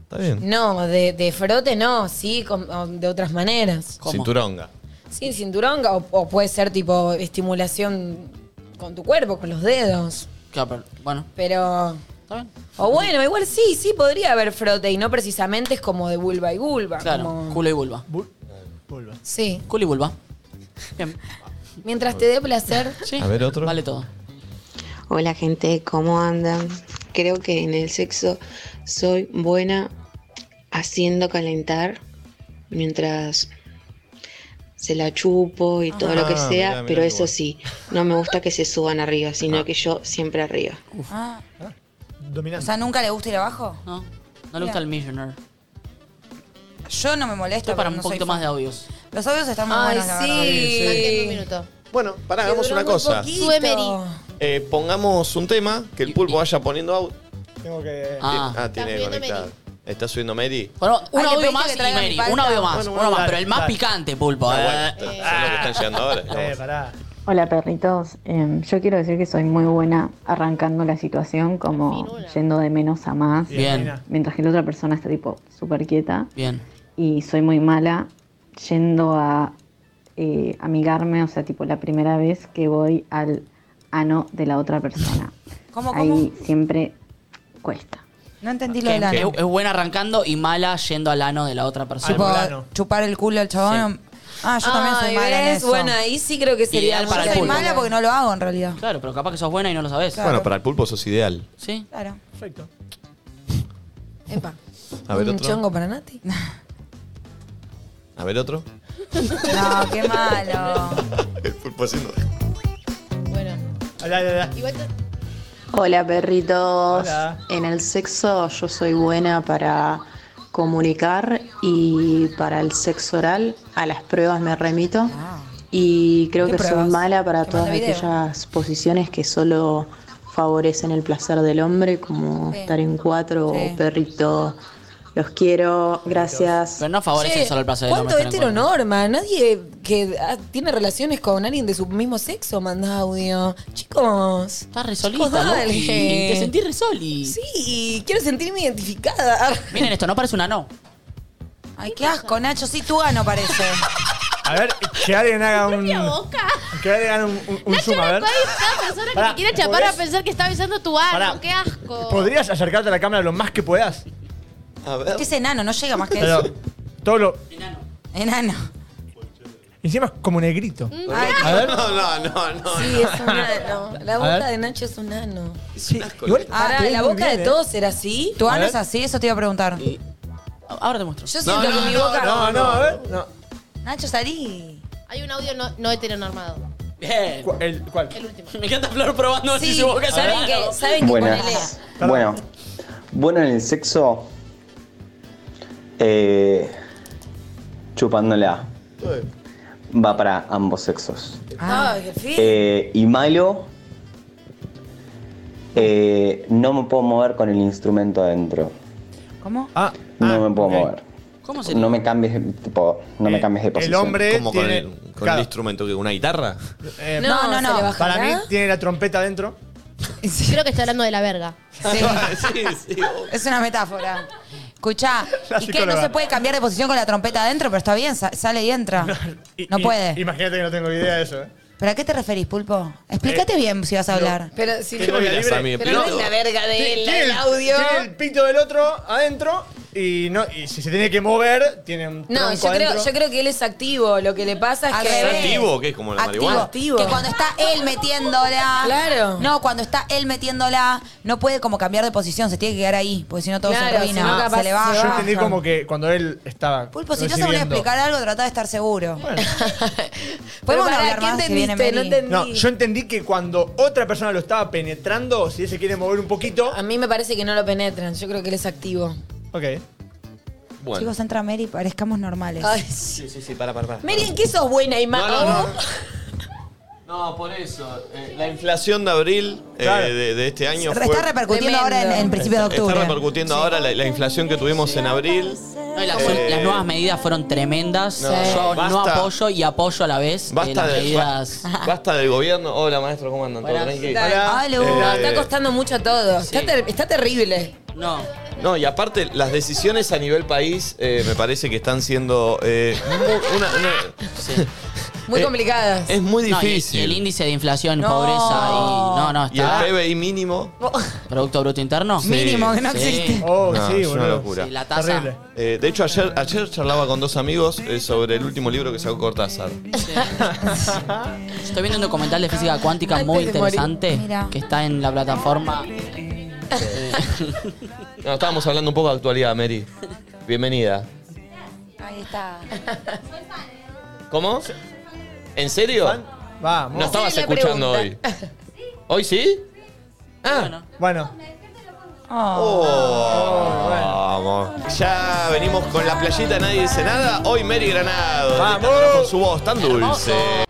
S1: Está bien.
S5: No, de, de frote no, sí, como de otras maneras.
S1: Cinturonga.
S5: Sí, cinturón o, o puede ser tipo estimulación con tu cuerpo, con los dedos.
S3: Claro, pero, bueno.
S5: Pero. O bueno, igual sí, sí podría haber frote y no precisamente es como de vulva y vulva.
S3: Claro,
S5: como-
S3: culo y vulva.
S5: Sí.
S3: Culo y vulva.
S5: Mientras te dé placer.
S3: A ver, otro. Vale todo.
S23: Hola gente, ¿cómo andan? Creo que en el sexo soy buena haciendo calentar mientras se la chupo y todo
S15: Ah,
S23: lo que sea,
S15: mirá, mirá
S23: pero
S15: qué
S23: eso
S15: bueno. Ah.
S23: sí, no me gusta que se suban arriba, sino que yo siempre arriba.
S2: Ah. O sea, ¿nunca le gusta ir abajo?
S3: No. No le gusta el millionaire.
S2: Yo no me molesto.
S3: Esto para
S2: pero
S3: un
S2: no soy
S3: poquito más
S2: fan.
S3: de audios.
S2: Los audios están muy
S5: Ay,
S2: buenos, la verdad.
S5: sí.
S2: Mantengo
S5: un
S4: minuto.
S1: Bueno, pará, hagamos
S5: Que duró
S1: una
S5: muy
S1: cosa.
S5: poquito.
S4: Sube, Meri.
S1: Eh, pongamos un tema que el pulpo vaya poniendo out.
S6: Tengo que.
S1: Ah, tiene
S6: subiendo
S1: conectado.
S6: Meri.
S1: ¿Está subiendo Meri?
S3: Bueno, un
S6: Ay, le
S3: audio
S6: pediste
S3: más
S6: que
S3: y
S6: traigan mi
S3: Mary.
S6: palta.
S3: Un audio más.
S6: Bueno, bueno,
S3: uno más,
S6: dale,
S3: pero el más
S6: dale.
S3: picante, pulpo.
S1: Ah,
S3: eh.
S1: bueno, son los que están llegando ahora.
S6: Eh, pará.
S15: Hola perritos, Em, yo quiero decir que soy muy buena arrancando la situación, como yendo de menos a más,
S3: Bien. Bien.
S15: mientras que la otra persona está tipo súper quieta
S3: Bien.
S15: y soy muy mala yendo a eh, amigarme, o sea, tipo la primera vez que voy al ano de la otra persona.
S2: ¿Cómo, cómo?
S15: Ahí siempre cuesta.
S2: No entendí lo
S3: Que-
S2: del
S3: que
S2: ano.
S3: es, es buena arrancando y mala yendo al ano de la otra persona.
S2: Tipo, chupar el culo al chabón. Ah, yo también soy
S5: Ay,
S2: mala en
S5: ¿ves?
S2: eso.
S5: Bueno, ahí sí creo que sería
S3: Ideal para
S5: muy-
S3: el
S2: soy
S3: pulpo.
S2: mala porque no lo hago en realidad.
S3: Claro, pero capaz que sos buena y no lo sabés.
S1: Bueno, para el pulpo sos ideal.
S3: Sí.
S2: Claro.
S6: Perfecto.
S5: Epa.
S1: A ver
S5: ¿Un
S1: otro.
S5: chongo para Nati?
S1: A ver otro.
S2: No, qué malo.
S1: El pulpo haciendo.
S4: Igual te-
S15: Hola perritos.
S4: Hola.
S15: En el sexo yo soy buena para comunicar y para el sexo oral a las pruebas me remito. Y creo
S5: ¿Qué
S15: que soy
S5: pruebas?
S15: mala para
S5: ¿Te
S15: todas
S5: manda video?
S15: aquellas posiciones que solo favorecen el placer del hombre, como
S2: Sí.
S15: estar en cuatro
S2: Sí.
S15: o perrito. Los quiero, gracias.
S3: Pero no favorece
S5: Che,
S3: solo el placer del
S5: ¿Cuánto
S3: hombre. estar en cuatro.
S5: heteronorma? Nadie que ah, tiene relaciones con alguien de su mismo sexo manda audio. Chicos.
S3: Estás resolita, Luqui. Te sentí resoli.
S5: Sí, quiero sentirme identificada.
S3: Miren esto, no parece una no.
S2: Ay, qué asco, Nacho. Sí, tu ano parece.
S6: A ver, que alguien haga un.
S4: boca.
S6: Que alguien haga un, un, un zoom, a ver.
S4: Ay, cada persona que
S6: Pará,
S4: te quiere chapar a
S6: ¿podés?
S4: pensar que está besando tu ano.
S6: Pará.
S4: Qué asco.
S6: ¿Podrías acercarte a la cámara lo más que puedas?
S1: A
S2: Es que es enano, no llega más que
S6: Pero,
S2: eso.
S6: todo lo.
S2: Enano.
S6: Encima es como negrito.
S5: Ay,
S6: a ver.
S1: Ah, No, no, no, no.
S5: Sí, es un ano. La
S6: A
S5: boca
S6: ver.
S5: de Nacho es un ano.
S6: Sí, igual-
S5: Ahora,
S6: Ah,
S5: la
S6: muy
S5: boca
S6: bien,
S5: de
S6: ¿eh?
S5: todos era así.
S2: ¿Tu
S6: A
S2: ano
S6: ver.
S2: es así? Eso te iba a preguntar.
S3: Ahora te muestro.
S5: Yo
S6: No,
S5: siento
S6: no,
S5: que mi
S6: no,
S5: boca.
S6: no, no, a ver. No.
S2: Nacho, salí.
S4: Hay un audio no, no heteronormado.
S3: Bien.
S6: ¿Cu- el- ¿Cuál?
S4: El último.
S3: Me encanta Flor probando así su boca.
S5: ¿saben
S3: que
S5: que, ¿saben que
S10: Buenas.
S5: ponele-
S10: Bueno, bueno en el sexo, eh, chupándola. Va para ambos sexos.
S5: Ay, qué fin.
S10: Eh, y malo, eh, no me puedo mover con el instrumento adentro.
S2: ¿Cómo?
S6: Ah,
S10: No me puedo mover.
S3: ¿Cómo
S10: No me cambies de, tipo, no me cambies de posición.
S6: Eh, hombre
S1: ¿Cómo con
S6: tiene-
S1: el- con, el,
S6: claro.
S1: instrumento que una guitarra?
S6: Eh,
S4: No, no, no. ¿se le bajará?
S6: Para mí tiene la trompeta dentro.
S4: Creo que está hablando de la verga.
S2: Es una metáfora. Escuchá, ¿y qué?
S6: psicóloga.
S2: ¿No se puede cambiar de posición con la trompeta adentro? Pero está bien, sa- sale y entra. No
S6: Y-
S2: puede.
S6: Imagínate que no tengo idea de eso. ¿eh?
S2: ¿Pero a qué te referís, Pulpo? Explícate bien si vas a hablar.
S5: Pero si
S6: Tengo vida libre.
S5: pero no es la verga de él,
S6: Tiene
S5: el audio.
S6: tiene el pito del otro adentro y, no, y si se tiene que mover, tiene un
S5: No,
S6: tronco
S5: yo creo,
S6: adentro.
S5: yo creo que él es activo. Lo que le
S3: Ah,
S5: pasa es
S2: Al
S5: que.
S2: revés.
S1: ¿Activo o qué? ¿Como la
S2: Activo.
S1: marihuana?
S2: Que cuando está él metiéndola.
S5: Claro.
S2: No, cuando está él metiéndola, no puede como cambiar de posición, se tiene que quedar ahí, porque si no todo se
S5: Claro,
S2: arruina.
S5: si no, capaz
S2: se le va.
S5: se
S6: Yo entendí como que cuando él estaba.
S2: Pulpo, si te vas a poner a
S6: recibiendo-
S2: explicar algo, trata de estar seguro.
S5: Pero
S2: Podemos
S5: pará,
S2: hablar
S5: ¿qué
S2: más si viene
S5: entendiste? No
S2: Meli.
S5: entendí.
S6: No, yo entendí que cuando otra persona lo estaba penetrando, si él se quiere mover un poquito.
S5: A mí me parece que no lo penetran. Yo creo que él es activo.
S6: Ok.
S2: Chicos, entra Mary, parezcamos normales.
S5: Ay,
S1: Sí, sí, sí, para, para, para.
S5: Mary, ¿en qué sos buena y mala?
S11: No, por eso.
S21: eh,
S1: La inflación de abril eh, de, de este año
S2: Está
S1: fue-
S2: repercutiendo ahora en, en principio de octubre.
S1: Está repercutiendo ahora la, la inflación que tuvimos en abril.
S3: No, y las,
S1: Eh,
S3: las nuevas medidas fueron tremendas.
S1: No,
S3: Yo no
S1: basta.
S3: apoyo y apoyo a la vez eh,
S1: Basta,
S3: las
S1: de, ba-
S3: medidas.
S1: basta del gobierno. Hola, maestro, ¿cómo andan? ¿Todo
S3: Hola.
S1: tranqui?
S5: Hola. No,
S1: Eh,
S5: está costando mucho a todos. Está, ter- está terrible.
S3: No.
S1: No, y aparte, las decisiones a nivel país eh, me parece que están siendo. eh, mu- una- una-
S5: Muy
S1: Eh,
S5: complicadas.
S1: es muy
S3: No, y-
S1: difícil.
S3: y el índice de inflación,
S5: No.
S3: pobreza y. No, no,
S1: y el
S6: Ah.
S3: está.
S1: PBI mínimo.
S3: Producto Bruto Interno.
S1: Sí. Mínimo, que no existe.
S6: Oh,
S1: No,
S6: sí,
S1: es una
S6: boludo.
S1: locura.
S3: Sí, la tasa.
S1: Eh, de hecho, ayer, ayer charlaba con dos amigos eh, sobre el último libro que sacó Cortázar.
S3: Estoy viendo un documental de física cuántica
S5: Antes
S3: muy
S5: de morir.
S3: interesante
S5: Mira.
S3: que está en la plataforma.
S1: No, estábamos hablando un poco de actualidad, Mary. Bienvenida.
S5: Ahí está.
S1: ¿Cómo? ¿En serio?
S6: Vamos.
S1: No estabas escuchando hoy. ¿Hoy sí?
S6: Ah, bueno.
S5: Oh.
S6: Oh.
S1: Vamos. Ya venimos con la playita, nadie dice nada. Hoy Mary Granado. Vamos. Con su voz tan dulce.